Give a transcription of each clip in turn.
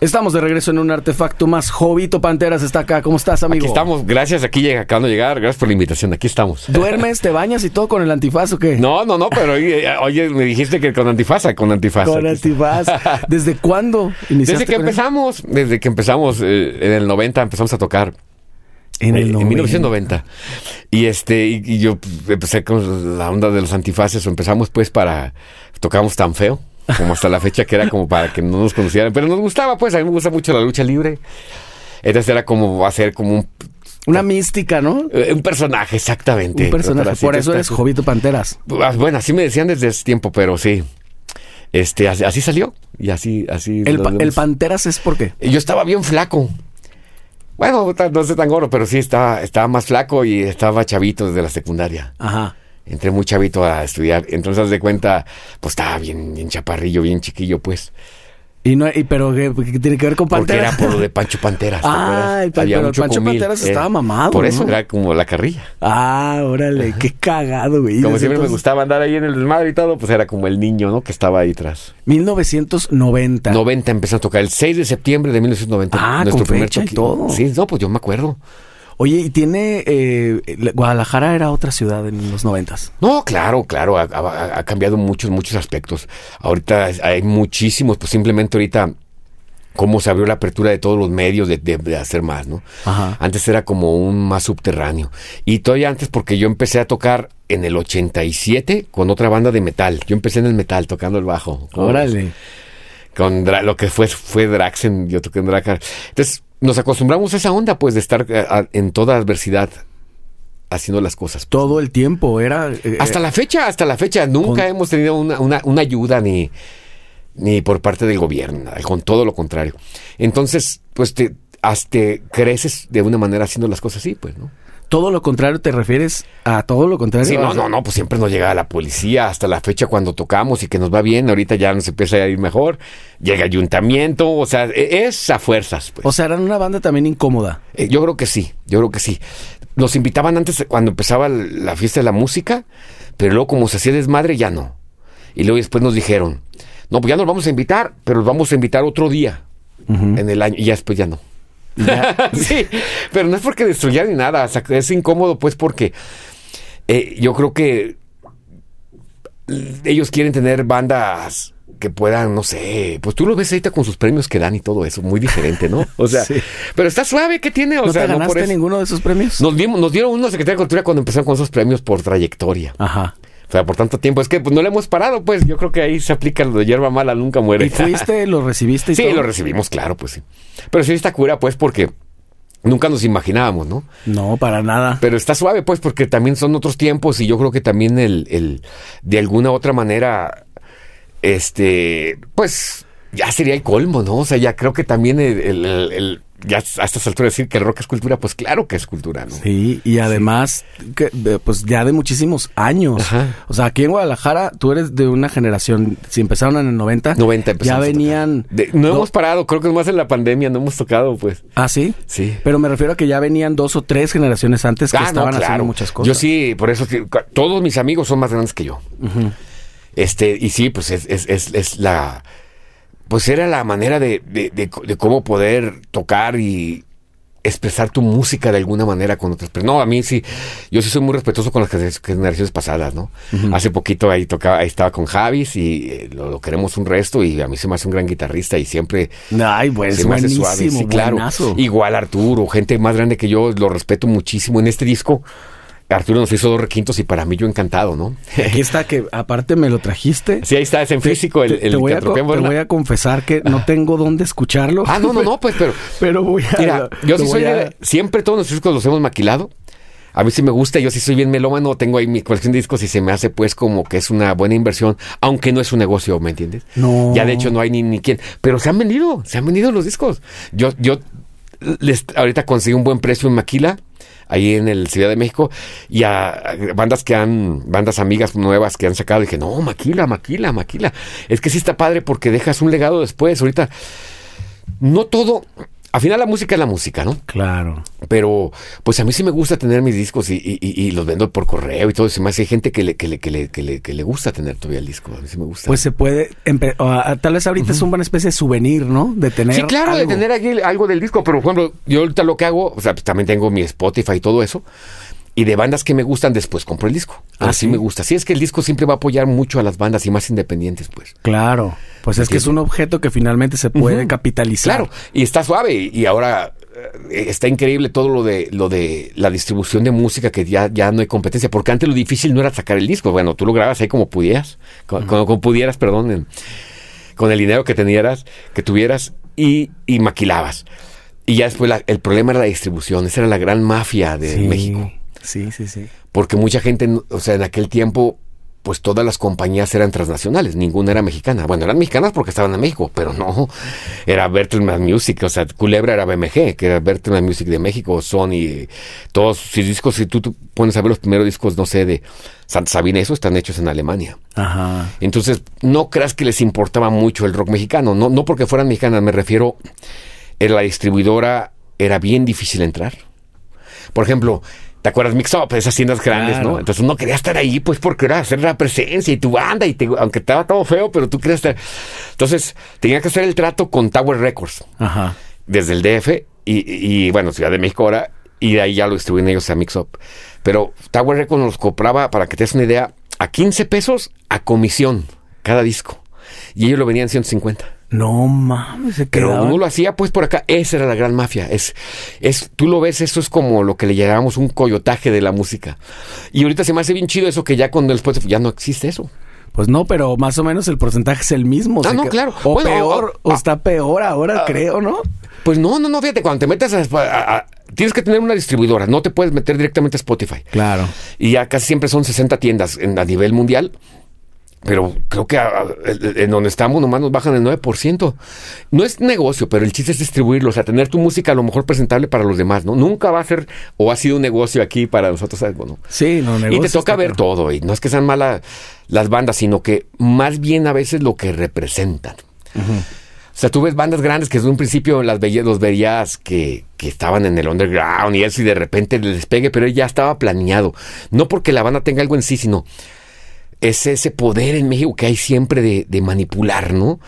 Estamos de regreso en un artefacto más. Jovito Panteras está acá. ¿Cómo estás, amigo? Aquí estamos, gracias, aquí llega, acabando de llegar, gracias por la invitación, aquí estamos. ¿Duermes, te bañas y todo con el antifaz o qué? No, no, no, pero oye, eh, oye, me dijiste que con antifasa, con antifasa. Con Aquí está. antifaz. ¿Desde cuándo iniciaste? Desde que con eso? empezamos, desde que empezamos eh, en el 90 empezamos a tocar. En el eh, 90. 1990. Y este, y, y yo pues, empecé con la onda de los antifaces, o empezamos pues para, tocamos tan feo, como hasta la fecha que era como para que no nos conocieran, pero nos gustaba pues, a mí me gusta mucho la lucha libre. Entonces era como hacer como un, Una mística, ¿no? eh, un personaje, exactamente. Un personaje. Tratar así, Por eso eres tratar- Jovito Panteras. Ah, Bueno, así me decían desde ese tiempo, pero sí. Este, así, así salió. Y así, así. El, lo pa- el vemos. Panteras es por qué. Y Yo estaba bien flaco. Bueno, ta- no sé tan gordo, pero sí estaba, estaba más flaco y estaba chavito desde la secundaria. Ajá. Entré muy chavito a estudiar. Entonces, haz de cuenta, pues estaba bien, bien chaparrillo, bien chiquillo, pues. Y no, y, pero ¿qué, qué tiene que ver con Porque Panteras? era por lo de Pancho Panteras. ¿te acuerdas? Ay, pero- pero mucho Pancho comil, Panteras eh. estaba mamado, Por eso ¿no? era como la carrilla. Ah, órale, qué cagado, güey. Como Desde siempre me entonces- gustaba andar ahí en el desmadre y todo, pues era como el niño, ¿no? Que estaba ahí atrás. 1990. 90 empezó a tocar, el 6 de septiembre de 1990. Ah, con fecha y toque. todo. Sí, no, pues yo me acuerdo. Oye, y tiene. eh, la- Guadalajara era otra ciudad en los 90s. No, claro, claro, ha, ha- ha cambiado muchos, muchos aspectos. Ahorita es- hay muchísimos, pues simplemente ahorita cómo se abrió la apertura de todos los medios de, de- de hacer más, ¿no? Ajá. Antes era como un más subterráneo. Y todavía antes porque yo empecé a tocar en el 87 con otra banda de metal. Yo empecé en el metal tocando el bajo. ¿Cómo ves? Órale. con Dra- lo que fue fue Draxen, yo toqué en Dracar. Entonces, nos acostumbramos a esa onda, pues, de estar eh, a- en toda adversidad haciendo las cosas. Todo el tiempo era. eh, Hasta la fecha, hasta la fecha, nunca hemos tenido una, una- una ayuda ni, ni por parte del gobierno, nada, con todo lo contrario. Entonces, pues, te, hasta creces de una manera haciendo las cosas así, pues, ¿no? Todo lo contrario, ¿te refieres a todo lo contrario? Sí, O no, sea, no, no, pues siempre nos llega la policía hasta la fecha cuando tocamos y que nos va bien, ahorita ya nos empieza a ir mejor, llega ayuntamiento, o sea, e- es a fuerzas, pues. O sea, eran una banda también incómoda. Eh, Yo creo que sí, yo creo que sí. Nos invitaban antes cuando empezaba l- la fiesta de la música, pero luego como se hacía desmadre ya no. Y luego después nos dijeron, no, pues ya nos vamos a invitar, pero nos vamos a invitar otro día en el año. Y ya después ya no. sí, pero no es porque destruyan ni nada, o sea, que es incómodo pues porque eh, yo creo que l- ellos quieren tener bandas que puedan, no sé, pues tú lo ves ahorita con sus premios que dan y todo eso, muy diferente, ¿no? O sea, Sí. pero está suave, ¿qué tiene? O ¿No sea, te no por ganaste eso. ninguno de esos premios? Nos, dimos- nos dieron una Secretaría de Cultura cuando empezaron con esos premios por trayectoria. Ajá. O sea, por tanto tiempo. Es que pues, no le hemos parado, pues. Yo creo que ahí se aplica lo de hierba mala, nunca muere. ¿Y fuiste, lo recibiste y sí, todo? lo recibimos, claro, pues sí. Pero sí está cura, pues, porque nunca nos imaginábamos, ¿no? No, para nada. Pero está suave, pues, porque también son otros tiempos y yo creo que también el, el- de alguna otra manera, este, pues, ya sería el colmo, ¿no? O sea, ya creo que también el, el- el- el- ya a estas alturas decir que el rock es cultura, pues claro que es cultura, ¿no? Sí, y además, que, de- pues ya de muchísimos años. Ajá. O sea, aquí en Guadalajara, tú eres de una generación, si empezaron en el 90, 90 ya empezamos a tocar. venían... De- no, do- hemos parado, creo que más en la pandemia no hemos tocado, pues. ¿Ah, sí? Sí. Pero me refiero a que ya venían dos o tres generaciones antes que Ah, no, estaban haciendo claro. muchas cosas. Yo sí, por eso que- ca- todos mis amigos son más grandes que yo. Este, y sí, pues es, es- es- es la. Pues era la manera de, de- de co- de cómo poder tocar y expresar tu música de alguna manera con otras personas. No, a mí sí, yo sí soy muy respetuoso con las gener- generaciones pasadas, ¿no? Hace poquito ahí tocaba, ahí estaba con Javis y eh, lo, lo queremos un resto y a mí se me hace un gran guitarrista y siempre Ay, pues se me hace buenísimo, suave, sí, claro. buenazo. Igual Arturo, gente más grande que yo, lo respeto muchísimo. En este disco, Arturo nos hizo dos requintos y para mí yo encantado, ¿no? Aquí está que aparte me lo trajiste. sí, ahí está, es en físico el, te, el te voy a, co- Teatro Kembo, te ¿no? voy a confesar que no tengo dónde escucharlo. Ah, no, no, no, pues, pero. Pero voy a. Mira, yo lo sí soy voy a- de- Siempre todos los discos los hemos maquilado. A mí sí me gusta, yo sí soy bien melómano, tengo ahí mi colección de discos y se me hace pues como que es una buena inversión, aunque no es un negocio, ¿me entiendes? No. Ya de hecho no hay ni, ni quién. Pero se han vendido, se han vendido los discos. Yo, yo les, ahorita conseguí un buen precio en Maquila, ahí en el Ciudad de México, y a, a bandas que han, bandas amigas nuevas que han sacado, dije, no, Maquila, Maquila, Maquila. Es que sí está padre porque dejas un legado después. Ahorita no todo. al final la música es la música, ¿no? Claro. Pero pues a mí sí me gusta tener mis discos y, y- y- y los vendo por correo y todo eso. Y más hay gente que le, que, le, que, le, que, le, que le gusta tener todavía el disco. A mí sí me gusta. Pues se puede. empe- o a- a- tal vez ahorita es una buena especie de souvenir, ¿no? De tener. Sí, claro, de algo. tener aquí algo del disco, pero por ejemplo, yo ahorita lo que hago, o sea, pues, también tengo mi Spotify y todo eso, y de bandas que me gustan después compro el disco. Ah, Así ¿sí? me gusta. Sí, es que el disco siempre va a apoyar mucho a las bandas y más independientes, pues. Claro. Pues es que es un objeto que finalmente se puede capitalizar. Claro, y está suave y y ahora eh, está increíble todo lo de lo de la distribución de música que ya, ya no hay competencia, porque antes lo difícil no era sacar el disco, bueno, tú lo grabas ahí como pudieras, con- con- como pudieras, perdón, en- con el dinero que tenieras, que tuvieras y, y maquilabas. Y ya después la- el problema era la distribución, esa era la gran mafia de Sí. México, Sí, sí, sí. porque mucha gente, no- o sea, en aquel tiempo pues todas las compañías eran transnacionales, ninguna era mexicana. Bueno, eran mexicanas porque estaban en México, pero no. Era Bertelmann Music, o sea, Culebra era BMG, que era Bertelmann Music de México, Sony, todos sus discos. Si tú, tú pones a ver los primeros discos, no sé, de Santa Sabina, esos están hechos en Alemania. Ajá. Entonces, no creas que les importaba mucho el rock mexicano. No, no porque fueran mexicanas, me refiero, en la distribuidora era bien difícil entrar. Por ejemplo, ¿te acuerdas Mix Up? Esas tiendas grandes, Claro. ¿no? Entonces uno quería estar ahí, pues, porque era hacer la presencia y tu banda, y te- aunque estaba todo feo, pero tú querías estar. Entonces, tenía que hacer el trato con Tower Records, Ajá. desde el DF, y, y, bueno, Ciudad de México ahora, y de ahí ya lo distribuyen ellos a Mix Up. Pero Tower Records nos compraba, para que te des una idea, a 15 pesos a comisión cada disco. Y ellos lo vendían 150. No mames, se Pero quedaba. uno lo hacía pues por acá. Esa era la gran mafia. Es, es, tú lo ves, eso es como lo que le llamábamos un coyotaje de la música. Y ahorita se me hace bien chido eso que ya cuando el Spotify ya no existe eso. Pues no, pero más o menos el porcentaje es el mismo. Ah, se no, qued- claro. O Bueno, peor, o- Ah. o está peor ahora, creo, ¿no? Pues no, no, no, fíjate, cuando te metes a, a- a- Tienes que tener una distribuidora, no te puedes meter directamente a Spotify. Claro. Y ya casi siempre son 60 tiendas en- a nivel mundial. Pero creo que a- a- en donde estamos nomás nos bajan el 9%. No es negocio, pero el chiste es distribuirlo, o sea, tener tu música a lo mejor presentable para los demás, ¿no? Nunca va a ser o ha sido un negocio aquí para nosotros algo, ¿no? Sí, no, Y negocios, te toca está ver claro. todo, y no es que sean malas las bandas, sino que más bien a veces lo que representan. O sea, tú ves bandas grandes que desde un principio las veías, los verías que, que estaban en el underground y eso, y de repente el despegue, pero ya estaba planeado. No porque la banda tenga algo en sí, sino es ese poder en México que hay siempre de, de manipular, ¿no? O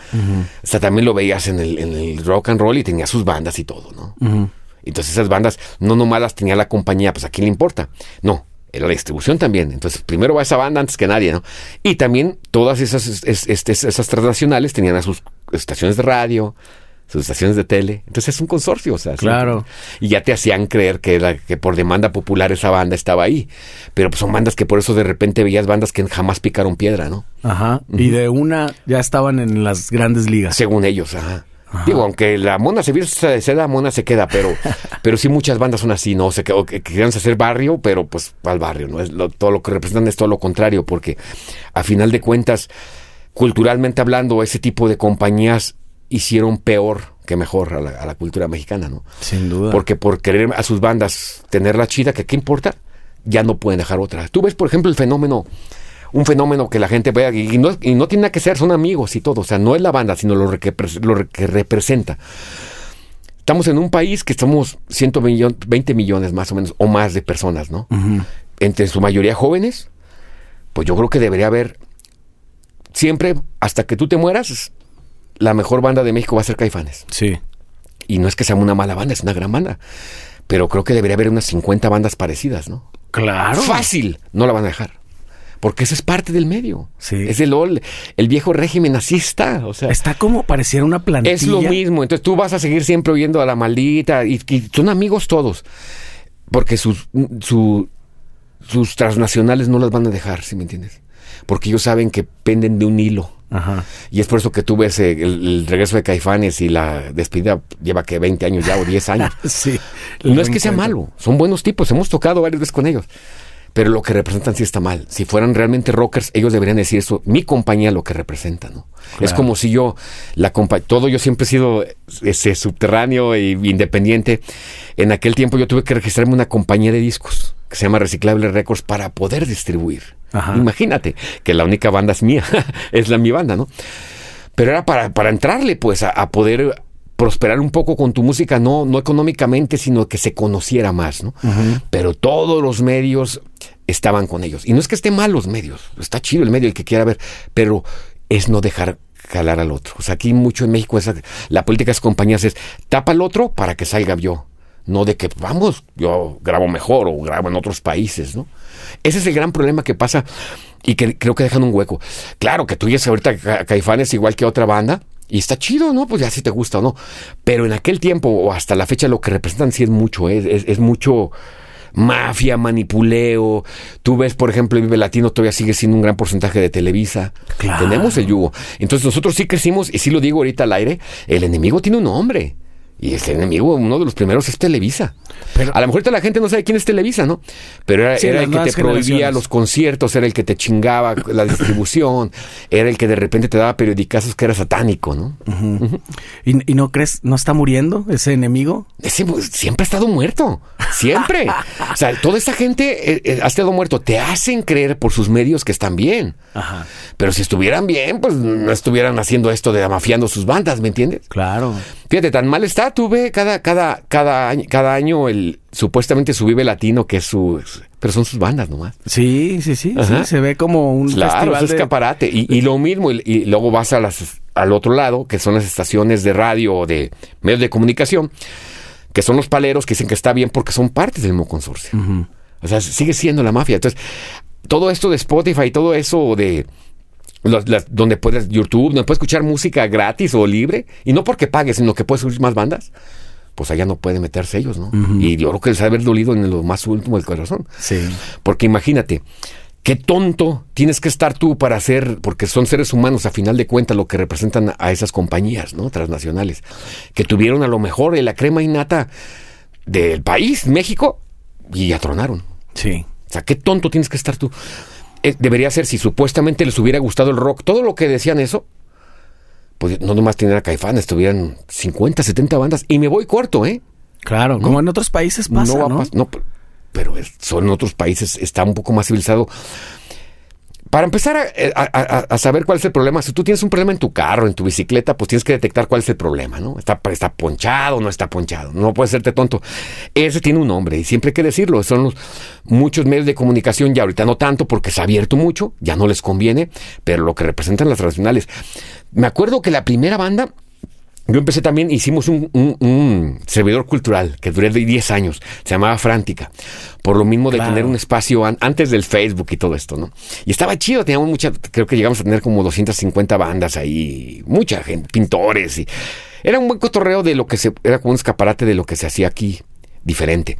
sea, también lo veías en el, en el rock and roll y tenía sus bandas y todo, ¿no? Entonces esas bandas no nomás las tenía la compañía, pues a quién le importa. No, era la distribución también. Entonces primero va esa banda antes que nadie, ¿no? Y también todas esas, es- es- este, esas transnacionales tenían a sus estaciones de radio, sus estaciones de tele. Entonces es un consorcio, o sea. es un- Claro. y ya te hacían creer que, la- que por demanda popular esa banda estaba ahí. Pero pues son bandas que por eso de repente veías bandas que jamás picaron piedra, ¿no? Ajá. Y de una ya estaban en las grandes ligas. Según ellos, ajá. Digo, aunque la mona se vista de seda, mona se queda, pero, pero sí muchas bandas son así, ¿no? Se que, o que querían hacer barrio, pero pues al barrio, ¿no? Es lo- todo lo que representan es todo lo contrario, porque a final de cuentas, culturalmente hablando, ese tipo de compañías hicieron peor que mejor a la, a la cultura mexicana, ¿no? Sin duda. Porque por querer a sus bandas tenerla chida, que qué importa, ya no pueden dejar otra. Tú ves, por ejemplo, el fenómeno, un fenómeno que la gente vea y no, y no tiene nada que ser, son amigos y todo. O sea, no es la banda, sino lo que, repres- lo que representa. Estamos en un país que estamos 120 millones más o menos, o más de personas, ¿no? Ujú. Entre su mayoría jóvenes, pues yo creo que debería haber siempre, hasta que tú te mueras, la mejor banda de México va a ser Caifanes. Sí. Y no es que sea una mala banda, es una gran banda. Pero creo que debería haber unas 50 bandas parecidas, ¿no? Claro. Fácil, no la van a dejar. Porque eso es parte del medio. Sí. Es el, ol- el viejo régimen asista. O sea, Está como pareciera una plantilla. es lo mismo. Entonces tú vas a seguir siempre oyendo a la maldita. Y, y son amigos todos. Porque sus, su- sus transnacionales no las van a dejar, ¿sí me entiendes? Porque ellos saben que penden de un hilo. Ajá. Y es por eso que tú ves eh, el, el regreso de Caifanes y la despedida lleva que 20 años ya o 10 años. Sí. no es que sea malo, son buenos tipos, hemos tocado varias veces con ellos. Pero lo que representan sí está mal. Si fueran realmente rockers, ellos deberían decir eso. Mi compañía lo que representa, ¿no? Es Claro. como si yo, la compa- todo yo siempre he sido ese subterráneo e independiente. En aquel tiempo yo tuve que registrarme una compañía de discos que se llama Reciclable Records para poder distribuir. Ajá. Imagínate que la única banda es mía, es la mi banda, ¿no? Pero era para, para entrarle, pues, a, a poder prosperar un poco con tu música, no, no económicamente, sino que se conociera más, ¿no? Pero todos los medios estaban con ellos. Y no es que esté mal los medios, está chido el medio, el que quiera ver, pero es no dejar jalar al otro. O sea, aquí mucho en México esa- la política de las compañías es tapa al otro para que salga yo. No de que vamos, yo grabo mejor o grabo en otros países, ¿no? Ese es el gran problema que pasa y que creo que dejan un hueco. Claro que tú ya sabes ahorita Ca- Caifanes igual que otra banda y está chido, ¿no? Pues ya si te gusta o no. Pero en aquel tiempo o hasta la fecha lo que representan sí es mucho, ¿eh? es, es- es mucho mafia, manipuleo. Tú ves, por ejemplo, el Vive Latino todavía sigue siendo un gran porcentaje de Televisa. Claro. Tenemos el yugo. Entonces nosotros sí crecimos, y sí lo digo ahorita al aire, el enemigo tiene un nombre. Y este enemigo, uno de los primeros, es Televisa. Pero- a lo mejor ahorita la gente no sabe quién es Televisa, ¿no? Pero era, Sí, era las el que te nuevas prohibía generaciones. los conciertos, era el que te chingaba la distribución, era el que de repente te daba periodicazos que era satánico, ¿no? ¿Y, y no crees, no está muriendo ese enemigo? Ese mu- siempre ha estado muerto. Siempre. o sea, toda esa gente eh, eh, ha estado muerto. Te hacen creer por sus medios que están bien. Ajá. Pero si estuvieran bien, pues no estuvieran haciendo esto de amafiando sus bandas, ¿me entiendes? Claro. Fíjate, tan mal está, tú ve cada, cada, cada año, cada año el supuestamente su Vive Latino, que es su. Pero son sus bandas nomás. Sí, sí, sí. Ajá. sí, se ve como un Claro, festival es de- escaparate. Y, y lo mismo, y, y luego vas a las, al otro lado, que son las estaciones de radio o de medios de comunicación, que son los paleros que dicen que está bien porque son partes del mismo consorcio. O sea, sigue siendo la mafia. Entonces, todo esto de Spotify, todo eso de... las- las- donde puedes YouTube, donde puedes escuchar música gratis o libre, y no porque pagues, sino que puedes subir más bandas, pues allá no pueden meterse ellos, ¿no? Y yo creo que les ha de haber dolido en lo más último del corazón. Sí. Porque imagínate, qué tonto tienes que estar tú para hacer, porque son seres humanos a final de cuentas lo que representan a esas compañías, ¿no? Transnacionales, que tuvieron a lo mejor la crema innata del país, México, y atronaron. Sí. O sea, qué tonto tienes que estar tú. Eh, debería ser, si supuestamente les hubiera gustado el rock, todo lo que decían eso, pues no nomás tenían a Caifanes, tuvieran 50, 70 bandas, y me voy corto, ¿eh? Claro, como en otros países pasa, va ¿no? a pas- no, p- pero es- son otros países, está un poco más civilizado. Para empezar a, eh, a- a- a saber cuál es el problema, si tú tienes un problema en tu carro, en tu bicicleta, pues tienes que detectar cuál es el problema, ¿no? Está, está ponchado, no está ponchado, no puedes serte tonto. Ese tiene un nombre y siempre hay que decirlo. Son los, muchos medios de comunicación, ya ahorita no tanto porque se ha abierto mucho, ya no les conviene, pero lo que representan las tradicionales. Me acuerdo que la primera banda yo empecé también, hicimos un, un- un servidor cultural que duré de 10 años, se llamaba Frántica, por lo mismo de Claro. tener un espacio an- antes del Facebook y todo esto, ¿no? Y estaba chido, teníamos mucha, creo que llegamos a tener como 250 bandas ahí, mucha gente, pintores, y era un buen cotorreo de lo que se, era como un escaparate de lo que se hacía aquí, diferente.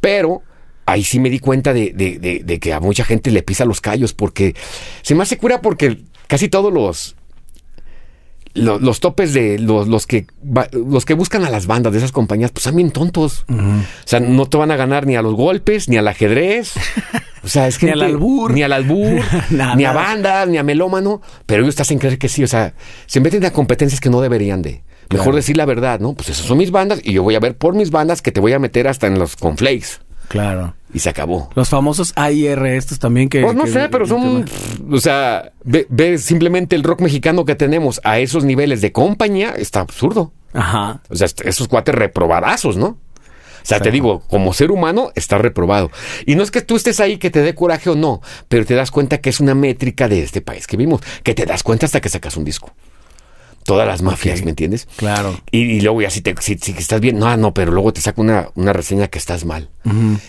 Pero ahí sí me di cuenta de, de- de- de que a mucha gente le pisa los callos porque se me hace cura porque casi todos los lo- los, topes de los, los que va- los que buscan a las bandas de esas compañías pues son bien tontos. O sea, no te van a ganar ni a los golpes, ni al ajedrez. O sea, es que Ni al albur. ni al albur, Nada. ni a bandas, ni a melómano, pero ellos te hacen creer que sí, o sea, se meten a competencias que no deberían de. Mejor Claro. decir la verdad, ¿no? Pues esas son mis bandas y yo voy a ver por mis bandas que te voy a meter hasta en los conflakes. Claro. Y se acabó. Los famosos AIR estos también que... Pues no que- sé, pero son. O sea, ve, ve simplemente el rock mexicano que tenemos a esos niveles de compañía, está absurdo. Ajá. O sea, est- esos cuates reprobadazos, ¿no? O sea, te Exacto. digo, como ser humano, está reprobado. Y no es que tú estés ahí que te dé coraje o no, pero te das cuenta que es una métrica de este país que vimos, que te das cuenta hasta que sacas un disco. Todas las mafias, Ok. ¿me entiendes? Claro. Y, y luego ya si, te, si, si estás bien, no, ah, no, pero luego te saca una, una reseña que estás mal.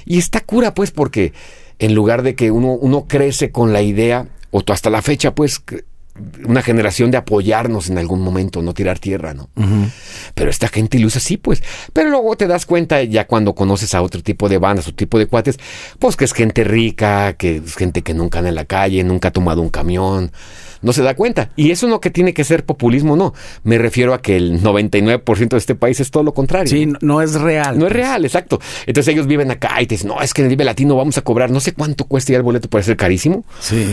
Y está cura, pues, porque en lugar de que uno, uno crece con la idea, o tú hasta la fecha, pues, cre- una generación de apoyarnos en algún momento, no tirar tierra, ¿no? Pero esta gente luce así, pues. Pero luego te das cuenta, ya cuando conoces a otro tipo de bandas, otro tipo de cuates, pues que es gente rica, que es gente que nunca anda en la calle, nunca ha tomado un camión. No se da cuenta. Y eso no que tiene que ser populismo, no. Me refiero a que el 99% de este país es todo lo contrario. Sí, no, no es real. pues. No es real, exacto. Entonces ellos viven acá y te dicen, no, es que en el Vive Latino vamos a cobrar, no sé cuánto cuesta ya el boleto, puede ser carísimo. Sí.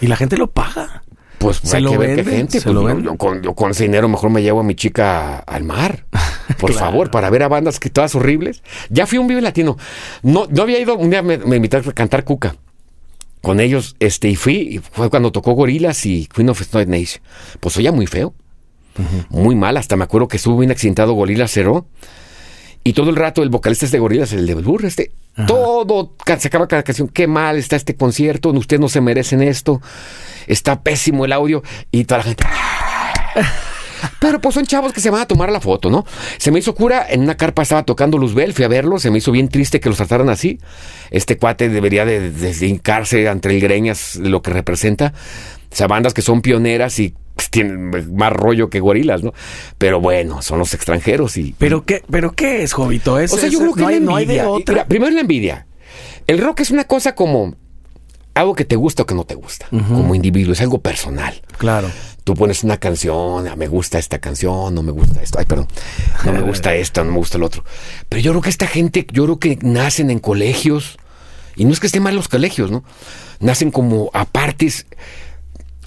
Y la gente lo paga. Pues Se hay lo que ver qué venden, gente. se pues, lo yo- venden. yo, con, yo con ese dinero mejor me llevo a mi chica al mar. Por Claro. favor, para ver a bandas que todas horribles. Ya fui a un Vive Latino. No, no había ido, un día me, me invitaron a cantar Cuca. Con ellos, este, y fui, y fue cuando tocó Gorilas y Queen of Stone Age. Pues oía muy feo. Muy mal, hasta me acuerdo que estuvo bien accidentado Gorila Cero. Y todo el rato el vocalista este de Gorilas, el de Blur, este, todo, ca- sacaba cada canción, qué mal está este concierto, ustedes no se merecen esto, está pésimo el audio y toda la gente... Pero pues son chavos que se van a tomar la foto, ¿no? Se me hizo cura, en una carpa estaba tocando Luzbel, fui a verlo, se me hizo bien triste que los trataran así. Este cuate debería de, de- de hincarse entre el greñas lo que representa. O sea, bandas que son pioneras y pues, tienen más rollo que gorilas, ¿no? Pero bueno, son los extranjeros y... ¿Pero qué, pero qué es, Jovito? Es, O sea, es- yo creo que no, es hay, la no hay de envidia. otra. Mira, primero la envidia. El rock es una cosa como algo que te gusta o que no te gusta, como individuo, es algo personal. Claro. Tú pones una canción, ah, me gusta esta canción, no me gusta esto, ay, perdón, no me gusta esta, no me gusta el otro. Pero yo creo que esta gente, yo creo que nacen en colegios, y no es que estén mal los colegios, ¿no? Nacen como apartes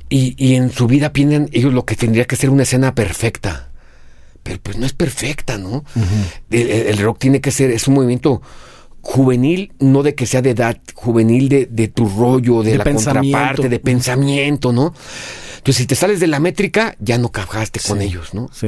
y, y en su vida piensan ellos lo que tendría que ser una escena perfecta. Pero pues no es perfecta, ¿no? el, el- el rock tiene que ser, es un movimiento juvenil, no de que sea de edad, juvenil de, de tu rollo, de, De la pensamiento. contraparte, de pensamiento, ¿no? Entonces, si te sales de la métrica, ya no cajaste con ellos, ¿no? Sí.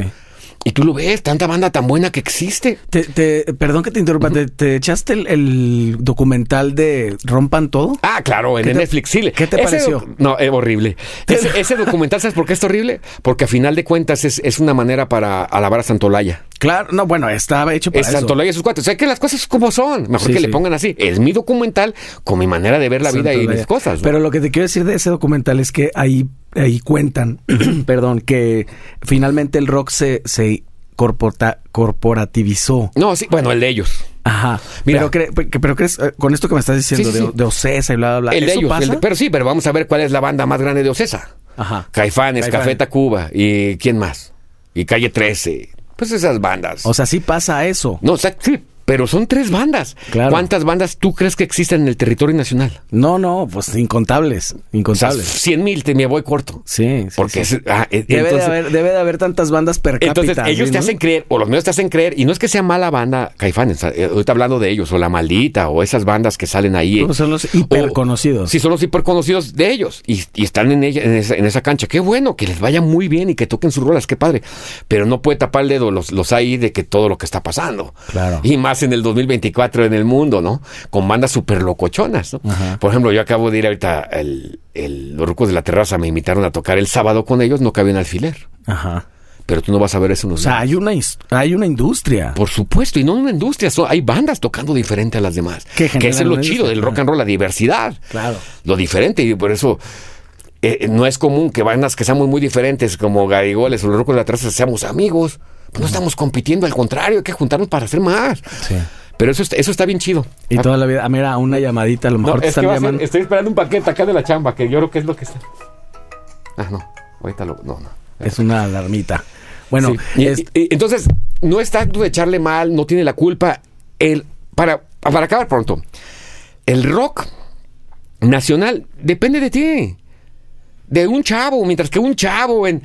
Y tú lo ves, tanta banda tan buena que existe. Te, te- perdón que te interrumpa, ¿te, te echaste el, el documental de Rompan Todo? Ah, claro, en ¿Qué te- Netflix, sí. qué te Ese pareció? doc- No, es horrible. Ese, ese documental, ¿sabes por qué es horrible? Porque a final de cuentas es, es una manera para alabar a Santolaya. Claro, no, bueno, estaba hecho para Es eso. Santolaya y sus cuates. O sea, que las cosas como son. Mejor Sí, que sí. le pongan así. Es mi documental con mi manera de ver la vida y Santolaya. mis cosas. ¿no? Pero lo que te quiero decir de ese documental es que ahí, ahí cuentan, perdón, que finalmente el rock se, se corporta- corporativizó. No, sí, bueno, el de ellos. Ajá. Mira. pero, cre- pe- pero crees, eh, con esto que me estás diciendo Sí, sí, de, sí. de Ocesa y bla, bla, bla. El de ¿eso ellos. pasa? el de- pero sí, pero vamos a ver cuál es la banda más grande de Ocesa. Ajá. Caifanes, Caifanes. Café Tacuba y quién más. Y Calle 13. Pues esas bandas. O sea, sí pasa eso. no, o sea, sí, pero son tres bandas. Claro. ¿Cuántas bandas tú crees que existen en el territorio nacional? No, no, pues incontables. O sea, Incontables. 100 mil, te me voy corto. Sí, sí, sí. Porque es- ah, eh, Debe, entonces- de haber, debe de haber tantas bandas per cápita. Entonces, ellos ¿sí, te no? hacen creer, o los medios te hacen creer, y no es que sea mala banda Caifanes, eh, ahorita hablando de ellos, o La Maldita, o esas bandas que salen ahí. eh, Pues son los o- hiperconocidos. Sí, son los hiperconocidos de ellos, y, y están en, ella, en, esa, en esa cancha. Qué bueno, que les vaya muy bien y que toquen sus rolas, qué padre. Pero no puede tapar el dedo los, los ahí de que todo lo que está pasando. Claro. Y más en el 2024 en el mundo, ¿no? Con bandas súper locochonas, ¿no? Por ejemplo, yo acabo de ir ahorita, el, el, los rucos de la terraza me invitaron a tocar el sábado con ellos, no cabía un alfiler. Ajá. Pero tú no vas a ver eso en los O sea, hay una, his- hay una industria. por supuesto, y no una industria, so- hay bandas tocando diferente a las demás. Que Que, generan eso es lo una chido industria, del rock and roll, la diversidad. Claro. Lo diferente, y por eso eh, no es común que bandas que seamos muy diferentes, como Garigoles o los Rocos de atrás, seamos amigos. Pues no estamos compitiendo, al contrario, hay que juntarnos para hacer más. Sí. Pero eso, está- eso está bien chido. Y toda la vida, ah, mira, una llamadita, a lo mejor te están llamando. estoy esperando un paquete acá de la chamba, que yo creo que es lo que está. Ah, no, ahorita lo. No, no. Es una alarmita. Bueno, Sí. Y- es- y- y entonces, no es tanto de echarle mal, no tiene la culpa. El, para, para acabar pronto, el rock nacional depende de ti. De un chavo, mientras que un chavo en,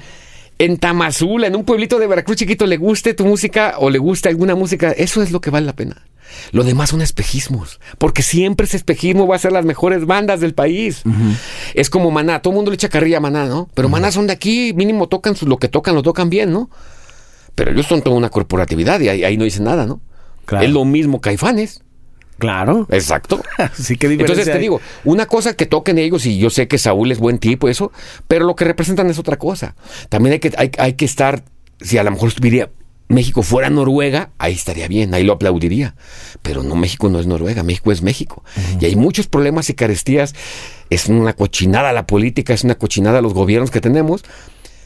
en Tamazula, en un pueblito de Veracruz chiquito, le guste tu música o le guste alguna música, eso es lo que vale la pena. Lo demás son espejismos, porque siempre ese espejismo va a ser las mejores bandas del país. Es como Maná, todo el mundo le echa carrilla a Maná, ¿no? Pero Maná son de aquí, mínimo tocan su- lo que tocan, lo tocan bien, ¿no? Pero ellos son toda una corporatividad y ahí, ahí no dicen nada, ¿no? Claro. Es lo mismo Caifanes. claro. Exacto. sí, qué diferencia Entonces te hay. digo, una cosa que toquen ellos, y yo sé que Saúl es buen tipo, eso, pero lo que representan es otra cosa. También hay que, hay, hay que estar, si a lo mejor estuviera México fuera Noruega, ahí estaría bien, ahí lo aplaudiría. Pero no, México no es Noruega, México es México. Y hay muchos problemas y carestías. Es una cochinada la política, es una cochinada los gobiernos que tenemos.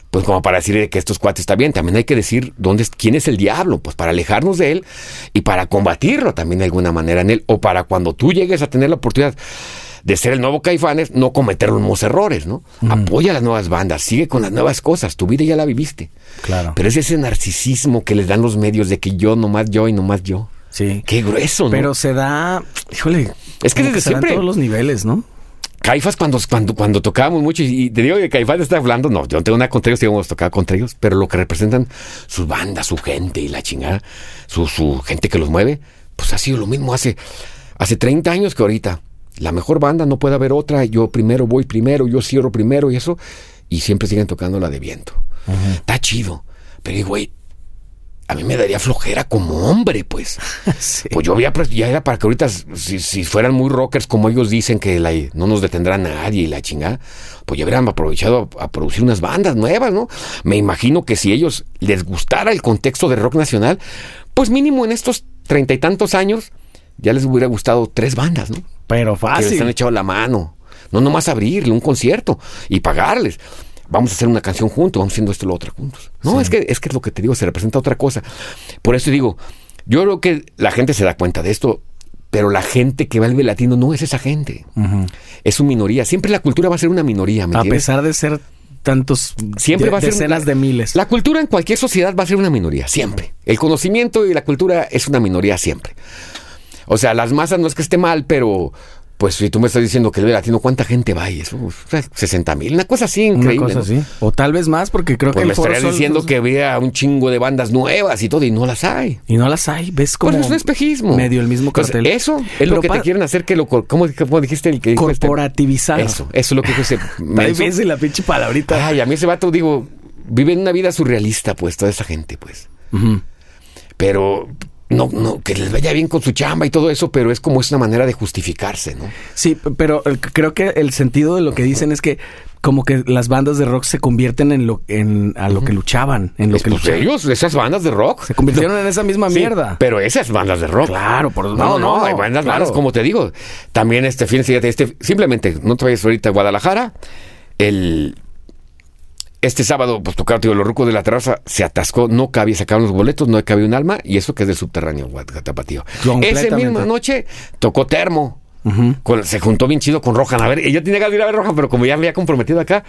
Pues como para decir que estos cuates está bien, también hay que decir dónde es, quién es el diablo, pues para alejarnos de él y para combatirlo también de alguna manera en él, o para cuando tú llegues a tener la oportunidad de ser el nuevo Caifanes, no cometer los mismos errores, ¿no? Apoya las nuevas bandas, sigue con las nuevas cosas, tu vida ya la viviste. Claro. Pero es ese narcisismo que les dan los medios de que yo, nomás yo y nomás yo. sí. Qué grueso, Pues ¿no? Pero se da. Híjole. Es que como desde se da en siempre- todos los niveles, ¿no? Caifas cuando, cuando, cuando tocábamos mucho, y te digo que Caifás está hablando, no, yo no tengo nada contra ellos, íbamos a tocar contra ellos, pero lo que representan sus bandas, su gente y la chingada, su, su gente que los mueve, pues ha sido lo mismo hace, hace 30 años que ahorita. La mejor banda, no puede haber otra, yo primero voy primero, yo cierro primero y eso, y siempre siguen tocando la de viento. Está chido. Pero, güey, a mí me daría flojera como hombre, pues. Sí. Pues yo había, pres- ya era para que ahorita, si, si fueran muy rockers como ellos dicen que la- no nos detendrá nadie y la chingada, pues ya hubieran aprovechado a, a producir unas bandas nuevas, ¿no? Me imagino que si ellos les gustara el contexto de rock nacional, pues mínimo en estos treinta y tantos años ya les hubiera gustado tres bandas, ¿no? Pero que les han fácil. echado la mano. No nomás abrirle un concierto y pagarles. Vamos a hacer una canción juntos, vamos haciendo esto y lo otro juntos. No, es que es que es lo que te digo, se representa otra cosa. Por eso digo, yo creo que la gente se da cuenta de esto, pero la gente que va al latino no es esa gente. Ujú. Es su minoría. Siempre la cultura va a ser una minoría, ¿me A entiendes? pesar de ser tantos Siempre de- va a ser decenas una- de miles. La cultura en cualquier sociedad va a ser una minoría, siempre. El conocimiento y la cultura es una minoría siempre. O sea, las masas no es que esté mal, pero pues si tú me estás diciendo que el latino, ¿cuánta gente va ahí? Eso, 60 mil, una cosa así increíble. una cosa ¿no? así. O tal vez más, porque creo Pues que me el Foro estarías Sol- diciendo que había un chingo de bandas nuevas y todo, y no las hay. Y no las hay, ves como... Pues es un espejismo. Medio el mismo Entonces, cartel. eso es Pero lo que pa- te quieren hacer que lo... cor- ¿Cómo, cómo dijiste el que dijo este? Corporativizado. Eso, eso es lo que dijo ese... Está menso. difícil la pinche palabrita. Ay, a mí ese vato, digo, viven una vida surrealista, pues, toda esa gente, pues. Ujú. Pero no, no, que les vaya bien con su chamba y todo eso, pero es como es una manera de justificarse, ¿no? Sí, p- pero eh, c- creo que el sentido de lo que dicen es que como que las bandas de rock se convierten en lo en a lo que luchaban, en lo Es, que pues, luchaban. ellos, esas bandas de rock. Se convirtieron en esa misma Sí, mierda. Pero esas bandas de rock. Claro, por- no, no, no, hay bandas claro. bandas, como te digo. También este fin, fíjate, este, simplemente, no te vayas ahorita a Guadalajara. El, este sábado, pues tocaron, tío, los rucos de la terraza se atascó, no cabía, sacaron los boletos, no cabía un alma, y eso que es del subterráneo, Guad- Tapatío. Esa Completamente. misma noche tocó Termo. Ujú. Con- se juntó bien chido con Rojan. A ver, ella tenía ganas de ir a ver Rojan, pero como ya me había comprometido acá.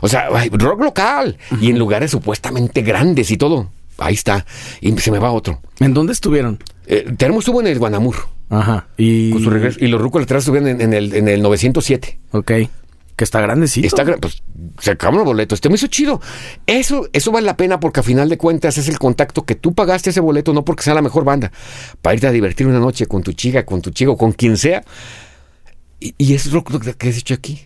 O sea, ay, rock local. Y en lugares supuestamente grandes y todo. Ahí está. Y se me va otro. ¿En dónde estuvieron? Eh, Termo estuvo en el Guanamur. Ajá. Y Con su regreso. Y los rucos atrás estuvieron en, en el, en el 907. Ok. Que está grandecito. Está, gra- pues, se acabaron los boletos. Este me hizo chido. Eso, eso vale la pena porque a final de cuentas es el contacto que tú pagaste ese boleto, no porque sea la mejor banda, para irte a divertir una noche con tu chica, con tu chico, con quien sea. Y, y eso es lo que que has dicho aquí,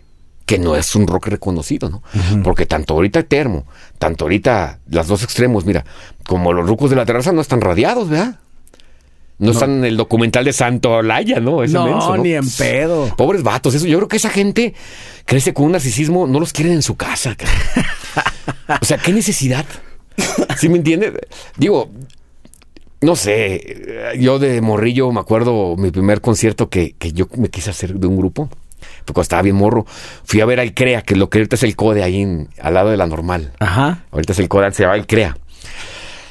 que no es un rock reconocido, ¿no? Porque tanto ahorita Termo, tanto ahorita las dos extremos, mira, como los rucos de la terraza no están radiados, ¿verdad? No, están en el documental de Santo Olaya, ¿no? Es no, inmenso, ni en pedo. Pobres vatos, eso. Yo creo que esa gente crece con un narcisismo, no los quieren en su casa. cabrón. o sea, ¿qué necesidad? ¿Sí me entiendes? Digo, no sé. Yo de morrillo me acuerdo mi primer concierto que, que yo me quise hacer de un grupo. Porque cuando estaba bien morro, fui a ver al CREA, que lo que ahorita es el CODE ahí en- al lado de la normal. Ajá. Ahorita es el CODE, se llama el CREA.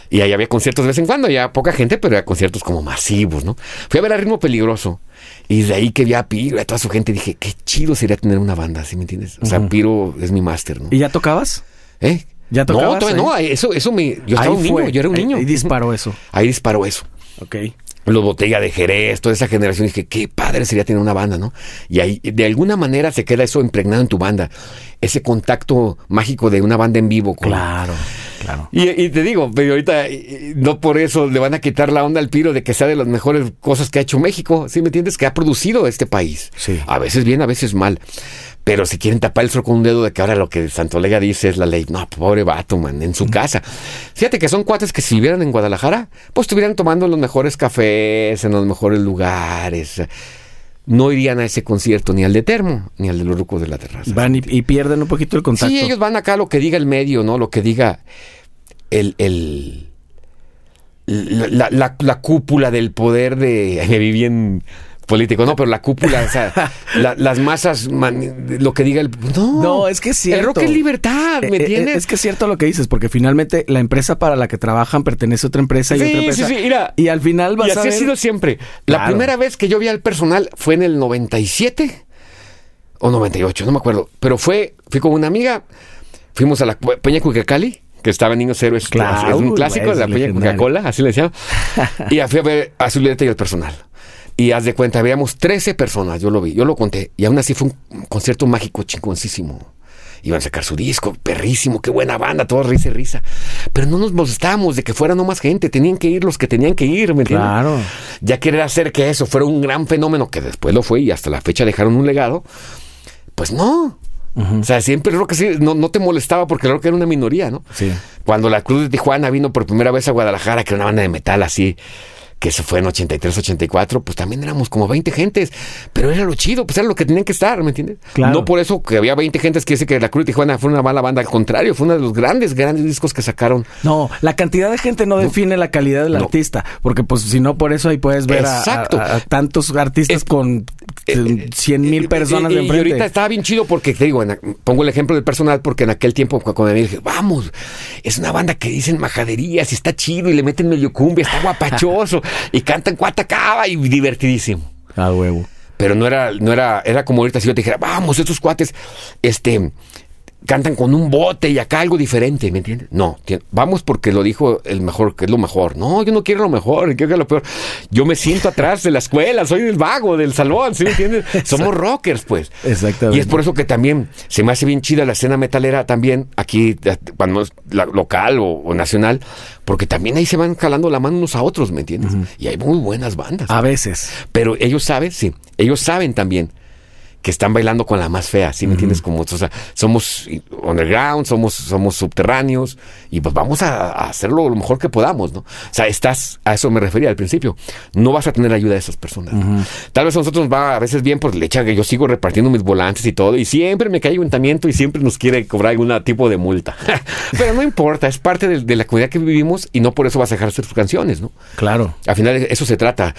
Y ahí había conciertos de vez en cuando, ya poca gente, pero era conciertos como masivos, ¿no? Fui a ver a Ritmo Peligroso. Y de ahí que vi a Piro y a toda su gente, dije, qué chido sería tener una banda, ¿sí me entiendes? O sea, Piro es mi máster, ¿no? ¿Y ya tocabas? ¿Eh? ¿Ya No, tocabas todavía no, eso, eso me... Yo estaba Ahí un niño, fue. yo era un Ahí- niño. Y disparó eso. Ahí disparó eso. Ok. Los Botella de Jerez, toda esa generación, dije, qué padre sería tener una banda, ¿no? Y ahí, de alguna manera, se queda eso impregnado en tu banda. Ese contacto mágico de una banda en vivo con, Claro, claro. y, y te digo, pero ahorita eh, no por eso le van a quitar la onda al piro de que sea de las mejores cosas que ha hecho México, ¿sí me entiendes? Que ha producido este país. Sí. A veces bien, a veces mal. Pero si quieren tapar el sol con un dedo de que ahora lo que Santolega dice es la ley. No, pobre vato, man, en su casa. Fíjate que son cuates que si vivieran en Guadalajara, pues estuvieran tomando en los mejores cafés, en los mejores lugares. No irían a ese concierto, ni al de Termo, ni al de los rucos de la terraza. Van y, y pierden un poquito el contacto. Sí, ellos van acá a lo que diga el medio, ¿no? Lo que diga el. el la, la- la cúpula del poder de. Me vi bien político, no, pero la cúpula, o sea, la- las masas, man- lo que diga el. No, No, es que es El rock cierto. es libertad, ¿me Eh, eh, entiendes? Es que es cierto lo que dices, porque finalmente la empresa para la que trabajan pertenece a otra empresa y Sí, otra sí, empresa. sí, mira. y al final vas y a así ha ver- sido siempre. La Claro. primera vez que yo vi al personal fue en el 97 o 98, no me acuerdo. Pero fue, fui con una amiga, fuimos a la Pe- Peña Cucacali, que estaba en Niños Héroes. Claro, es un güey, clásico es de la Peña legendario. Coca-Cola, así le decían. y ya fui a ver a Zuleta y al personal. Y haz de cuenta, habíamos 13 personas, yo lo vi, yo lo conté. Y aún así fue un concierto mágico chingoncísimo. Iban a sacar su disco, perrísimo, qué buena banda, todo risa y risa. Pero no nos molestábamos de que fuera no más gente, tenían que ir los que tenían que ir, ¿me entiendes? Claro. Ya querer hacer que eso fuera un gran fenómeno, que después lo fue y hasta la fecha dejaron un legado, pues no. O sea, siempre el rock así no, no te molestaba porque el rock era una minoría, ¿no? Sí. Cuando la Cruz de Tijuana vino por primera vez a Guadalajara, que era una banda de metal así, que se fue en 83, 84, pues también éramos como 20 gentes, pero era lo chido, pues era lo que tenían que estar, ¿me entiendes? Claro. No por eso que había 20 gentes que dice que la Cruz de Tijuana fue una mala banda, al contrario, fue uno de los grandes, grandes discos que sacaron. No, la cantidad de gente no define la calidad del No. artista, porque pues si no por eso ahí puedes ver a, Exacto. a- a tantos artistas Es- eh, con cien mil personas Y- y- de enfrente. Y ahorita estaba bien chido porque, te digo, en a- pongo el ejemplo del personal porque en aquel tiempo cu- cuando me dije, vamos, es una banda que dicen majaderías y está chido y le meten medio cumbia, está guapachoso y cantan cuatacaba y divertidísimo. A huevo. Pero no era, no era, era como ahorita si yo te dijera, vamos, estos cuates, este, cantan con un bote y acá algo diferente, ¿me entiendes? No, ti- vamos porque lo dijo el mejor, que es lo mejor. No, yo no quiero lo mejor, quiero que lo peor. Yo me siento atrás de la escuela, soy el vago del salón, ¿sí me entiendes? Somos rockers, pues. Exactamente. Y es por eso que también se me hace bien chida la escena metalera también aquí, eh, cuando es la- local o, o nacional, porque también ahí se van jalando la mano unos a otros, ¿me entiendes? Y hay muy buenas bandas. A veces. Pero ellos saben, sí, ellos saben también que están bailando con la más fea, ¿sí me entiendes? Como, o sea, somos underground, somos, somos subterráneos y pues vamos a, a hacerlo lo mejor que podamos, ¿no? O sea, estás, a eso me refería al principio, no vas a tener ayuda de esas personas. ¿no? Tal vez a nosotros nos va a veces bien por lecha que yo sigo repartiendo mis volantes y todo y siempre me cae ayuntamiento y siempre nos quiere cobrar algún tipo de multa. Pero no importa, es parte de, de la comunidad que vivimos y no por eso vas a dejar hacer sus canciones, ¿no? Claro. Al final de eso se trata.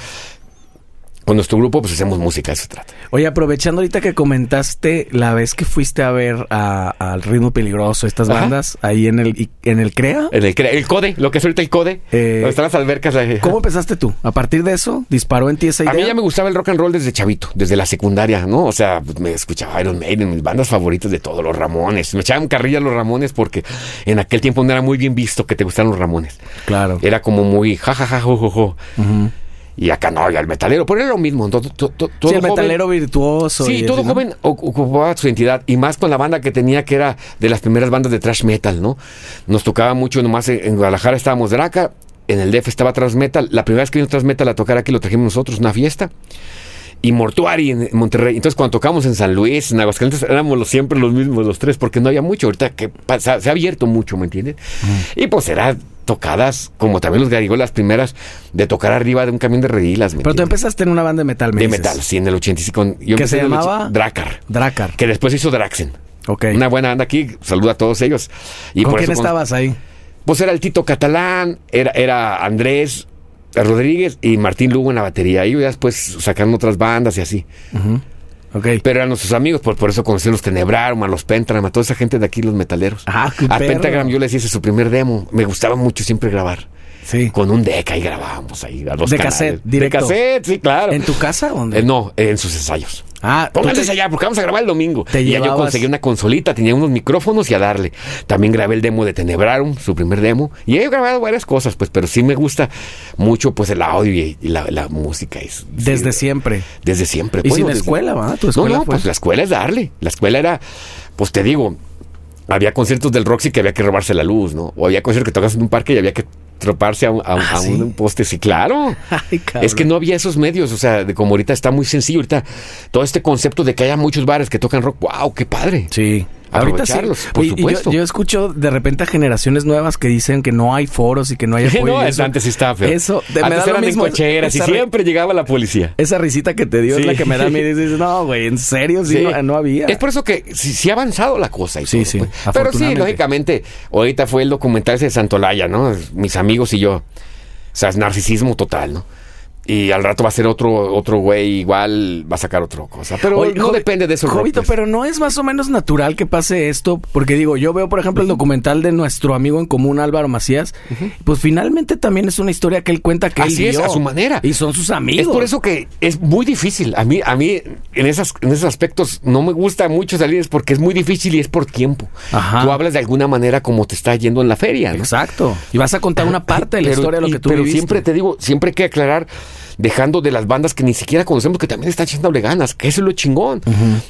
Con nuestro grupo pues hacemos música, eso se trata. Oye, aprovechando ahorita que comentaste la vez que fuiste a ver a- al Ritmo Peligroso, estas Ajá. bandas, ahí en el, en el CREA. En el, cre- el CODE, lo que es ahorita el CODE, Eh, donde están las albercas. la- ¿Cómo empezaste tú? A partir de eso, disparó en ti esa idea. A mí ya me gustaba el rock and roll desde chavito, desde la secundaria, ¿no? O sea, pues, me escuchaba Iron Maiden, mis bandas favoritas de todos, los Ramones. Me echaban carrilla los Ramones porque en aquel tiempo no era muy bien visto que te gustaran los Ramones. Claro. Era como muy jajaja, jojojo. Ujú. Y acá no, ya el metalero, pero era lo mismo. to- to- to- todo sí, el joven- metalero virtuoso. Sí, y todo así, ¿no? joven oc- ocupaba su identidad y más con la banda que tenía que era de las primeras bandas de thrash metal, ¿no? Nos tocaba mucho nomás en, en Guadalajara estábamos Draca, en el DF estaba thrash metal, la primera vez que vino thrash metal a tocar aquí lo trajimos nosotros una fiesta. Y Mortuari en Monterrey. Entonces, cuando tocamos en San Luis, en Aguascalientes, éramos los- siempre los mismos, los tres, porque no había mucho. Ahorita que pasa, se ha abierto mucho, ¿me entiendes? Mm. Y pues era tocadas, como también los garigos, las primeras de tocar arriba de un camión de redilas, ¿me Pero tú entiendes? empezaste en una banda de metal, me De dices. metal, sí, en el 85. Yo ¿Qué empecé se en el ochi- llamaba? Dracar. Dracar. Que después hizo Draxen. Ok. Una buena banda aquí, saluda a todos ellos. Y ¿Con por quién eso con- estabas ahí? Pues era el Tito Catalán, era, era Andrés Rodríguez y Martín Lugo en la batería. Ellos ya después sacaron otras bandas y así. Ok. Pero eran nuestros amigos, por, por eso conocí a los Tenebrarum, a los Pentagram, a toda esa gente de aquí, los metaleros. Ah, qué a perro. Pentagram yo les hice su primer demo. Me gustaba mucho siempre grabar. sí. Con un deca y grabábamos ahí a los De canales. cassette, directo. De cassette, sí, claro. ¿En tu casa? o ¿Dónde? Eh, no, en sus ensayos. Ah, tú Pónganse te- allá porque vamos a grabar el domingo. Te y ya yo llevabas- conseguí una consolita, tenía unos micrófonos y a darle. También grabé el demo de Tenebrarum, su primer demo. Y he grabado varias cosas, pues, pero sí me gusta mucho pues el audio y, y la, la música. Es, Desde sí, siempre. Desde siempre. Y pues, sin no, desde- escuela, ¿va? Tu No, escuela no, fue- pues la escuela es darle. La escuela era, pues te digo, había conciertos del Roxy que había que robarse la luz, ¿no? O había conciertos que tocas en un parque y había que troparse a, un- a un- Ah, a ¿sí? un poste. Sí, claro. Ay, cabrón. Es que no había esos medios, o sea, de como ahorita está muy sencillo, ahorita todo este concepto de que haya muchos bares que tocan rock, wow, qué padre. Sí. Ahorita sí. Aprovecharlos, por Oye, y yo- supuesto. yo, escucho de repente a generaciones nuevas que dicen que no hay foros y que no hay apoyo. no, y es- eso- antes sí estaba feo. Eso, te- me antes da lo eran en mismo. cocheras y esa, ri- siempre llegaba la policía. esa risita que te dio es Sí. la que me da a mí. y Dices, no, güey, en serio, sí, Sí. Este No, no había. Es por eso que sí, sí ha avanzado la cosa. y Sí, todo, sí, pues. Pero sí, afortunadamente. lógicamente, ahorita fue el documental ese de Santolaya, ¿no? Mis amigos y yo. O sea, es narcisismo total, ¿no? Y al rato va a ser otro otro güey igual, va a sacar otra cosa. Pero Oye, no Jovi- depende de eso. el rock, Jovito, pues. pero no es más o menos natural que pase esto, porque digo, yo veo, por ejemplo, el documental de nuestro amigo en común, Álvaro Macías, pues finalmente también es una historia que él cuenta que Así él es, vio. a su manera. Y son sus amigos. Es por eso que es muy difícil. A mí, a mí en, esas, en esos aspectos no me gusta mucho salir, es porque es muy difícil y es por tiempo. Ajá. Tú hablas de alguna manera como te está yendo en la feria, ¿no? Exacto. Y vas a contar una parte de la Pero- historia de lo y- que tú Pero viviste. siempre te digo, siempre hay que aclarar dejando de las bandas que ni siquiera conocemos, que también están echándole ganas, que eso es lo chingón.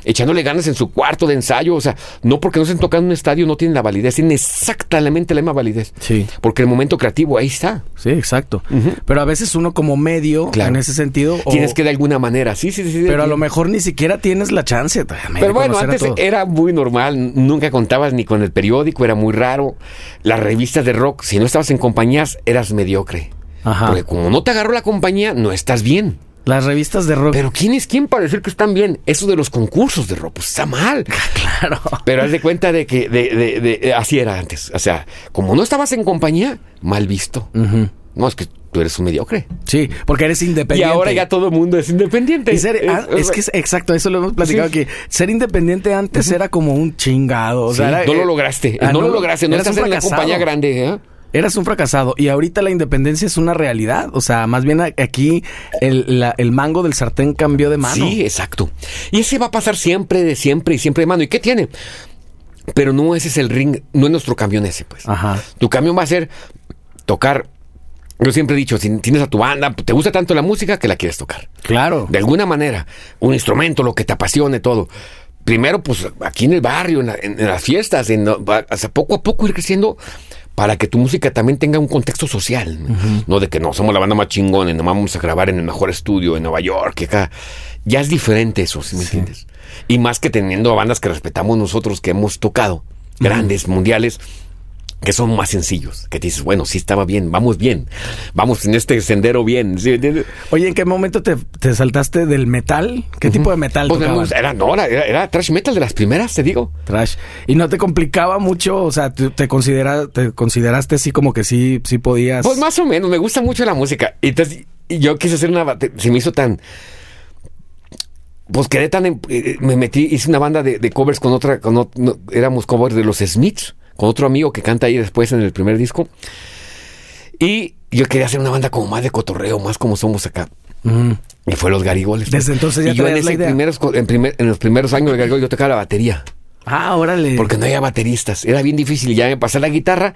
Echándole ganas en su cuarto de ensayo, o sea, no porque no estén tocando en un estadio no tienen la validez, tienen exactamente la misma validez. Sí. Porque el momento creativo ahí está. Sí, exacto. Pero a veces uno como medio, Claro. en ese sentido, o- Tienes que de alguna manera, sí, sí, sí. sí. pero a lo mejor ni siquiera tienes la chance. también, de Pero bueno, conocer a antes todos. era muy normal, nunca contabas ni con el periódico, era muy raro. Las revistas de rock, si no estabas en compañías, eras mediocre. Ajá. Porque como no te agarró la compañía, no estás bien. Las revistas de rock. Pero ¿quién es quién para decir que están bien? Eso de los concursos de rock, pues está mal. claro. Pero haz de cuenta de que de- de- de- de- así era antes. O sea, como no estabas en compañía, mal visto. Ujú. No, es que tú eres un mediocre. Sí, porque eres Y independiente. ahora ya todo el mundo es independiente. Eh, Y ser- ah, es que es exacto, eso lo hemos platicado Sí. aquí. Ser independiente antes era como un chingado. O sea, Sí, era, no eh, lo lograste. ah, no, lo lograste. No eras un estás en la fracasado. compañía grande. ¿eh? Eras un fracasado. Y ahorita la independencia es una realidad. O sea, más bien a- aquí el, la- el mango del sartén cambió de mano. Sí, exacto. Y ese va a pasar siempre, de siempre y siempre de mano. ¿Y qué tiene? Pero no ese es el ring, no es nuestro camión ese, pues. Ajá. Tu camión va a ser tocar. Yo siempre he dicho, si tienes a tu banda, te gusta tanto la música que la quieres tocar. Claro. De alguna manera, un instrumento, lo que te apasione, todo. Primero, pues aquí en el barrio, en, la- en- en las fiestas, en, va- hasta poco a poco ir creciendo para que tu música también tenga un contexto social. ¿no? No de que no, somos la banda más chingona y nos vamos a grabar en el mejor estudio en Nueva York, que acá. Ya es diferente eso, ¿sí me entiendes? Y más que teniendo a bandas que respetamos nosotros, que hemos tocado, grandes, mundiales, que son más sencillos, que dices, bueno, sí estaba bien, vamos bien, vamos en este sendero bien, ¿sí me entiendes? Oye, ¿en qué momento te, te saltaste del metal? ¿Qué tipo de metal Pues, tocaban? era, no, era, era, era trash metal de las primeras, te digo. Trash. Y no te complicaba mucho, o sea, te, te considera, te consideraste así como que sí, sí podías. Pues más o menos, me gusta mucho la música. Y entonces y yo quise hacer una... bate- Se me hizo tan... Pues quedé tan... en- eh, me metí, hice una banda de, de covers con otra... Con ot- no, éramos covers de los Smiths, con otro amigo que canta ahí después en el primer disco. Y yo quería hacer una banda como más de cotorreo, más como somos acá. Mm. Y fue los Garigoles. Desde entonces ya y yo en, traías la ese idea. primeros co- en, primer- en los primeros años de Garigol yo tocaba la batería. Ah, órale. porque no había bateristas. Era bien difícil. Ya me pasé a la guitarra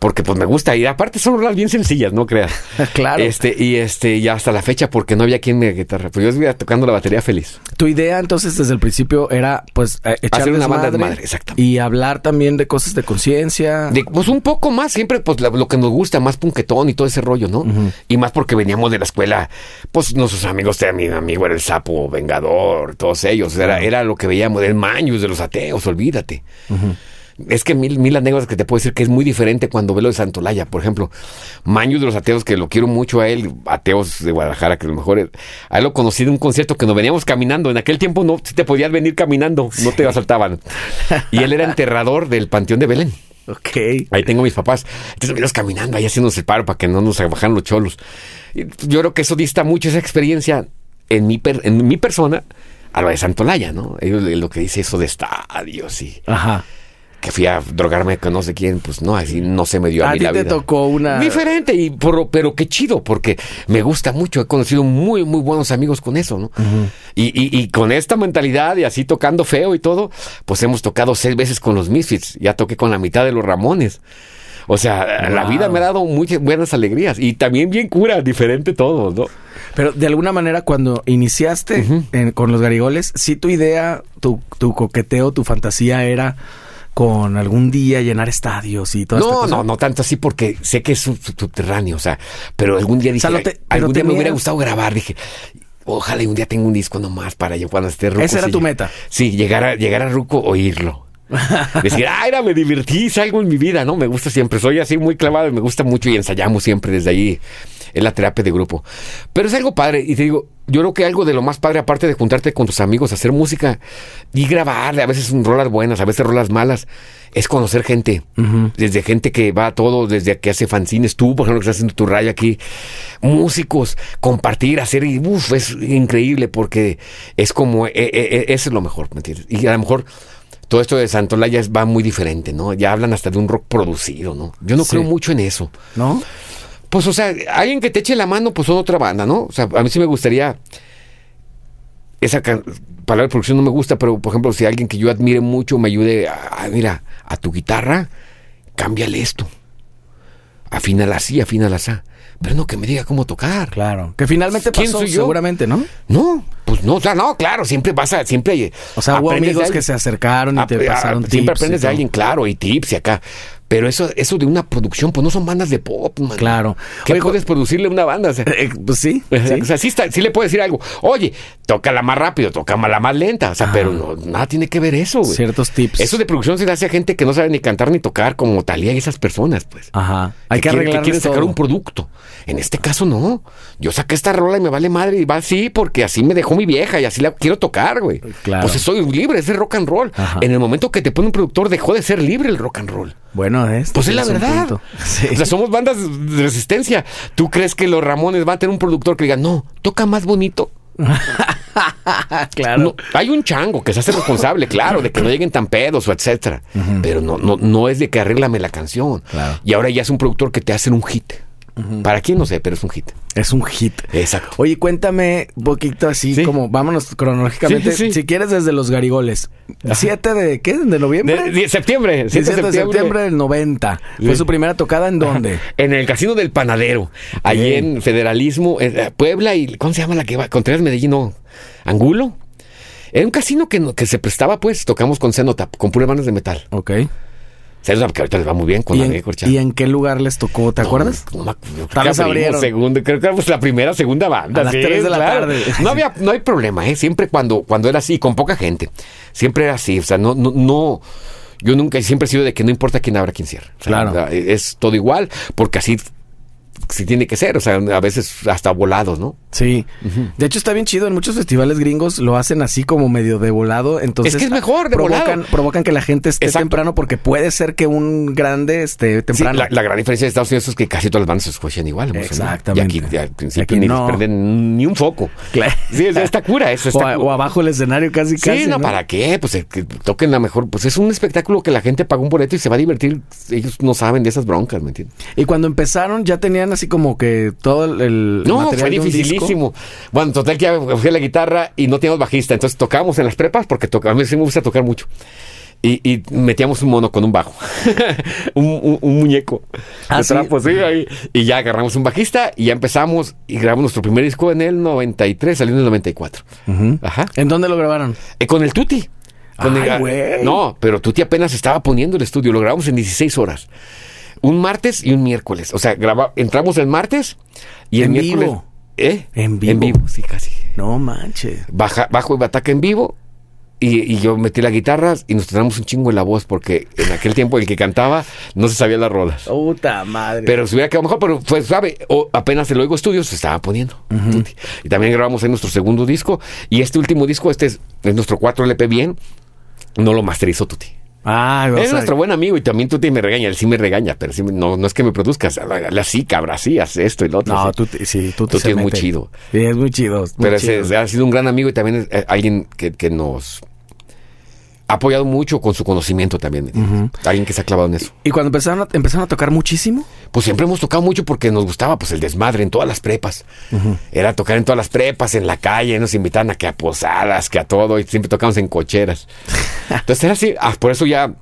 porque pues me gusta y aparte son rolas bien sencillas, no creas. Claro. Este y este ya hasta la fecha porque no había quien me guitarra. Pero yo estuviera tocando la batería feliz. Tu idea entonces desde el principio era pues eh, echar Hacer una desmadre banda de madre, exactamente. y hablar también de cosas de conciencia. De- pues un poco más, siempre pues la- lo que nos gusta, más punquetón y todo ese rollo, ¿no? Y más porque veníamos de la escuela, pues nuestros amigos, te- mi amigo era el sapo vengador, todos ellos, era, era lo que veíamos, el maños de los ateos, olvídate. Es que mil, mil anécdotas que te puedo decir que es muy diferente cuando ve lo de Santolaya, por ejemplo. Maños de los ateos, que lo quiero mucho a él, ateos de Guadalajara, que a lo mejor es- a él lo conocí de un concierto que nos veníamos caminando. En aquel tiempo no, si te podías venir caminando, no te asaltaban. Y él era enterrador del Panteón de Belén. Ok. Ahí tengo a mis papás. Entonces me ibas caminando ahí haciéndose el paro para que no nos bajaran los cholos. Y Yo creo que eso dista mucho esa experiencia en mi, per- en mi persona a lo de Santolaya, ¿no? Ellos le- lo que dice eso de estadios y Ajá. que fui a drogarme con no sé quién, pues no, así no se me dio a, A mí ti la te vida. tocó una- Diferente, y por- pero qué chido, porque me gusta mucho. He conocido muy, muy buenos amigos con eso, ¿no? y, y- y con esta mentalidad y así tocando feo y todo, pues hemos tocado seis veces con los Misfits. Ya toqué con la mitad de los Ramones. O sea, la Wow. vida me ha dado muchas buenas alegrías y también bien cura, diferente todo, ¿no? Pero de alguna manera cuando iniciaste en- con los garigoles, sí tu idea, tu, tu coqueteo, tu fantasía era con algún día llenar estadios y todo No, no, no tanto así porque sé que es sub- sub- subterráneo, o sea, pero algún día dije, sea, lo te- pero algún día me tenías- hubiera gustado grabar, dije, ojalá y un día tenga un disco nomás para yo cuando esté Ruco. Esa era sí, tu lleg- meta. Sí, llegar a, llegar a Ruco, oírlo. Decir, ah, era, me divertí, hice algo en mi vida, ¿no? Me gusta siempre, soy así muy clavado y me gusta mucho y ensayamos siempre desde ahí. Es la terapia de grupo. Pero es algo padre y te digo, yo creo que algo de lo más padre, aparte de juntarte con tus amigos, hacer música y grabarle, a veces rolas buenas, a veces rolas malas, es conocer gente. Desde gente que va a todo, desde que hace fanzines, tú, por ejemplo, que estás haciendo tu raya aquí, músicos, compartir, hacer, y uff, es increíble porque es como, eh, eh, eh, eso es lo mejor, ¿me entiendes? Y a lo mejor todo esto de Santolaya es- va muy diferente, ¿no? Ya hablan hasta de un rock producido, ¿no? Yo no Sí. creo mucho en eso. ¿No? Pues, o sea, alguien que te eche la mano, pues son otra banda, ¿no? O sea, a mí sí me gustaría. Esa ca- palabra de producción no me gusta, pero por ejemplo, si alguien que yo admire mucho me ayude a, a- mira, a tu guitarra, cámbiale esto. Afínala así, afínala así. pero no que me diga cómo tocar. Claro. Que finalmente ¿Quién pasó, soy yo? seguramente, ¿no? No, pues no, o sea, no, claro, siempre pasa, siempre. eh, O sea, hubo aprendes de amigos que alguien. se acercaron y te Ap- a- pasaron tips. Siempre y aprendes de todo. alguien, claro, y tips y acá. Pero eso, eso de una producción, pues no son bandas de pop, man. Claro. ¿Qué Oye, puedes producirle a una banda? O sea, Eh, pues sí, sí. o sea, sí, está- sí le puedes decir algo. Oye, tócala más rápido, tócala más lenta. O sea, pero no, nada tiene que ver eso, güey. Ah. Ciertos tips. Eso de producción se le hace a gente que no sabe ni cantar ni tocar, como Talía y esas personas, pues. Ajá. Ah, Hay que, quiere- arreglar quieren sacar un producto. En este caso, no. Yo saqué esta rola y me vale madre y va así porque así me dejó mi vieja y así la quiero tocar, güey. Eh, Claro. Pues soy libre, es de rock and roll. Ajá. En el momento que te pone un productor, dejó de ser libre el rock and roll. Bueno, es. Pues es la tienes un verdad. punto. Sí. O sea, somos bandas de resistencia. ¿Tú crees que los Ramones van a tener un productor que diga, no, toca más bonito? claro. No, hay un chango que se hace responsable, claro, de que no lleguen tan pedos o etcétera. Pero no, no, no es de que arréglame la canción. Claro. Y ahora ya es un productor que te hace un hit. Para quién no sé, pero es un hit. Es un hit. Exacto. Oye, cuéntame un poquito así, Sí. como vámonos cronológicamente. Sí, sí, sí. Si quieres, desde los garigoles. ¿7 de qué? ¿De noviembre? De, de septiembre, 7 17 de septiembre del 90. Fue Sí. su primera tocada en dónde? En el casino del panadero, allí en Federalismo, en eh, Puebla y ¿cómo se llama la que va? Contreras Medellín, no, Angulo. Era un casino que, no- que se prestaba, pues, tocamos con Cenotap, con puras bandas de metal. ok. Cenotap, que ahorita les va muy bien con ¿Y la en, vieja corchada. y en qué lugar les tocó? ¿Te acuerdas? No, me acuerdo. Tal Creo vez que abrimos abrieron. segundo, creo que éramos la primera, segunda banda. A las tres de la tarde. No había, no hay problema, ¿eh? Siempre cuando, cuando era así, con poca gente. Siempre era así. O sea, no, no, no. Yo nunca, siempre he sido de que no importa quién abra, quién cierra. O sea, e, Claro. Es todo igual, porque así, sí tiene que ser. O sea, a veces hasta volados, ¿no? Sí. De hecho, está bien chido. En muchos festivales gringos lo hacen así como medio de volado. Entonces, ah, Es que es mejor de provocan, volado. Provocan que la gente esté Exacto. temprano porque puede ser que un grande esté Sí, temprano. la, la gran diferencia de Estados Unidos es que casi todas las bandas se escuchan igual. emocional. Exactamente. Y aquí, al principio, Aquí ni no. les prenden ni un foco. Claro. Sí, es- está cura eso. o, Pues Está a- cura. o abajo el escenario casi, Sí, casi. no, ¿para qué? Pues eh, que toquen la mejor. Pues es un espectáculo que la gente pagó un boleto y se va a divertir. Ellos no saben de esas broncas, ¿me entiendes? Y cuando empezaron ya tenían así como que todo el, el No, material fue de un disco. dificilísimo. Bueno, total que ya fui a la guitarra y no teníamos bajista. Entonces tocábamos en las prepas porque toca- a mí sí me gusta tocar mucho. Y, y metíamos un mono con un bajo, un, un- un muñeco. Ah, de ¿sí? trapo, sí, ahí. Y ya agarramos un bajista y ya empezamos y grabamos nuestro primer disco en el 93, saliendo en el 94. Ujú. Ajá. ¿En dónde lo grabaron? Eh, con el Tuti. Con Ay, el- güey. no, pero Tuti apenas estaba poniendo el estudio. Lo grabamos en 16 horas. Un martes y un miércoles. O sea, graba, entramos el martes y el En miércoles. vivo. ¿Eh? En vivo. En vivo, sí, casi. No manches. Baja, bajo y bataca en vivo. Y, y yo metí las guitarras y nos tratamos un chingo en la voz porque en aquel tiempo el que cantaba no se sabía las rolas. Puta madre. Pero se hubiera quedado mejor, pero fue, ¿sabe? O apenas el Oigo Estudios se estaba poniendo. Tutti. Y también grabamos en nuestro segundo disco. Y este último disco, este es, es nuestro 4LP bien, no lo masterizó Tuti. ah, o Es sea, nuestro buen amigo y también Tuti me regaña, él sí me regaña, pero sí me- no, no es que me produzcas, hazle así, cabra, así, haz esto y lo otro. No, así. tú te- sí, tú te Tuti se es muy mete. chido. Sí, es muy chido. es muy pero chido. ese- ha sido un gran amigo y también es, eh, alguien que, que nos ha apoyado mucho con su conocimiento también. ¿me entiendes? Alguien que se ha clavado en eso. ¿Y cuando empezaron a, empezaron a tocar muchísimo? pues siempre hemos tocado mucho porque nos gustaba pues el desmadre en todas las prepas. Era tocar en todas las prepas, en la calle, nos invitaban a que a posadas, que a todo, y siempre tocábamos en cocheras. Entonces era así, ah, por eso ya,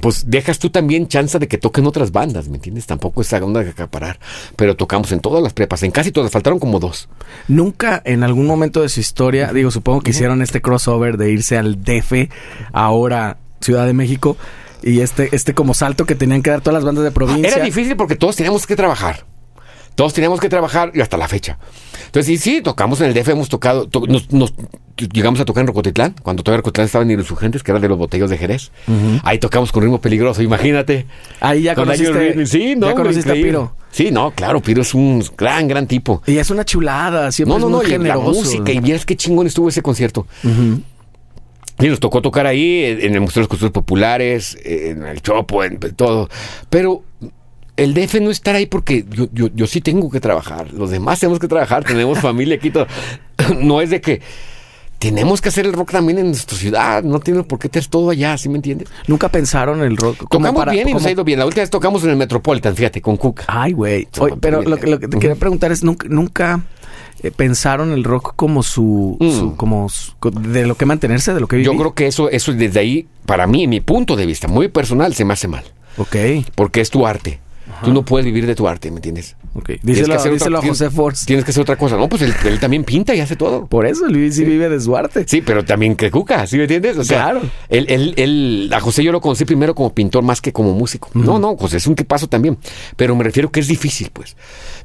pues dejas tú también chance de que toquen otras bandas, ¿me entiendes? Tampoco es onda de acaparar, pero tocamos en todas las prepas, en casi todas, faltaron como dos. Nunca en algún momento de su historia, digo, supongo que hicieron este crossover de irse al DF, ahora Ciudad de México, y este, este como salto que tenían que dar todas las bandas de provincia. Era difícil porque todos teníamos que trabajar. Todos teníamos que trabajar y hasta la fecha. Entonces, y sí, tocamos en el DF, hemos tocado, to- nos, nos- llegamos a tocar en Rocotitlán, cuando todavía Rocotitlán estaban insurgentes, que era de los botellos de Jerez. Ahí tocamos con ritmo peligroso, imagínate. Ahí ya Con conociste, Año Ritmo. Sí, no, ya hombre, conociste a increíble. Piro. Sí, no, claro, Piro es un gran, gran tipo. Y es una chulada, siempre No, no, es no, pues, muy y la generoso. música, y vieras qué chingón estuvo ese concierto. Ujú. Y nos tocó tocar ahí, en en el Museo de las Culturas Populares, en el Chopo, en todo. Pero el DF no estar ahí porque yo, yo, yo sí tengo que trabajar. Los demás tenemos que trabajar, tenemos familia aquí. Todo. No es de que tenemos que hacer el rock también en nuestra ciudad. No tiene por qué estar todo allá, ¿sí me entiendes? Nunca pensaron el rock. como Tocamos para- bien y nos como- ha ido bien. La última vez tocamos en el Metropolitan, fíjate, con Cuca. Ay, güey. Toma, Oye, Pero bien. lo, que- lo que te quería preguntar es, ¿nunca, nunca eh, pensaron el rock como su, Mm. su- como su- co- de lo que mantenerse, de lo que vivir? Yo creo que eso, eso desde ahí, para mí, mi punto de vista muy personal, se me hace mal. Ok. Porque es tu arte. Tú no puedes vivir de tu arte, ¿me entiendes? Ok. Díselo, hacer otra- díselo a tienes- José Force. Tienes que hacer otra cosa. No, pues él, él también pinta y hace todo. Por eso, Luis sí vive de su arte. Sí, pero también que cuca, ¿sí me entiendes? O sea, Claro. Él, él- él- a José yo lo conocí primero como pintor más que como músico. No, no, José es un que paso también. Pero me refiero que es difícil, pues.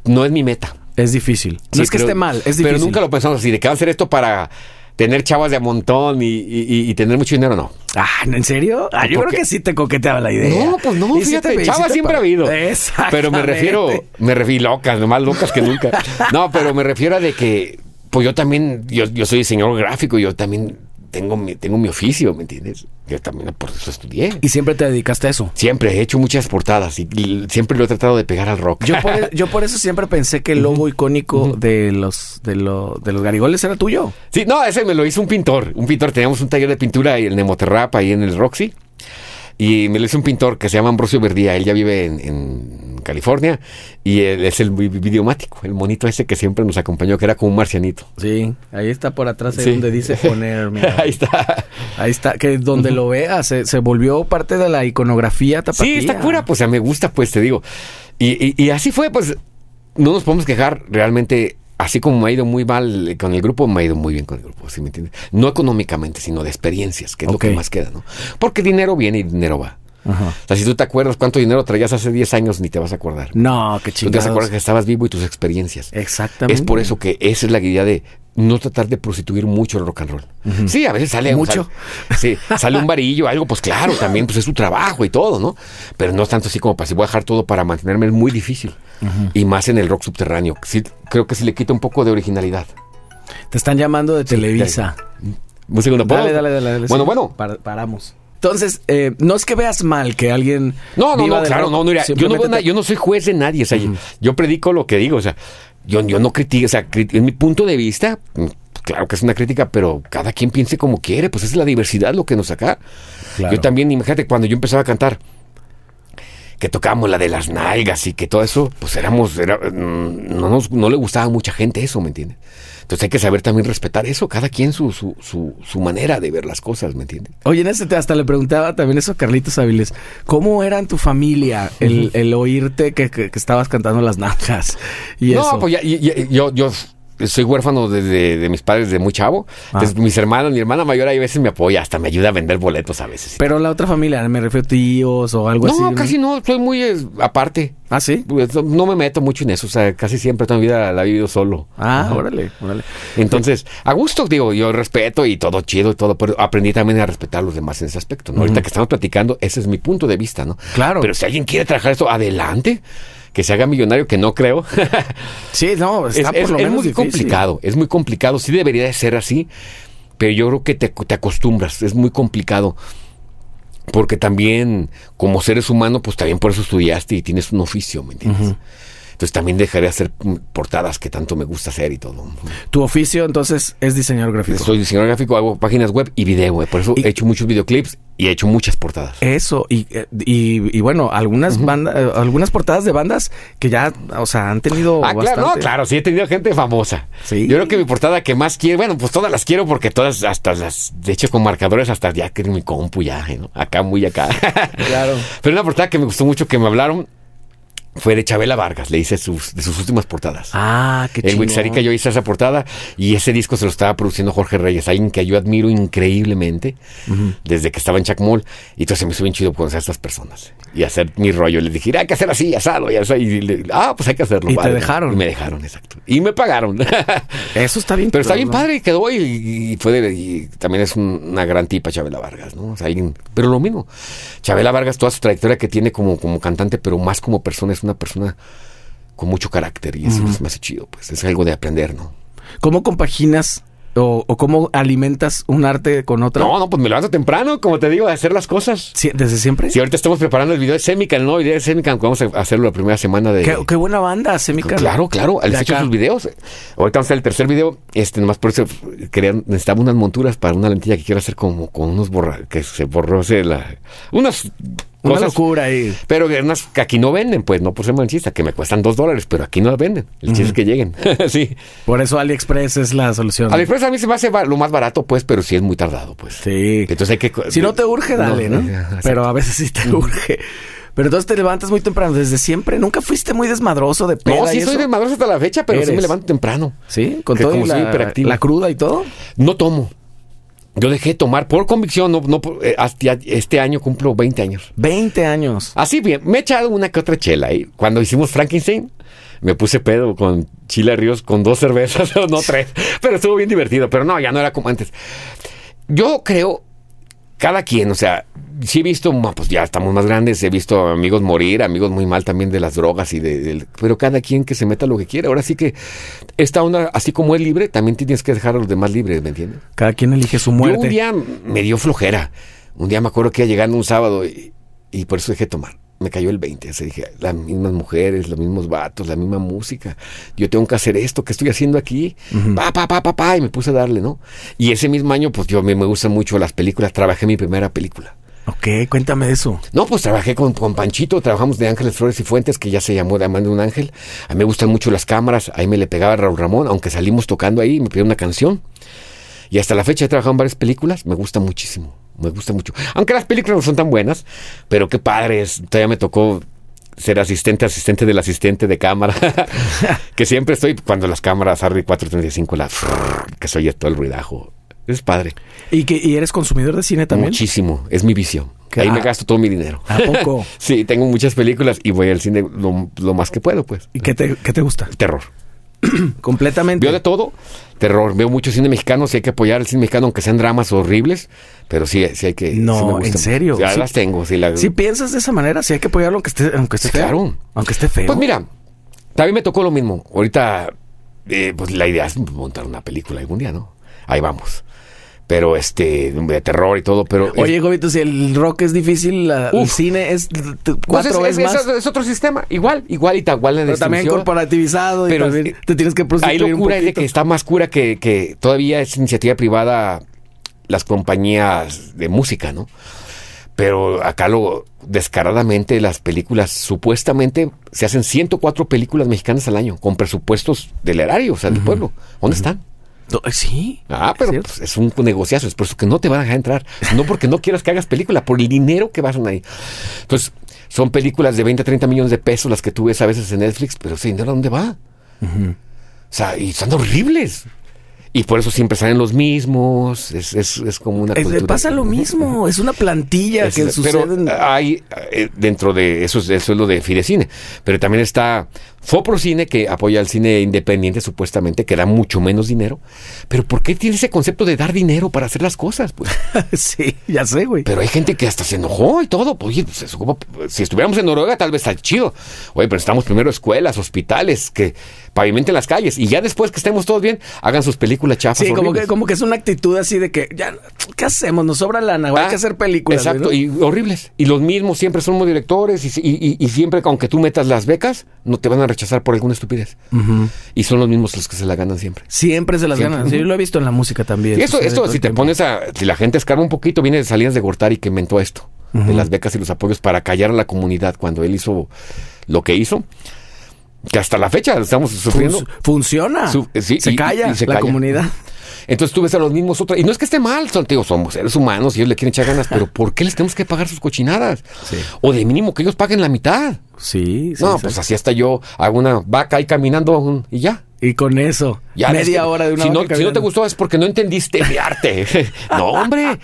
No es mi meta. Es difícil. No Sí, es que pero- esté mal, es difícil. Pero nunca lo pensamos así, de que va a hacer esto para tener chavas de a montón y, y- y- y tener mucho dinero, no. Ah, ¿en serio? Ah, yo Porque- creo que sí te coqueteaba la idea. No, pues no, Y sí fíjate, te- y sí chavas te siempre ha pa- habido. Exactamente. Pero me refiero, me refiero locas, más locas que nunca. No, pero me refiero a de que, pues yo también, yo, yo soy diseñador gráfico, yo también tengo mi, tengo mi oficio, ¿me entiendes? Yo también por eso estudié. Y siempre te dedicaste a eso. Siempre he hecho muchas portadas y, y siempre lo he tratado de pegar al rock. Yo por, e-, yo por eso siempre pensé que el logo icónico de los de, lo- de los garigoles era tuyo. Sí, no, ese me lo hizo un pintor. Un pintor, teníamos un taller de pintura y el Nemoterrap ahí en el Roxy. Y me lo hizo un pintor que se llama Ambrosio Verdía. Él ya vive en, en California y él es el vi- vi- videomático, el monito ese que siempre nos acompañó, que era como un marcianito. Sí, ahí está por atrás ahí Sí. donde dice poner. mira. ahí está. Ahí está, que donde lo veas, se, se volvió parte de la iconografía tapatía. Sí, está cura, pues o sea, me gusta, pues te digo. Y, y- y así fue, pues no nos podemos quejar realmente. Así como me ha ido muy mal eh, con el grupo, me ha ido muy bien con el grupo, ¿sí me entiendes? No económicamente, sino de experiencias, que es lo Ok. que más queda, ¿no? Porque dinero viene y dinero va. Ajá. O sea, si tú te acuerdas cuánto dinero traías hace 10 años, ni te vas a acordar. No, qué Tú te vas a acordar chingados. que estabas vivo y tus experiencias. Exactamente. Es por eso que esa es la idea de no tratar de prostituir mucho el rock and roll. Sí, a veces sale Mucho. sale- sí, sale un varillo, algo, pues claro, también pues es su trabajo y todo, ¿no? Pero no es tanto así como para si voy a dejar todo para mantenerme, es muy difícil. Y más en el rock subterráneo. Sí, creo que sí le quita un poco de originalidad. Te están llamando de Televisa. Un segundo, ¿puedo? Dale, dale, dale, dale, Bueno, sí. bueno. Par- paramos. Entonces, eh, no es que veas mal que alguien. No, no, viva no, del claro, rock, no, no, mira, yo no, simplemente voy a na- te- yo no soy juez de nadie, o sea, yo- yo predico lo que digo, o sea, yo, yo no critico, o sea, cri- en mi punto de vista, mm, claro que es una crítica, pero cada quien piense como quiere, pues es la diversidad lo que nos saca. Claro. Yo también, imagínate, cuando yo empezaba a cantar, que tocábamos la de las nalgas y que todo eso, pues éramos, era, mm, no, nos- no le gustaba a mucha gente eso, ¿me entiendes? Entonces hay que saber también respetar eso, cada quien su, su, su, su manera de ver las cosas, ¿me entiendes? Oye, en este te- hasta le preguntaba también eso a Carlitos Avilés. ¿Cómo era en tu familia el, el oírte que, que- que estabas cantando las najas? Y no, eso. pues ya, ya- ya- yo, yo soy huérfano de, de- de mis padres de muy chavo. Ah. Entonces, mis hermanos, mi hermana mayor, hay veces me apoya, hasta me ayuda a vender boletos a veces. Pero la otra familia, me refiero a tíos o algo así. no, casi no, soy muy eh, aparte. ¿Ah, sí? Pues, no- No me meto mucho en eso, o sea, casi siempre toda mi vida la he vivido solo. Ah, órale, órale. Entonces, a gusto, digo, yo respeto y todo chido y todo, pero aprendí también a respetar a los demás en ese aspecto. ¿no? Ahorita que estamos platicando, ese es mi punto de vista, ¿no? Claro. Pero si alguien quiere trabajar esto, adelante, que se haga millonario, que no creo. Sí, no, Es, Pues está es- por lo es menos muy difícil. complicado, es muy complicado. Sí debería de ser así, pero yo creo que te, te acostumbras, es muy complicado. Porque también, como seres humanos, pues también por eso estudiaste y tienes un oficio, ¿me entiendes? Entonces también dejaré de hacer mm, portadas que tanto me gusta hacer y todo. Tu oficio, entonces, es diseñador gráfico. Soy diseñador gráfico, hago páginas web y video, güey. por eso Y- he hecho muchos videoclips y he hecho muchas portadas. Eso, y, eh, y, y bueno, algunas bandas, algunas portadas de bandas que ya, o sea, han tenido Ah, bastante. claro, no, claro, sí he tenido gente famosa. Sí. Yo creo que mi portada que más quiero, bueno, pues todas las quiero porque todas, hasta las, de hecho con marcadores hasta ya que en mi compu ya, eh, ¿no? Acá, muy acá. Claro. Pero una portada que me gustó mucho que me hablaron fue de Chabela Vargas, le hice sus, de sus últimas portadas. Ah, qué En chido. Wixarica yo hice esa portada y ese disco se lo estaba produciendo Jorge Reyes, alguien que yo admiro increíblemente desde que estaba en Chacmol. Y entonces me hizo bien chido conocer a estas personas y hacer mi rollo. Les dije, "Mira, hay que hacer así, asado. Y así, y le- ah, pues hay que hacerlo. Y te dejaron. Y me dejaron, exacto. Y me pagaron. Eso está bien. Pero está bien ¿no? padre y quedó y, y fue de- y también es un- una gran tipa Chabela Vargas, ¿no? O sea, alguien- pero lo mismo. Chabela Vargas, toda su trayectoria que tiene como, como cantante, pero más como persona, es una persona con mucho carácter y eso es me hace chido, pues es algo de aprender, ¿no? ¿Cómo compaginas o, o cómo alimentas un arte con otro? No, no, pues me levanto temprano, como te digo, a hacer las cosas. Sie- ¿Desde siempre? Si ahorita estamos preparando el video de Semican, ¿no? El video de Semican, vamos a hacerlo la primera semana de... ¿Qué, qué buena banda, Semican. Claro, claro, De les he hecho acá. sus videos. Ahorita vamos a hacer el tercer video, este, nomás por eso quería, necesitaba unas monturas para una lentilla que quiero hacer como con unos borra, que se borró, se la, unas Una cosas, locura ahí. pero que unas que aquí no venden, pues no por ser manchista, que me cuestan dos dólares, pero aquí no las venden. El chiste es que lleguen, sí. Por eso AliExpress es la solución. AliExpress a mí se me hace ba- lo más barato, pues, pero sí es muy tardado, pues. Sí. Entonces hay que... Si no te urge, dale, ¿no? eh, Exacto. Pero a veces sí te urge. Pero entonces te levantas muy temprano, desde siempre. ¿Nunca fuiste muy desmadroso de peda No, sí, y soy eso? de madroso hasta la fecha, pero sí Eres. me levanto temprano. Sí, con Que todo y como soy la, hiperactivo. la cruda y todo. No tomo. Yo dejé de tomar por convicción, no, no por- eh, hasta este año cumplo 20 años. 20 años. Así bien, me he echado una que otra chela. ahí. Cuando hicimos Frankenstein, me puse pedo con Chile Ríos con dos cervezas, no tres, pero estuvo bien divertido. Pero no, ya no era como antes. Yo creo, cada quien, o sea, sí he visto, ma, pues ya estamos más grandes, he visto amigos morir, amigos muy mal también de las drogas y de, del- Pero cada quien que se meta lo que quiere. Ahora sí que esta onda, así como es libre, también tienes que dejar a los demás libres, ¿me entiendes? Cada quien elige su muerte. Yo un día me dio flojera. Un día me acuerdo que iba llegando un sábado y, y por eso dejé de tomar. Me cayó el 20. Se dije, las mismas mujeres, los mismos vatos, la misma música. Yo tengo que hacer esto, ¿qué estoy haciendo aquí? Pa, pa, pa, pa, pa. Y me puse a darle, ¿no? Y ese mismo año, pues yo a mí me gustan mucho las películas. Trabajé mi primera película. Ok, cuéntame de eso. No, pues trabajé con, con Panchito, trabajamos de Ángeles Flores y Fuentes, que ya se llamó de Amanda un Ángel. A mí me gustan mucho las cámaras, ahí me le pegaba Raúl Ramón, aunque salimos tocando ahí, me pidió una canción. Y hasta la fecha he trabajado en varias películas, me gusta muchísimo, me gusta mucho. Aunque las películas no son tan buenas, pero qué padres, todavía me tocó ser asistente, asistente del asistente de cámara, que siempre estoy cuando las cámaras Harry 435, la que se oye todo el ruidajo. Es padre. ¿Y, que, y eres consumidor de cine también? Muchísimo, es mi visión. Qué- Ahí me ah. gasto todo mi dinero. ¿A poco? Sí, tengo muchas películas y voy al cine lo, lo más que puedo, pues. ¿Y qué te, qué te gusta? Terror. Completamente. Veo de todo, terror. Veo mucho cine mexicano, sí hay que apoyar el cine mexicano, aunque sean dramas horribles, pero sí, sí hay que... No, sí me ¿en gusta. serio? Ya Sí. las tengo, sí las... Si piensas de esa manera, sí hay que apoyarlo aunque esté, aunque esté feo. Claro. Aunque esté feo. Pues mira, también me tocó lo mismo. Ahorita, eh, pues la idea es montar una película algún día, ¿no? Ahí vamos. Pero este, de terror y todo, pero... Oye, Gobito, si el rock es difícil, la- el Uf. cine es t- t- Pues cuatro es, veces es- más. es otro sistema, igual, igual y tal, igual la pero también distribución. corporativizado y Pero también es- te tienes que Hay prostituir un locura de poquito. que está más cura que, que todavía es iniciativa privada las compañías de música, ¿no? Pero acá lo descaradamente las películas, supuestamente se hacen 104 películas mexicanas al año con presupuestos del erario, o sea, del pueblo. ¿Dónde están? No, eh, Sí. Ah, es pero cierto. pues, es un negociazo, es por eso que no te van a dejar entrar. No porque no quieras que hagas película, por el dinero que basan ahí. Entonces, son películas de 20 a 30 millones de pesos las que tú ves a veces en Netflix, pero ese dinero ¿a dónde va? O sea, y son horribles. Y por eso siempre salen los mismos, es, es- es como una Eh, cultura. pasa lo mismo. Es una plantilla Es- que sucede. pero en- hay eh, dentro de eso es, eso es lo de Fidecine, pero también está Foprocine que apoya al cine independiente supuestamente que da mucho menos dinero, pero ¿por qué tiene ese concepto de dar dinero para hacer las cosas? Pues, sí, ya sé, güey. pero hay gente que hasta se enojó y todo, pues, oye, pues, se ocupa- si estuviéramos en Noruega tal vez está chido, oye, pero estamos primero escuelas, hospitales, que pavimenten las calles y ya después que estemos todos bien hagan sus películas chafas. Sí, como que, horribles. como que es una actitud así de que, ya, ¿qué hacemos? Nos sobra lana, güey, hay Ah, que hacer películas. güey, Exacto, ¿no? y horribles. Y los mismos siempre son muy directores y, si- y- y- y siempre, aunque tú metas las becas, no te van a rechazar por alguna estupidez. Y son los mismos los que se la ganan siempre. Siempre se las Siempre. ganan. Sí, yo lo he visto en la música también. Y esto, sucede esto todo si el te tiempo. pones a. Si la gente escarba un poquito, viene de Salinas de Gortari que inventó esto: de las becas y los apoyos para callar a la comunidad cuando él hizo lo que hizo. Que hasta la fecha estamos Fun- sufriendo. funciona. Pues, Su- eh, sí, se y- calla y se la calla. comunidad. Entonces tú ves a los mismos otra. Y no es que esté mal, son, te digo, somos seres humanos y ellos le quieren echar ganas, pero ¿por qué les tenemos que pagar sus cochinadas? Sí. O de mínimo que ellos paguen la mitad. Sí, sí. no, sí. pues así hasta yo hago una vaca ahí caminando un- y ya. Y con eso, Ya, media es que- hora de una si no, vaca si no caminando. te gustó es porque no entendiste mi arte. no, hombre.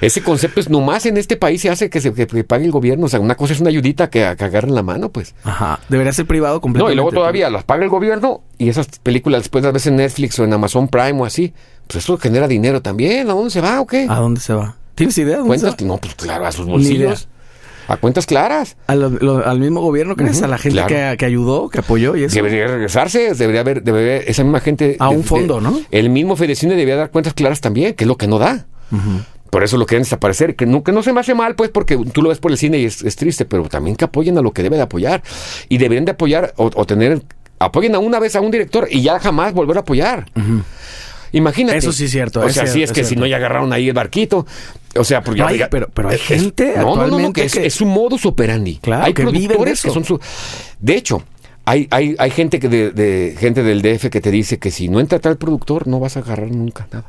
Ese concepto es nomás en este país se hace que se que- que pague el gobierno. O sea, una cosa es una ayudita que, que agarren la mano, pues. Ajá. Debería ser privado No, completamente. y luego todavía las paga el gobierno y esas películas después las ves en Netflix o en Amazon Prime o así. Pues eso genera dinero también. ¿A dónde se va o qué? ¿A dónde se va? ¿Tienes idea? de dónde se cuentas, va? no, pues claro, a sus idea. bolsillos. A cuentas claras. ¿A lo- lo- ¿Al mismo gobierno crees? ¿A la gente claro. que, que ayudó, que apoyó y eso? Debería regresarse, debería haber, debería haber- esa misma gente. A de- un fondo, de- ¿no? El mismo Fedecine debía dar cuentas claras también, que es lo que no da. Por eso lo quieren desaparecer, que no, que no se me hace mal, pues, porque tú lo ves por el cine y es, es triste, pero también que apoyen a lo que debe de apoyar. Y deberían de apoyar o, o tener. Apoyen a una vez a un director y ya jamás volver a apoyar. Imagínate. Eso sí es cierto, O es sea, cierto, sí es es que si cierto. no ya agarraron ahí el barquito. O sea, porque No ya- hay- ya- pero- pero hay es- es- gente no, no, no, no, actualmente que es, que- es su modus operandi. Claro, hay que viven de productores que eso. son su- De hecho, hay, hay, hay gente que de, de- gente del DF que te dice que si no entra tal productor, no vas a agarrar nunca nada.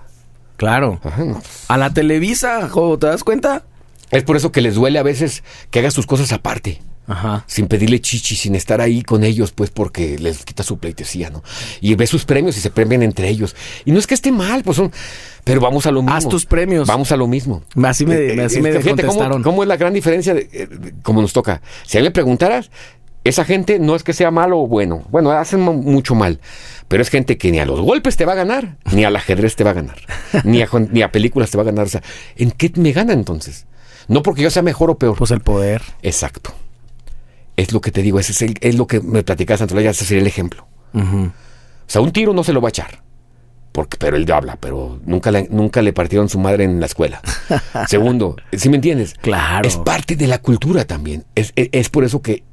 Claro. Ajá, no. A la Televisa, jo, ¿te das cuenta? Es por eso que les duele a veces que hagas tus cosas aparte. Ajá. sin pedirle chichi, sin estar ahí con ellos, pues porque les quita su pleitesía, ¿no? Y ve sus premios y se premian entre ellos. Y no es que esté mal, pues son. Pero vamos a lo mismo. Haz tus premios. Vamos a lo mismo. Así me, me- así Eh, me es que fíjate cómo- contestaron. Cómo, es la gran diferencia? de- eh, de- como nos toca. Si a mí me preguntaras, esa gente no es que sea malo o bueno. Bueno, hacen mu- mucho mal. Pero es gente que ni a los golpes te va a ganar, ni al ajedrez te va a ganar, ni a, jon- ni a películas te va a ganar. O sea, ¿en qué me gana entonces? No porque yo sea mejor o peor. Pues el poder. Exacto. Es lo que te digo, ese es, el- es lo que me platicas, Antolaya, ese sería el ejemplo. Ujú. O sea, un tiro no se lo va a echar. Porque, pero él habla, pero nunca le, nunca le partieron su madre en la escuela. Segundo, ¿sí me entiendes? Claro. Es parte de la cultura también. Es, es- es por eso que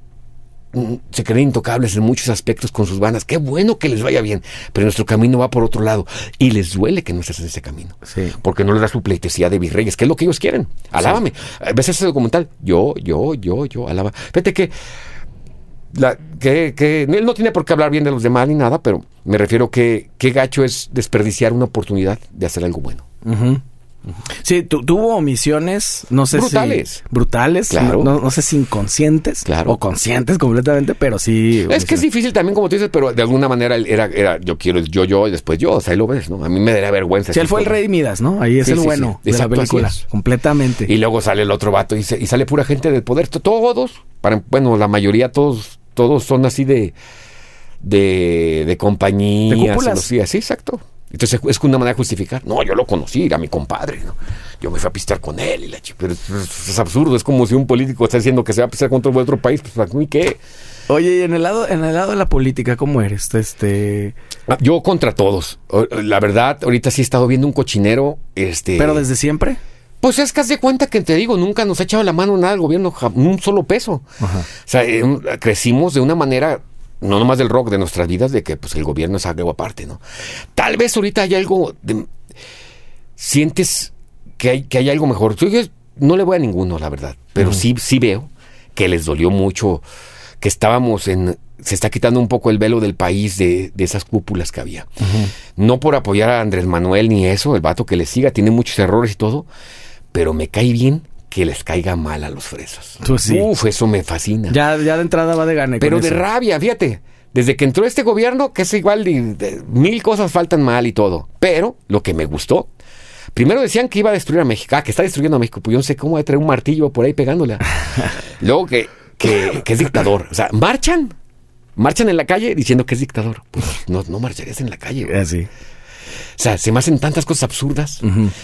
mm, se creen intocables en muchos aspectos con sus vanas. Qué bueno que les vaya bien, pero nuestro camino va por otro lado. Y les duele que no estés en ese camino. Sí. Porque no les da su pleitesía de virreyes, que es lo que ellos quieren. Alábame. A veces ese documental, yo, yo, yo, yo, alaba. Fíjate que, la, que, que él no tiene por qué hablar bien de los demás ni nada, pero me refiero que qué gacho es desperdiciar una oportunidad de hacer algo bueno. Ujú. Sí, tu- tuvo omisiones, no sé si... Brutales. Brutales. Claro. No, no sé si inconscientes. Claro. O conscientes completamente, pero sí... Es que es difícil también, como tú dices, pero de alguna manera él era, era yo quiero el yo, yo, y después yo, o sea, ahí lo ves, ¿no? A mí me daría vergüenza. Si él decir, fue el rey Midas, ¿no? Ahí es Sí, el sí, bueno de sí. la Exacto, así película. es. Completamente. Y luego sale el otro vato y, se- y sale pura gente del poder. To- Todos, para, bueno, la mayoría, todos, todos son así de, de, de compañía. De cúpulas. Sí, sí, exacto. Entonces es una manera de justificar. No, yo lo conocí, era mi compadre. ¿no? Yo me fui a pistear con él. Y la chi- pero es, es- es absurdo, es como si un político está diciendo que se va a pistear contra otro país. Pues, ¿y qué? Oye, y en el lado, en el lado de la política, ¿cómo eres? Este, Yo contra todos. O- La verdad, ahorita sí he estado viendo un cochinero. Este, pero desde siempre. Pues es que haz de cuenta que te digo, nunca nos ha echado la mano nada el gobierno, ja- un solo peso. O sea, eh, un- crecimos de una manera, no nomás del rock, de nuestras vidas, de que pues el gobierno es algo aparte, ¿no? Tal vez ahorita hay algo, de- sientes que hay, que hay algo mejor. Yo yo no le voy a ninguno, la verdad, pero sí, sí veo que les dolió mucho, que estábamos en... Se está quitando un poco el velo del país de, de esas cúpulas que había. No por apoyar a Andrés Manuel ni eso, el vato que le siga, tiene muchos errores y todo, pero me cae bien que les caiga mal a los fresas. Pues sí. Uf, eso me fascina. Ya, ya de entrada va de gane. pero con de eso. rabia, fíjate. Desde que entró este gobierno, que es igual, de- de- mil cosas faltan mal y todo. Pero lo que me gustó, primero decían que iba a destruir a México, ah, que está destruyendo a México, pues yo no sé cómo va a traer un martillo por ahí pegándola. Luego que, que, que es dictador. O sea, marchan, marchan en la calle diciendo que es dictador. Pues no, no marcharías en la calle. güey. Así. O sea, se me hacen tantas cosas absurdas.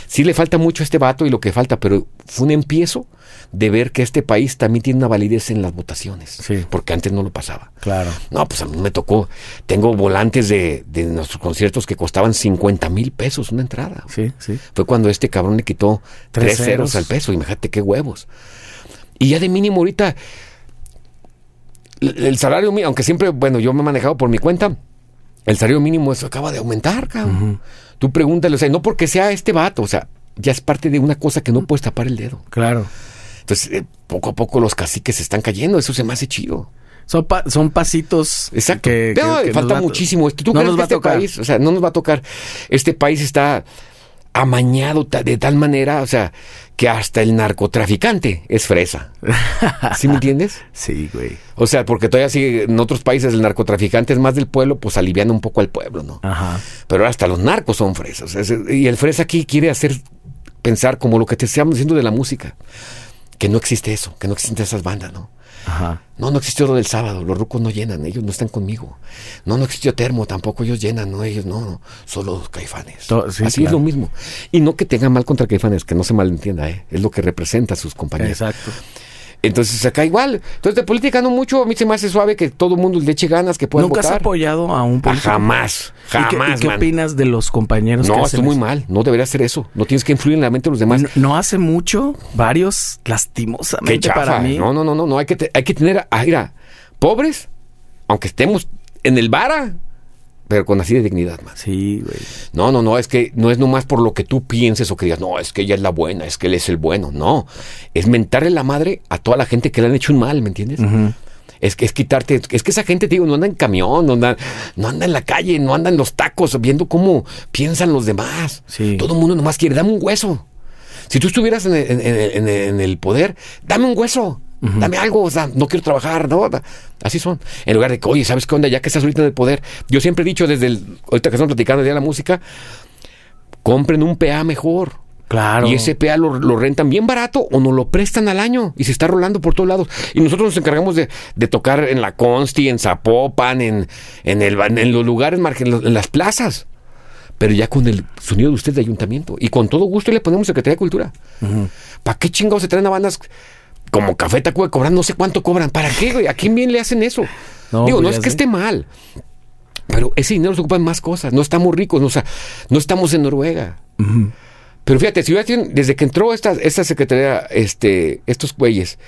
Sí le falta mucho a este vato y lo que falta, pero fue un empiezo de ver que este país también tiene una validez en las votaciones. Sí. Porque antes no lo pasaba. Claro. No, pues a mí me tocó. Tengo volantes de, de nuestros conciertos que costaban 50 mil pesos una entrada. Sí, sí. Fue cuando este cabrón le quitó Tres tres ceros, ceros. al peso. Imagínate qué huevos. Y ya de mínimo ahorita, el, el salario mínimo, aunque siempre, bueno, yo me he manejado por mi cuenta, el salario mínimo eso acaba de aumentar, cabrón. Tú pregúntale, o sea, no porque sea este vato, o sea, ya es parte de una cosa que no puedes tapar el dedo. Claro. Entonces, eh, poco a poco los caciques se están cayendo, eso se me hace chido. Son, pa- son pasitos. Exacto. Que, que- No, que nos falta va- muchísimo. ¿Tú no crees nos que va a este tocar. país, o sea, no nos va a tocar? Este país está amañado ta- de tal manera, o sea, que hasta el narcotraficante es fresa. ¿Sí me entiendes? Sí, güey. O sea, porque todavía sigue en otros países el narcotraficante es más del pueblo, pues alivian un poco al pueblo, ¿no? Ajá. Pero hasta los narcos son fresas. Es- Y el fresa aquí quiere hacer pensar como lo que te estamos diciendo de la música, que no existe eso, que no existen esas bandas, ¿no? Ajá. No, no existió lo del sábado, los rucos no llenan, ellos no están conmigo. No, no existió termo, tampoco ellos llenan, no, ellos no, no, solo los caifanes. To- sí, Así es claro. lo mismo. Y no que tengan mal contra caifanes, que no se malentienda, ¿eh? es lo que representa a sus compañeros. Exacto. Entonces acá igual, entonces de política no mucho, a mí se me hace suave que todo el mundo le eche ganas, que pueda ¿Nunca has votar. apoyado a un Ah, político? jamás, ¿Y qué, y jamás, qué man. opinas de los compañeros que No, hacen estoy muy eso? mal, no debería hacer eso, no tienes que influir en la mente de los demás. No, no hace mucho, varios, Qué lastimosamente chafa. para mí. No, no, no, no, no. Hay que, te- hay que tener, ah, mira, pobres, aunque estemos en el vara, pero con así de dignidad más. Sí, güey. No, no, no, es que no es nomás por lo que tú pienses o que digas, no, es que ella es la buena, es que él es el bueno. No, es mentarle la madre a toda la gente que le han hecho un mal, ¿me entiendes? Es que es quitarte, es que esa gente, te digo, no anda en camión, no anda, no anda en la calle, no anda en los tacos, viendo cómo piensan los demás. Sí. Todo el mundo nomás quiere, dame un hueso. Si tú estuvieras en el, en- en- en- en el poder, dame un hueso. Dame algo, o sea, no quiero trabajar, no. da- Así son. En lugar de que, oye, ¿sabes qué onda? Ya que estás ahorita en el poder. Yo siempre he dicho desde el, ahorita que estamos platicando el día de la música, compren un PA mejor. Claro. Y ese PA lo, lo rentan bien barato o nos lo prestan al año y se está rolando por todos lados. Y nosotros nos encargamos de, de tocar en la Consti, en Zapopan, en, en, el, ba- en los lugares, margen- en los- en las plazas. Pero ya con el sonido de usted de ayuntamiento. Y con todo gusto le ponemos Secretaría de Cultura. ¿Para qué chingados se traen a bandas como Café Tacuba cobran? No sé cuánto cobran. ¿Para qué, güey? ¿A quién bien le hacen eso? No, Digo, no pues, es ya que sé. esté mal. Pero ese dinero se ocupa en más cosas. No estamos ricos. No, o sea, no estamos en Noruega. Pero fíjate, si hubiera tenido- desde que entró esta, esta secretaría, este, estos güeyes,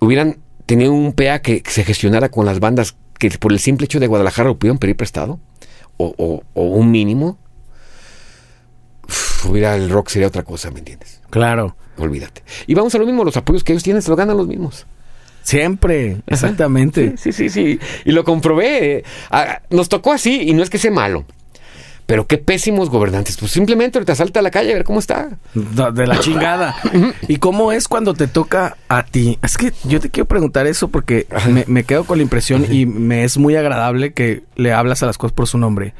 hubieran tenido un PA que se gestionara con las bandas que por el simple hecho de Guadalajara lo pudieron pedir prestado, o, o- o un mínimo, uf, hubiera Pues el rock sería otra cosa, ¿me entiendes? Claro. Olvídate. Y vamos a lo mismo, los apoyos que ellos tienen se los ganan los mismos. Siempre. Exactamente. Sí, sí, sí. Y lo comprobé. eh. Ah, Nos tocó así, y no es que sea malo. Pero qué pésimos gobernantes. Pues simplemente te salta a la calle a ver cómo está. Da- De la chingada. ¿Y cómo es cuando te toca a ti? Es que yo te quiero preguntar eso porque me, me quedo con la impresión y me es muy agradable que le hablas a las cosas por su nombre.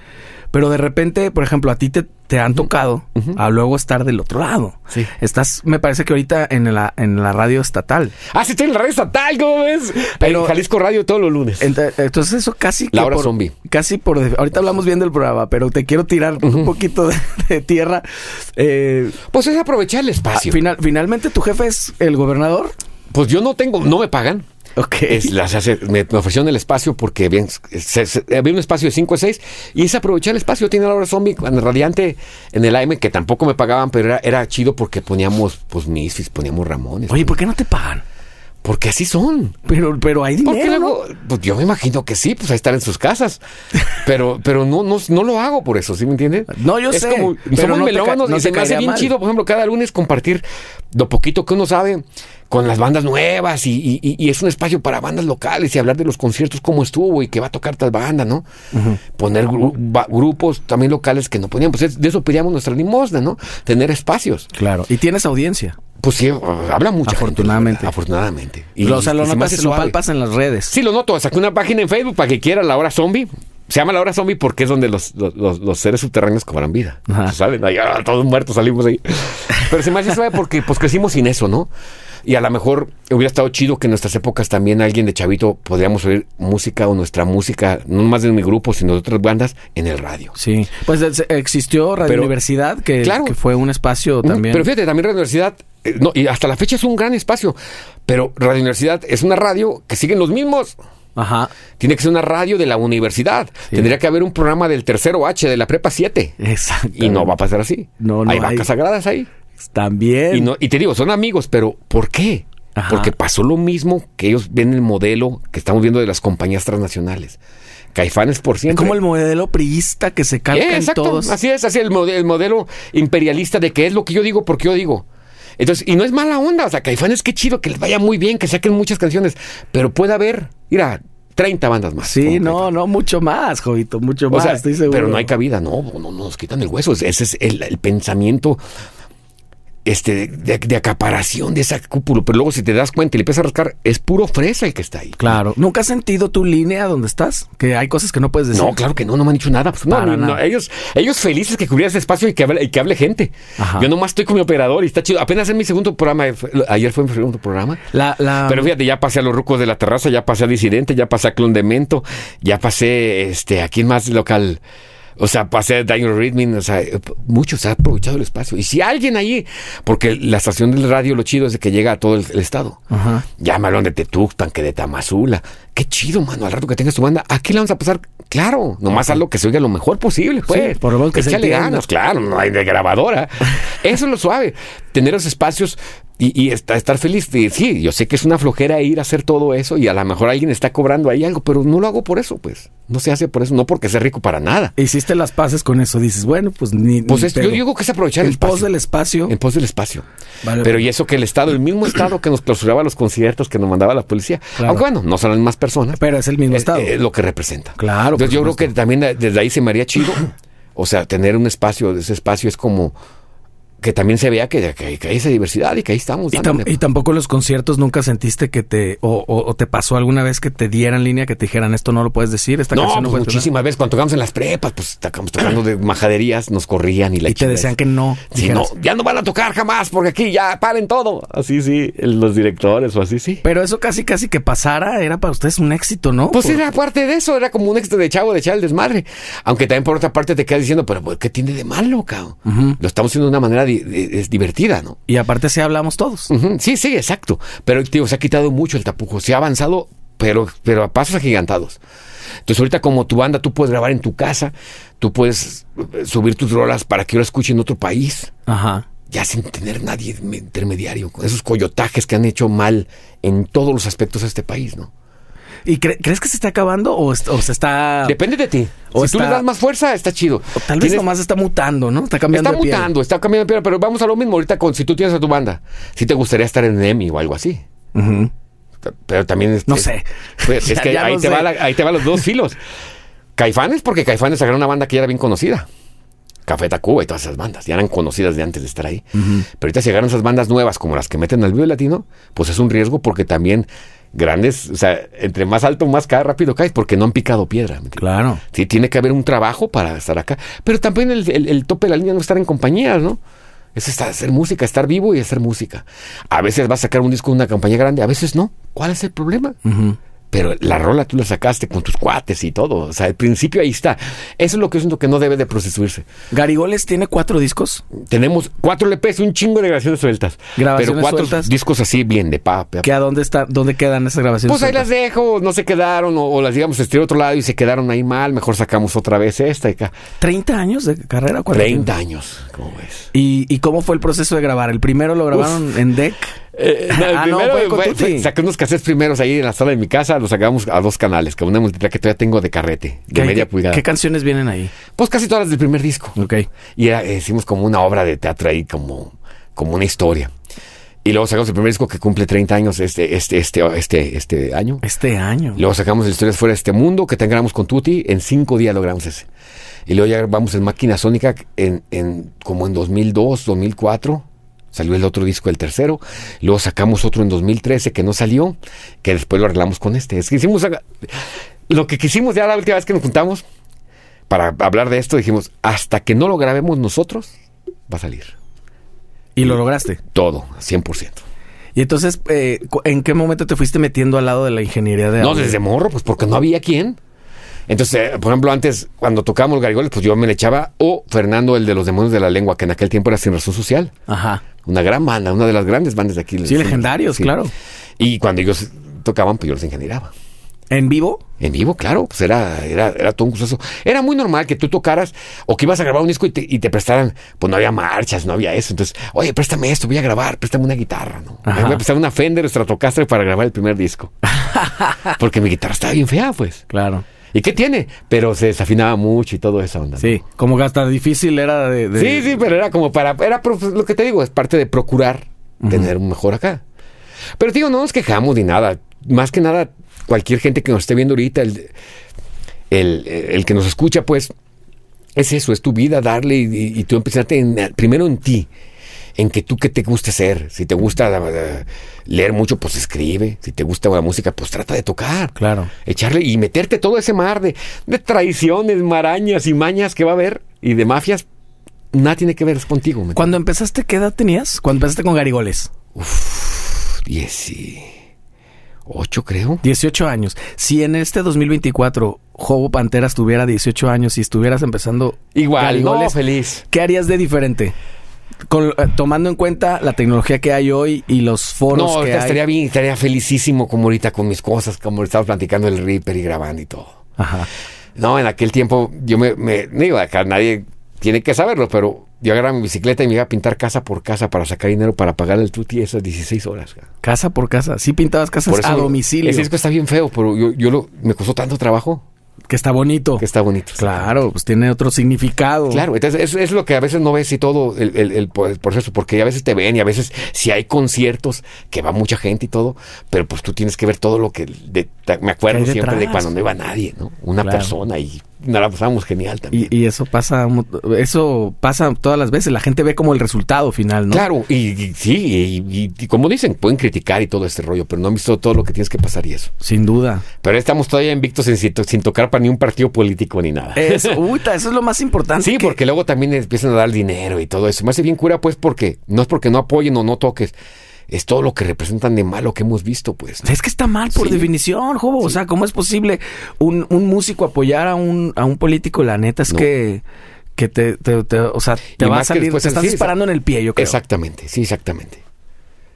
Pero de repente, por ejemplo, a ti te, te han tocado a luego estar del otro lado. Sí. Estás, me parece que ahorita en la, en la radio estatal. Ah, sí, estoy en la red estatal, ¿cómo ves? Pero- eh, en Jalisco Radio todos los lunes. Ent- Entonces eso casi... que La hora por- zombie. Casi por... def- Ahorita hablamos bien del programa, pero te quiero tirar un poquito de, de tierra. Eh, Pues es aprovechar el espacio. final, finalmente tu jefe es el gobernador. Pues yo no tengo, no me pagan. Ok. Es las hace- me, me ofrecieron el espacio porque bien, se- se- había un espacio de 5 a 6 y es aprovechar el espacio. Yo tenía la hora zombie cuando radiante en el AM que tampoco me pagaban, pero era, era chido porque poníamos pues Misfits, poníamos Ramones. Oye, ¿por qué no te pagan? Porque así son. Pero, pero hay Porque dinero, ¿no? luego, pues yo me imagino que sí, pues ahí estar en sus casas. Pero, pero no, no, no lo hago por eso, ¿sí me entiendes? No, yo es sé, Como, pero somos no te ca- melómanos no y te se me hace caería bien mal. chido, por ejemplo, cada lunes compartir lo poquito que uno sabe con las bandas nuevas y, y- y- y es un espacio para bandas locales y hablar de los conciertos, cómo estuvo y que va a tocar tal banda, ¿no? Poner gru- ba- grupos también locales que no ponían. Pues es- de eso pedíamos nuestra limosna, ¿no? Tener espacios. Claro. Y tienes audiencia. Pues sí, eh, habla mucha gente, Afortunadamente. la verdad, afortunadamente. Y- Lo- o sea, y lo se me hace notas, lo suave. palpas en las redes. Sí, lo noto. Saqué una página en Facebook para que quiera la hora zombie. Se llama la hora zombie porque es donde los, los- los- los seres subterráneos cobran vida. Ajá. Pues Salen ahí, ah, todos muertos salimos ahí. Pero se me hace suave porque pues crecimos sin eso, ¿no? Y a lo mejor hubiera estado chido que en nuestras épocas también alguien de chavito podríamos oír música o nuestra música, no más de mi grupo, sino de otras bandas, en el radio. Sí. Pues eh, es- existió Radio Pero- Universidad, que, Claro. que fue un espacio también. Pero fíjate, también Radio Universidad, eh, no, y hasta la fecha es un gran espacio, pero Radio Universidad es una radio que siguen los mismos. Ajá. Tiene que ser una radio de la universidad. Tendría que haber un programa del tercero H de la prepa 7. Exacto. Y no va a pasar así. No, no hay, hay. vacas sagradas ahí. También. Y, no- y te digo, son amigos, pero ¿por qué? Ajá. Porque pasó lo mismo que ellos ven el modelo que estamos viendo de las compañías transnacionales. Caifanes por siempre. Como el modelo priista que se calca Eh, en exacto. todos. Así es, así el, mode- el modelo imperialista de que es lo que yo digo porque yo digo. Entonces, y no es mala onda, o sea, Caifanes, qué chido, que les vaya muy bien, que saquen muchas canciones, pero puede haber, mira, 30 bandas más. Sí, Como no, no, mucho más, Jovito, mucho O más, sea, estoy seguro. Pero no hay cabida, no, no, no nos quitan el hueso. Ese es el, el pensamiento este, de, de acaparación de esa cúpula. Pero luego, si te das cuenta y le empiezas a rascar, es puro fresa el que está ahí. Claro. ¿Nunca has sentido tu línea donde estás? Que hay cosas que no puedes decir. No, claro que no, no me han dicho nada. Pues, no, Para no, no, nada. ellos, ellos felices que cubriera ese espacio y que hable, y que hable gente. Ajá. Yo nomás estoy con mi operador y está chido. Apenas en mi segundo programa, fue- ayer fue mi segundo programa. La, la... Pero fíjate, ya pasé a los rucos de la terraza, ya pasé a Disidente, ya pasé a Clon de Mento, ya pasé este, a quién más local. O sea, pasé a Daniel Ridmin, o sea, eh, p- muchos han aprovechado el espacio. Y si alguien ahí, porque la estación del radio lo chido es de que llega a todo el, el estado. Ajá. Ya me hablan de Tetuxpan, que de Tamazula. Qué chido, mano, al rato que tengas tu banda. Aquí la vamos a pasar, claro, nomás hazlo que se oiga lo mejor posible, pues. por lo menos que se Échale entienda. ganas, claro, no hay de grabadora. Eso es lo suave, tener los espacios y, y esta- estar feliz. Y sí, yo sé que es una flojera ir a hacer todo eso y a lo mejor alguien está cobrando ahí algo, pero no lo hago por eso, pues. No se hace por eso, no porque sea rico para nada. Hiciste las paces con eso, dices, bueno, pues ni... Pues ni es- yo pedo. digo que es aprovechar el En espacio. pos del espacio. En pos del espacio. Vale. Pero y eso que el Estado, el mismo Estado que nos clausuraba los conciertos, que nos mandaba la policía, Claro. aunque bueno, no son las mismas personas, Pero es el mismo es, estado. es lo que representa. Claro, Entonces por yo creo supuesto. que también eh, desde ahí se me haría chido. O sea, tener un espacio, ese espacio es como que también se vea que, que- que hay esa diversidad y que ahí estamos. Y, tam- dándole. y tampoco en los conciertos nunca sentiste que te. O, o- o te pasó alguna vez que te dieran línea que te dijeran esto no lo puedes decir, esta no, canción no pues, puede muchísimas veces cuando tocamos en las prepas, pues estábamos tocando de majaderías, nos corrían y la Y te chingada decían esa. que no. Sí, no, dijeras. ya no van a tocar jamás porque aquí ya paren todo. Así sí, los directores o así sí. Pero eso casi, casi que pasara era para ustedes un éxito, ¿no? Pues Por- era parte de eso, era como un extra de chavo de echar el desmadre. Aunque también por otra parte te quedas diciendo, pero pues, ¿qué tiene de malo, cabrón? Lo estamos haciendo de una manera di- di- es divertida, ¿no? Y aparte, sí hablamos todos. Ujú, Sí, sí, exacto. Pero, tío, se ha quitado mucho el tapujo. Se ha avanzado, pero, pero a pasos agigantados. Entonces, ahorita como tu banda, tú puedes grabar en tu casa, tú puedes eh, subir tus rolas para que lo escuchen en otro país, Ajá. ya sin tener nadie de me- intermediario. con Esos coyotajes que han hecho mal en todos los aspectos de este país, ¿no? ¿Y cre- crees que se está acabando o, est- o se está. Depende de ti. Ah. O si tú está- le das más fuerza, está chido. Tal vez Tienes- nomás está mutando, ¿no? Está cambiando Está de piel. mutando, está cambiando de piel, pero vamos a lo mismo ahorita con si tú tienes a tu banda. Si te gustaría estar en EMI o algo así. Ujú. Pero también este, No sé. Pues, es Ya- que ya ahí, no te sé. va la- ahí te van los dos filos. Caifanes, porque Caifanes era una banda que ya era bien conocida. Café Tacuba y todas esas bandas, ya eran conocidas de antes de estar ahí. Pero ahorita si llegaron esas bandas nuevas, como las que meten al vivo latino, pues es un riesgo porque también grandes, o sea, entre más alto, más ca- rápido caes, porque no han picado piedra. ¿me entiendes? Claro. Sí, tiene que haber un trabajo para estar acá. Pero también el, el- el tope de la línea no es estar en compañías, ¿no? Es estar- hacer música, estar vivo y hacer música. A veces vas a sacar un disco de una compañía grande, a veces no. ¿Cuál es el problema? Ujú. Pero la rola tú la sacaste con tus cuates y todo. O sea, al principio ahí está. Eso es lo que yo siento que no debe de procesuirse. Garigoles tiene cuatro discos. Tenemos cuatro LPs, un chingo de grabaciones sueltas. Grabaciones pero cuatro sueltas. discos así bien de papa. ¿Qué a dónde está, dónde quedan esas grabaciones? Pues ahí las dejo, no se quedaron, o, o las digamos este otro lado y se quedaron ahí mal, mejor sacamos otra vez esta y acá. 30 años de carrera, 30 40. años, ¿cómo ves? ¿Y, ¿Y cómo fue el proceso de grabar? ¿El primero lo grabaron en deck? Eh, no, el Ah, no, primero fue con fue- Tuti. fue- saqué unos cassettes primeros ahí en la sala de mi casa, los sacamos a dos canales, que una multiplaca que todavía tengo de carrete, de ¿Qué- media qué- pulgada. ¿Qué canciones vienen ahí? Pues casi todas las del primer disco. Ok. Y era- eh, hicimos como una obra de teatro ahí, como, como una historia. Y luego sacamos el primer disco que cumple 30 años este, este, este, este, este año. Este año. Luego sacamos el Historias Fuera de Este Mundo, que tengamos con Tuti. En cinco días logramos ese. Y luego ya vamos en Máquina Sónica en, en- como en 2002, 2004. Salió el otro disco, el tercero. Luego sacamos otro en 2013 que no salió, que después lo arreglamos con este. Es que hicimos... haga- Lo que quisimos ya la última vez que nos juntamos para hablar de esto, dijimos, hasta que no lo grabemos nosotros, va a salir. Y lo lograste. Todo, 100%. Y entonces, eh, cu- ¿en qué momento te fuiste metiendo al lado de la ingeniería de No, audio? desde morro, pues porque no había quién. Entonces, eh, por ejemplo, antes, cuando tocábamos Garigoles, pues yo me le echaba o Fernando, el de los demonios de la lengua, que en aquel tiempo era sin razón social. Ajá. Una gran banda, una de las grandes bandas de aquí. Sí, legendarios, Sí. claro. Y cuando ellos tocaban, pues yo los ingeneraba. ¿En vivo? En vivo, claro, pues era, era, era todo un proceso. Era muy normal que tú tocaras o que ibas a grabar un disco y te, y te prestaran, pues no había marchas, no había eso. Entonces, oye, préstame esto, voy a grabar, préstame una guitarra, ¿no? Ajá. Me voy a prestar una Fender Stratocaster para grabar el primer disco. Porque mi guitarra estaba bien fea, pues. Claro. ¿Y qué tiene? Pero se desafinaba mucho y todo esa onda. ¿no? Sí. Como que hasta difícil era de... de- Sí, sí, pero era como para. Era pro- lo que te digo, es parte de procurar tener un mejor acá. Pero te digo, no nos quejamos ni nada. Más que nada, cualquier gente que nos esté viendo ahorita, el, el- el que nos escucha, pues, es eso, es tu vida, darle y, y- y tú empezarte en- primero en ti. En que tú qué te gusta hacer. Si te gusta la- la- leer mucho, pues escribe. Si te gusta la música, pues trata de tocar Claro. echarle y meterte todo ese mar de, de traiciones, marañas y mañas que va a haber y de mafias, nada tiene que ver contigo. ¿me Cuando empezaste, ¿qué edad tenías? Cuando empezaste con Garigoles. entiendes? 18 creo. 18 años. Si en este 2024 Jobo Panteras tuviera 18 años y estuvieras empezando Igual, no, Garigoles, feliz. ¿qué harías de diferente? Con- eh, tomando en cuenta la tecnología que hay hoy y los foros No, que ahorita hay. estaría bien, estaría felicísimo como ahorita con mis cosas, como estaba platicando el Reaper y grabando y todo. Ajá. No, en aquel tiempo yo me, me no digo, acá nadie tiene que saberlo, pero yo agarraba mi bicicleta y me iba a pintar casa por casa para sacar dinero para pagar el tuti esas 16 horas. cara. Casa por casa. Sí pintabas casas Por eso a domicilio. Ese disco está bien feo, pero yo, yo lo, me costó tanto trabajo Que está bonito. que está bonito. Claro, pues tiene otro significado. Claro, entonces es, es lo que a veces no ves y todo el, el- el po- el proceso, porque a veces te ven y a veces si hay conciertos que va mucha gente y todo, pero pues tú tienes que ver todo lo que de- te- me acuerdo Que hay siempre de detrás. cuando no iba nadie, ¿no? Una Claro. persona y nos la pasábamos genial también. Y, y eso pasa, mu- eso pasa todas las veces. La gente ve como el resultado final, ¿no? Claro, y, y- sí, y, y- y como dicen, pueden criticar y todo este rollo, pero no han visto todo lo que tienes que pasar y eso. Sin duda. Pero estamos todavía invictos en- sin, to- sin tocar para ni un partido político ni nada. Eso, uta, eso es lo más importante. Sí, que- porque luego también empiezan a dar dinero y todo eso. Me hace bien cura, pues, porque no es porque no apoyen o no toques. Es todo lo que representan de malo que hemos visto, pues. ¿no? Es que está mal por Sí. definición, Jobo. O sea, ¿cómo es posible un, un músico apoyar a un, a un político? La neta es No. que, que te, te- te- o sea, te Y va a más que salir, después te en estás sí, disparando en el pie, yo creo. Exactamente, sí, exactamente.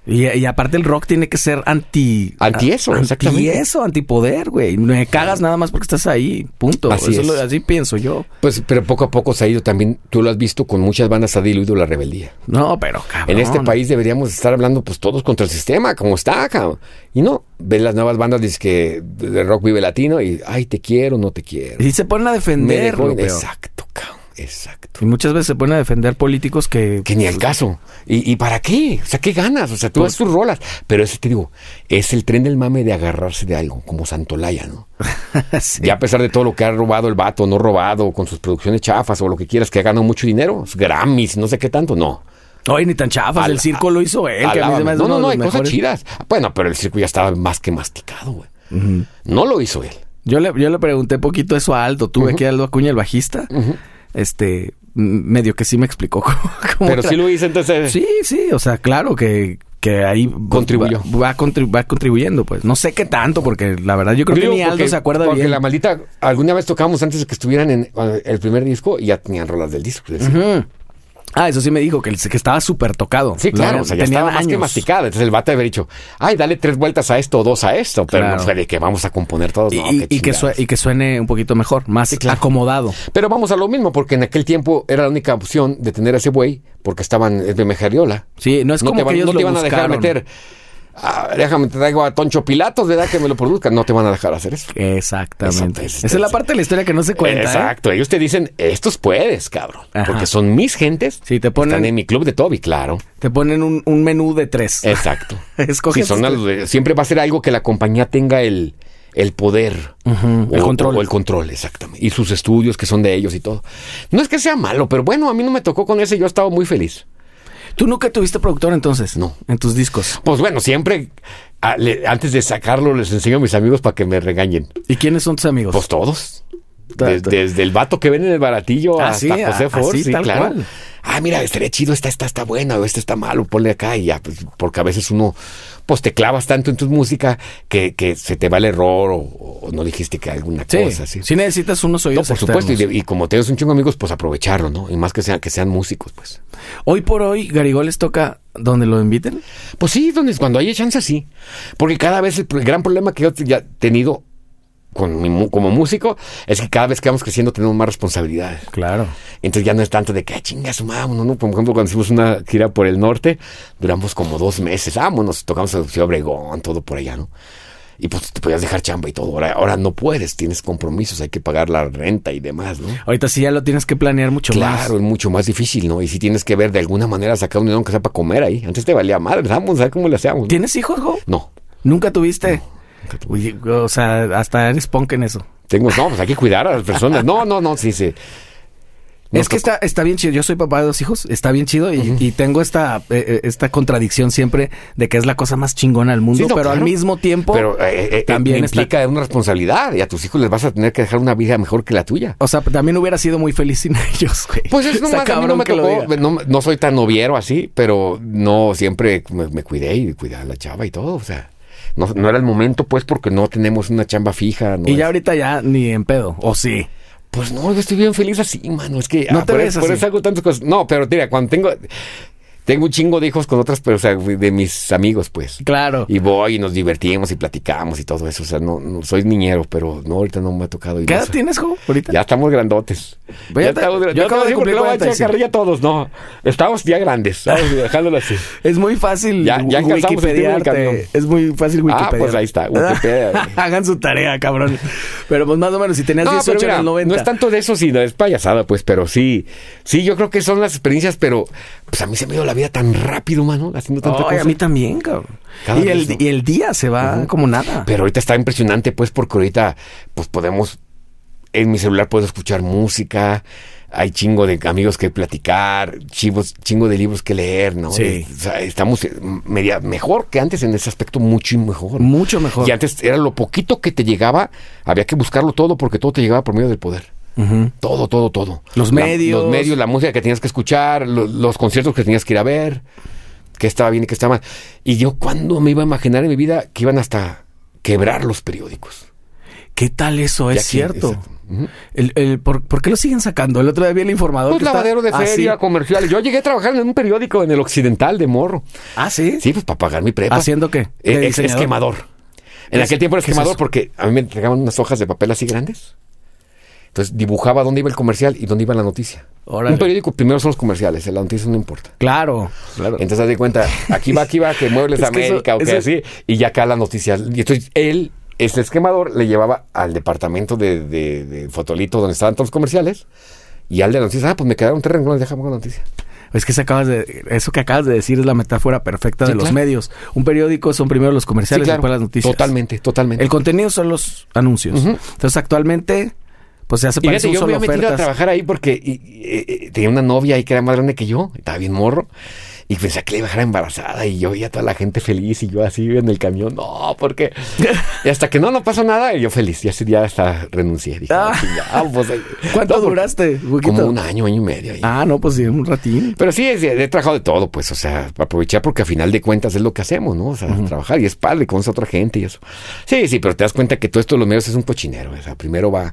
Y, y aparte el rock tiene que ser anti... Anti eso, Anti exactamente. eso, antipoder, güey. Me cagas nada más porque estás ahí, punto. Así Eso es. lo- así pienso yo. Pues, pero poco a poco se ha ido también, tú lo has visto, con muchas bandas ha diluido la rebeldía. Ah, No, pero cabrón. En este país deberíamos estar hablando, pues, todos contra el sistema, como está, cabrón. Y no, ves las nuevas bandas dices que de rock vive latino y, ay, te quiero, no te quiero. Y se ponen a Me defender. dejó- lo peor. exacto, cabrón, exacto. Y muchas veces se ponen a defender políticos que... Que ni al caso. ¿Y, y para qué? O sea, ¿qué ganas? O sea, Pues tú haces tus rolas. Pero eso te digo, es el tren del mame de agarrarse de algo, como Santolaya, ¿no? Sí. Ya a pesar de todo lo que ha robado el vato, no robado, con sus producciones chafas o lo que quieras, que ha ganado mucho dinero, Grammys, no sé qué tanto, no. Oye, ni tan chafas, el circo lo hizo él. que a mí se me Alábame. hace no, uno de no, no, los hay cosas mejores. chidas. Bueno, pero el circo ya estaba más que masticado, güey. No lo hizo él. Yo le, yo le pregunté poquito eso a Aldo. Tuve aquí a Aldo Acuña, el bajista. Este, m- medio que sí me explicó cómo. cómo Pero tra- sí lo hizo, entonces. Sí, sí, o sea, claro que, que ahí va- Contribuyó. Va, va contribu- va contribuyendo, pues. No sé qué tanto, porque la verdad yo creo Digo, que ni Aldo porque- se acuerda Porque bien. la maldita, alguna vez tocábamos antes de que estuvieran en eh, el primer disco y ya tenían rolas del disco. del circo. Ujú. Ah, eso sí me dijo, que, el- que estaba súper tocado. Sí, claro, Lo- o sea, ya tenían estaba más que años. masticada. Entonces el vato había dicho, ay, dale tres vueltas a esto o dos a esto, pero Claro. no fue de que vamos a componer todos. Y, no, y- qué y que sue- chingados. y que suene un poquito mejor, más acomodado. Pero vamos a lo mismo, porque en aquel tiempo era la única opción de tener a ese güey, porque estaban es de Mejariola. Sí, no es no como te, van- que ellos no te lo iban a dejar buscaron. meter. "Ah, déjame, te traigo a Toncho Pilatos, ¿verdad? Que me lo produzca. No te van a dejar hacer eso. Exactamente. Exacto, es- Esa es la parte de la historia que no se cuenta. ¿eh? Exacto. Ellos te dicen, estos puedes, cabrón. Ajá. Porque son mis gentes. Sí, te ponen- Están en mi club de Toby, claro. Te ponen un, un menú de tres. Exacto. Escoges Sí, son este. algo de- siempre va a ser algo que la compañía tenga el, el poder. Ujú, el o, control. o el control, exactamente. Y sus estudios que son de ellos y todo. No es que sea malo, pero bueno, a mí no me tocó con ese. Yo estaba muy feliz. ¿Tú nunca tuviste productor entonces? No. En tus discos. Pues bueno, siempre a- le- antes de sacarlo les enseño a mis amigos para que me regañen. ¿Y quiénes son tus amigos? Pues todos. Ta- Des- ta- desde el vato que ven en el baratillo Ah, hasta sí, José a- Ford, así, sí, tal claro. cual. Ah, mira, estaría chido, esta, esta está buena, o esta está malo, ponle acá y ya, pues, porque a veces uno, pues te clavas tanto en tu música que, que se te va el error o, o no dijiste que alguna sí. cosa así. Sí necesitas unos No, oídos por externos. supuesto, y, de- y como tienes un chingo de amigos, pues aprovecharlo, ¿no? Y más que sean, que sean músicos, pues. Hoy por hoy, Garigoles toca donde lo inviten. Pues sí, donde, cuando hay chance, sí. Porque cada vez el, pro- el gran problema que yo te- ya he tenido con mi mu- como músico es que cada vez que vamos creciendo tenemos más responsabilidades. Claro. Entonces ya no es tanto de que "Ah, chingas, vámonos, ¿no? Por ejemplo, cuando hicimos una gira por el norte, duramos como dos meses, vámonos, tocamos a Ciudad Obregón, todo por allá, ¿no? Y pues te podías dejar chamba y todo. Ahora, ahora no puedes, tienes compromisos, hay que pagar la renta y demás, ¿no? Ahorita sí ya lo tienes que planear mucho Claro, es mucho más difícil, ¿no? Y si tienes que ver de alguna manera sacar un dinero que sea para comer ahí. Antes te valía madre, vamos a ver cómo le hacemos. más. ¿no? ¿Tienes hijos, Jo? No, ¿Nunca tuviste? Oye, o sea, hasta eres punk en eso. tengo, no, pues hay que cuidar a las personas. No, no, no, sí, sí. Nos es que está, está bien chido. Yo soy papá de dos hijos, está bien chido y, y tengo esta, eh, eh, esta contradicción siempre de que es la cosa más chingona del mundo, Sí, no, pero al claro. mismo tiempo Pero eh, eh, también eh, está- implica una responsabilidad y a tus hijos les vas a tener que dejar una vida mejor que la tuya. O sea, también hubiera sido muy feliz sin ellos, güey. Pues es Está nomás, a mí no me que lo tocó, diga. no, no soy tan noviero así, pero no siempre me, me cuidé y cuidé a la chava y todo, o sea, no, no era el momento pues porque no tenemos una chamba fija. no Y ya es- ahorita ya ni en pedo, o sí. Pues no, yo estoy bien feliz así, mano, es que... ah, No te por, ves por así. eso hago tantas cosas. No, pero mira, cuando tengo... Tengo un chingo de hijos con otras, pero, o sea, de mis amigos, pues. Claro. Y voy y nos divertimos y platicamos y todo eso. O sea, no, no- soy niñero, pero no, ahorita no me ha tocado. y ¿Qué no edad sé. tienes, Jo? Ahorita. Ya estamos grandotes. Pues ya ya te- estamos yo grandotes. Yo acabo acabo de de cumplir decir porque luego va a 45. echar carrilla todos, no. Estamos ya grandes, estamos dejándolo así. Ah. Es muy fácil Ya- ya alcanzamos el tiro del wikipediarte. camión. Es muy fácil Ah, Wikipedia. pues ahí está, Wikipedia, güey. Hagan su tarea, cabrón. Pero pues más o menos, si tenías No, 18 en mira, el 90. no es tanto de eso, sino es payasada, pues, pero sí, sí, yo creo que son las experiencias, pero pues a mí se me dio la vida tan rápido, mano, haciendo tanta Ay, cosa. a mí también, cabrón. ¿eh? Cada Y vez, el, ¿no? y el día se va como nada. Pero ahorita está impresionante, pues, porque ahorita, pues podemos en mi celular puedo escuchar música, hay chingo de amigos que platicar, chivos, chingo de libros que leer, ¿no? Sí. O sea, estamos eh, media- mejor que antes en ese aspecto, mucho y mejor. Mucho mejor. Y antes era lo poquito que te llegaba, había que buscarlo todo porque todo te llegaba por medio del poder. Ujú. Todo, todo, todo. Los La- medios. los medios, la música que tenías que escuchar, lo- los conciertos que tenías que ir a ver, qué estaba bien y qué estaba mal. Y yo, ¿cuándo me iba a imaginar en mi vida que iban hasta quebrar los periódicos? ¿Qué tal eso? Ya Es que- cierto. exacto. Ujú. El, el- ¿por, por qué lo siguen sacando? El otro día vi el informador. Pues que está lavadero de así. feria, comercial. Yo llegué a trabajar en un periódico en el Occidental de Morro. Ah, sí. Sí, pues para pagar mi prepa. ¿Haciendo qué? Eh, ¿De ex- diseñador? esquemador. En ¿Qué aquel es- tiempo era qué es esquemador eso? porque a mí me entregaban unas hojas de papel así grandes. Entonces dibujaba dónde iba el comercial y dónde iba la noticia. Órale. Un periódico primero son los comerciales, eh, la noticia no importa. Claro. claro. Entonces haz de cuenta, aquí va, aquí va, que muebles Es que eso- América o que eso- así, y ya acá la noticia. Y entonces él, este esquemador, le llevaba al departamento de, de- de Fotolito donde estaban todos los comerciales, y al de la noticia, ah, pues me quedaron tres renglones, déjame con la noticia. Es que se acabas de, eso que acabas de decir es la metáfora perfecta Sí, de los claro. medios. Un periódico son primero los comerciales Sí, claro. y después las noticias. Totalmente, totalmente. El contenido son los anuncios. Ujú. Entonces actualmente, pues ya se Y fíjate, parece un yo me solo había metido a ofertas. trabajar ahí porque y- y- y tenía una novia ahí que era más grande que yo, estaba bien morro, y pensé que le iba a dejar embarazada, y yo veía a toda la gente feliz, y yo así en el camión, no, porque... Y hasta que no, no pasó nada, y yo feliz, y ese día hasta renuncié. Dije, Ah. "No, chingado, pues, ahí". ¿Cuánto No, porque- duraste? Como Huequito? un año, año y medio. ahí. Ah, no, pues sí, un ratín. Pero sí, es- he trabajado de todo, pues, o sea, aprovechar porque a final de cuentas es lo que hacemos, ¿no? O sea, trabajar y es padre, conoces a otra gente y eso. Sí, sí, pero te das cuenta que todo esto de los medios es un cochinero, o sea, primero va...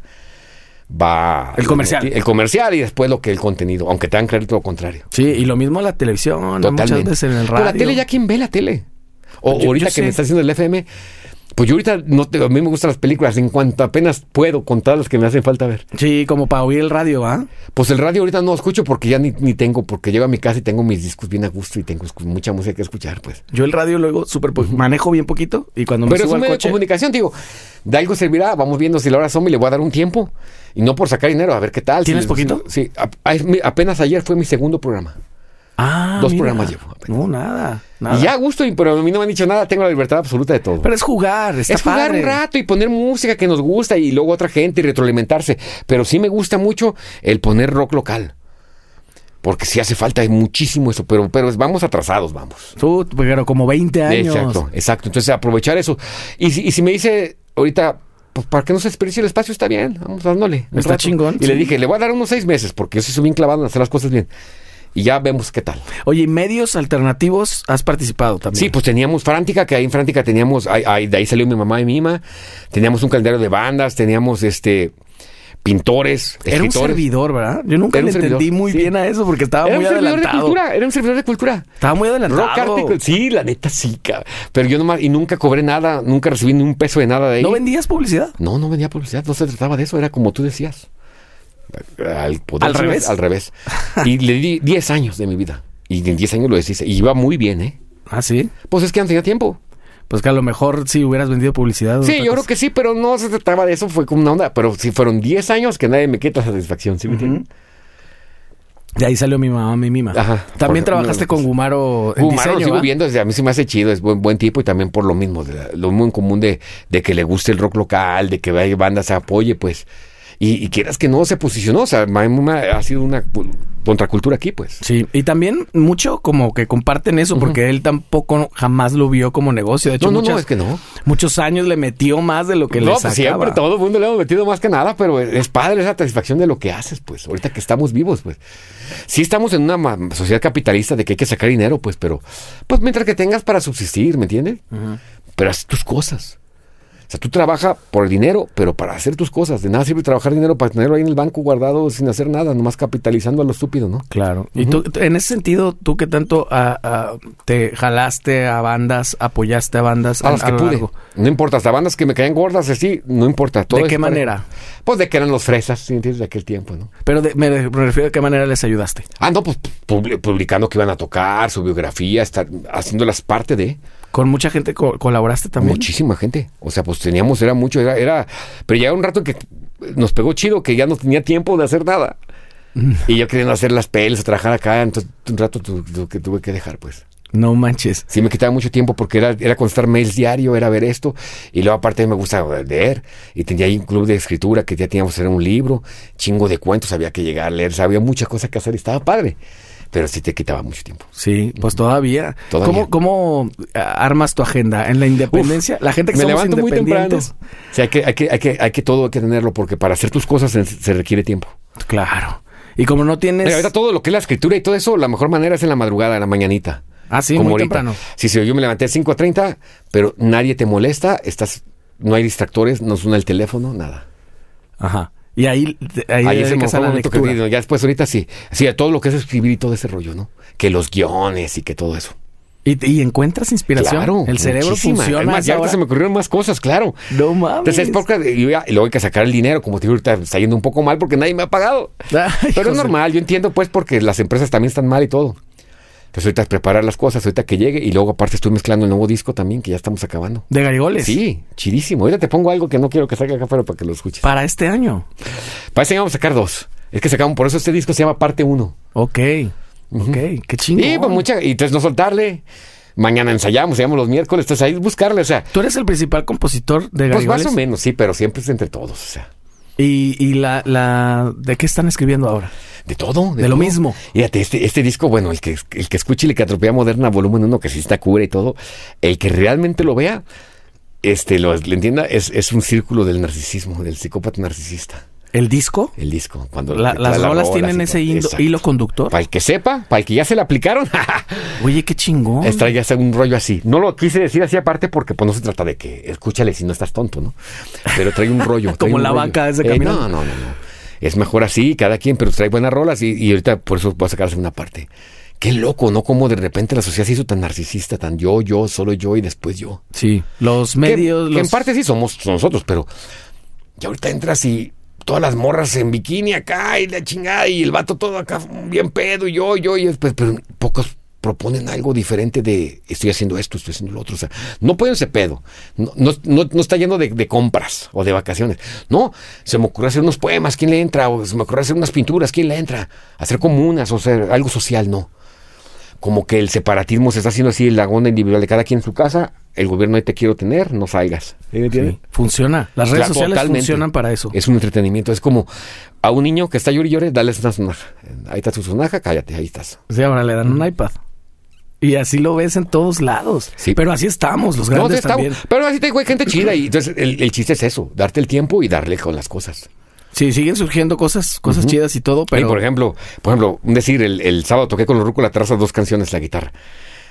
Va... El comercial. El comercial y después lo que el contenido, aunque te hagan creer todo lo contrario. Sí, y lo mismo la televisión, ¿no? muchas Totalmente. veces en el Pero radio. la tele, ¿ya quién ve la tele? O Pues yo- ahorita yo que sé. me está haciendo el FM... Pues yo ahorita no te- a mí me gustan las películas, en cuanto apenas puedo contar las que me hacen falta ver. Sí, como para oír el radio, ¿ah? Pues el radio ahorita no escucho porque ya ni, ni tengo, porque llego a mi casa y tengo mis discos bien a gusto y tengo escu- mucha música que escuchar, pues. Yo el radio luego super manejo bien poquito y cuando me Pero es subo un al medio de coche. comunicación, digo, de algo servirá, vamos viendo si la hora zombie le voy a dar un tiempo. Y no por sacar dinero, a ver qué tal. ¿Tienes si- poquito? Sí, a- a- es mi- apenas ayer fue mi segundo programa. Ah, Dos mira. programas llevo apenas. No, nada, nada. Y ya a gusto, y- pero a mí no me han dicho nada, tengo la libertad absoluta de todo. Pero es jugar, está es jugar padre. un rato y poner música que nos gusta y luego otra gente y retroalimentarse. Pero sí me gusta mucho el poner rock local. Porque sí hace falta hay muchísimo eso, pero, pero vamos atrasados, vamos. Tú, pero como 20 años. Exacto, exacto. Entonces aprovechar eso. Y si, y si me dice ahorita, pues para que no se desperdicie el espacio, está bien, vamos dándole. un Está chingón, Y le sí. dije, le voy a dar unos seis meses, porque yo sí soy bien clavado en hacer las cosas bien. Y ya vemos qué tal. Oye, ¿y medios alternativos has participado también? Sí, pues teníamos Frántica, que ahí en Frántica teníamos, ahí- ahí- de ahí salió mi mamá y mi mamá, teníamos un calendario de bandas, teníamos este pintores, Era un escritores. servidor, ¿verdad? Yo nunca Era le un servidor, entendí muy sí. bien a eso porque estaba Era muy un servidor de adelantado. cultura, era un servidor de cultura. Estaba muy adelantado. Rock Ártico, sí, la neta sí, cabrón. Pero yo nomás, y nunca cobré nada, nunca recibí ni un peso de nada de ahí. ¿No vendías publicidad? No, no vendía publicidad, no se trataba de eso, era como tú decías. Al, poder- Al revés. Al revés. Y le di 10 años de mi vida. Y en 10 años lo deshice. Y iba muy bien, ¿eh? Ah, sí. Pues es que no tenía tiempo. Pues que a lo mejor sí hubieras vendido publicidad. Sí, yo creo que sí, pero no se trataba de eso, fue como una onda. Pero sí fueron 10 años que nadie me quita satisfacción, ¿sí me entiendes? De ahí salió mi mamá, mi mima. Ajá. También Por- pues, trabajaste con Gumaro en Gumaro lo diseño, sigo ¿va? viendo, o sea, a mí se me hace chido, es buen, buen tipo y también por lo mismo, de la- lo muy común de, de que le guste el rock local, de que vaya bandas, se apoye, pues. Y, y quieras que no, se posicionó, o sea, Maimuma ha sido una pu- contracultura aquí, pues. Sí, y también mucho como que comparten eso porque él tampoco jamás lo vio como negocio. De hecho, No, no, no, muchas- es que no. muchos años le metió más de lo que no, le pues sacaba. siempre todo el mundo le hemos metido más que nada, pero es padre esa satisfacción de lo que haces, pues. Ahorita que estamos vivos, pues. Sí estamos en una ma- sociedad capitalista de que hay que sacar dinero, pues, pero pues mientras que tengas para subsistir, ¿me entiendes? Pero haz tus cosas. O sea, tú trabajas por el dinero, pero para hacer tus cosas. De nada sirve trabajar dinero para tenerlo ahí en el banco guardado sin hacer nada, nomás capitalizando a lo estúpido, ¿no? Claro. Y tú, tú- en ese sentido, tú que tanto ah, ah, te jalaste a bandas, apoyaste a bandas A las que lo pude. largo? No importa, hasta bandas que me caían gordas así, no importa. todo ¿De es qué para- manera? Pues de que eran los fresas, ¿sí entiendes? De aquel tiempo, ¿no? Pero de- me, me refiero a qué manera les ayudaste. Ah, no, pues publi- publicando que iban a tocar, su biografía, estar haciéndolas parte de Con mucha gente co- colaboraste también. muchísima gente. O sea, pues teníamos, era mucho, era, era, pero ya un rato que nos pegó chido que ya no tenía tiempo de hacer nada. Y yo queriendo hacer las peles, trabajar acá, entonces un rato tu- tu- que tuve que dejar, pues. No manches. Sí, me quitaba mucho tiempo porque era, era contestar mails diario, era ver esto. Y luego, aparte, me gusta leer. Y tenía ahí un club de escritura que ya teníamos que hacer un libro, chingo de cuentos, había que llegar a leer, sabía muchas cosas que hacer y estaba padre. Pero sí te quitaba mucho tiempo. Sí, pues todavía. Todavía. ¿Cómo, cómo, ah, armas tu agenda? ¿En la independencia? la gente que Me somos levanto muy temprano. O independientes. sea, hay que, hay, que, hay, que, hay que todo, hay que tenerlo porque para hacer tus cosas se, se requiere tiempo. Claro. Y como no tienes. Mira, ahorita todo lo que es la escritura y todo eso, la mejor manera es en la madrugada, en la mañanita. Ah, sí, muy temprano. Sí, sí, yo me levanté a 5.30, pero nadie te molesta, estás, no hay distractores, no suena el teléfono, nada. Ajá. Y ahí, te- ahí, Ahí le es el dedicas a mejor la momento que lectura. digo, Ya después ahorita sí. Sí, a todo lo que es escribir y todo ese rollo, ¿no? Que los guiones y que todo eso. ¿Y, y encuentras inspiración. Claro. El cerebro muchísima. funciona. Es más, ya a esa ahorita se me hora. ocurrieron más cosas, claro. No mames. Entonces es porque yo ya- y luego hay que sacar el dinero, como te digo, ahorita está yendo un poco mal porque nadie me ha pagado. Ay, Pero José. es normal, yo entiendo pues porque las empresas también están mal y todo. Entonces ahorita es preparar las cosas, ahorita que llegue y luego aparte estoy mezclando el nuevo disco también que ya estamos acabando. De Garigoles. Sí, chidísimo. Ahorita te pongo algo que no quiero que salga acá afuera para que lo escuches. Para este año. Parece que vamos a sacar dos. Es que sacamos, por eso este disco se llama Parte 1. Ok. Ok. Qué chingón. Y pues mucha, y entonces no soltarle. Mañana ensayamos, ensayamos los miércoles, entonces ahí buscarle, o sea, Tú eres el principal compositor de pues Garigoles. más o menos, sí, pero siempre es entre todos, o sea, Y, y la, la. ¿De qué están escribiendo ahora? de todo. De lo todo. mismo. Fíjate, este, este disco, bueno, el que, el que escuche y la Catropía Moderna, volumen 1, que sí está cubre y todo, el que realmente lo vea, este, lo, le entienda, es, es un círculo del narcisismo, del psicópata narcisista, ¿El disco? el disco. cuando La- que las trae rolas rolas tienen y ese todo. hilo- Exacto. hilo conductor. Para el que sepa, para el que ya se la aplicaron, Oye, qué chingón. Está ya sea un rollo así. No lo quise decir así aparte porque pues no se trata de que escúchale si no estás tonto, ¿no? Pero trae un rollo. trae Como un la rollo. Eh, vaca ese camino. No, no, no, no. Es mejor así, cada quien, pero trae buenas rolas y, y ahorita por eso voy a sacar la segunda parte. Qué loco, ¿no? Como de repente la sociedad se hizo tan narcisista, tan yo, yo, solo yo y después yo. Sí. Los Que- medios. que los... en parte sí somos nosotros, pero ya ahorita entras y todas las morras en bikini acá y la chingada y el vato todo acá bien pedo y yo, yo, y después, pero pocos proponen algo diferente de estoy haciendo esto, estoy haciendo lo otro. O sea, no pueden ese pedo. No, no, no- no está lleno de, de compras o de vacaciones. No, se me ocurre hacer unos poemas, ¿quién le entra? O se me ocurre hacer unas pinturas, ¿quién le entra? Hacer comunas o hacer algo social, no como que el separatismo se está haciendo así, la onda individual de cada quien en su casa, el gobierno ahí te quiero tener, no salgas. ¿Sí me entiendes? Sí. Funciona. Las redes Claro, sociales totalmente. funcionan para eso. Es un entretenimiento, es como a un niño que está llori y llore, dale una sonaja. Ahí está tu sonaja, cállate, ahí estás. Sí, ahora le dan un iPad. Y así lo ves en todos lados. Sí. Pero así estamos, los No, grandes está- también. pero así te digo, hay gente chida y entonces el, el chiste es eso, darte el tiempo y darle con las cosas. Sí, siguen surgiendo cosas, cosas chidas y todo, Pero, pero por ejemplo, por ejemplo, un decir, el, el sábado toqué con los Rúcula Traza dos canciones la guitarra.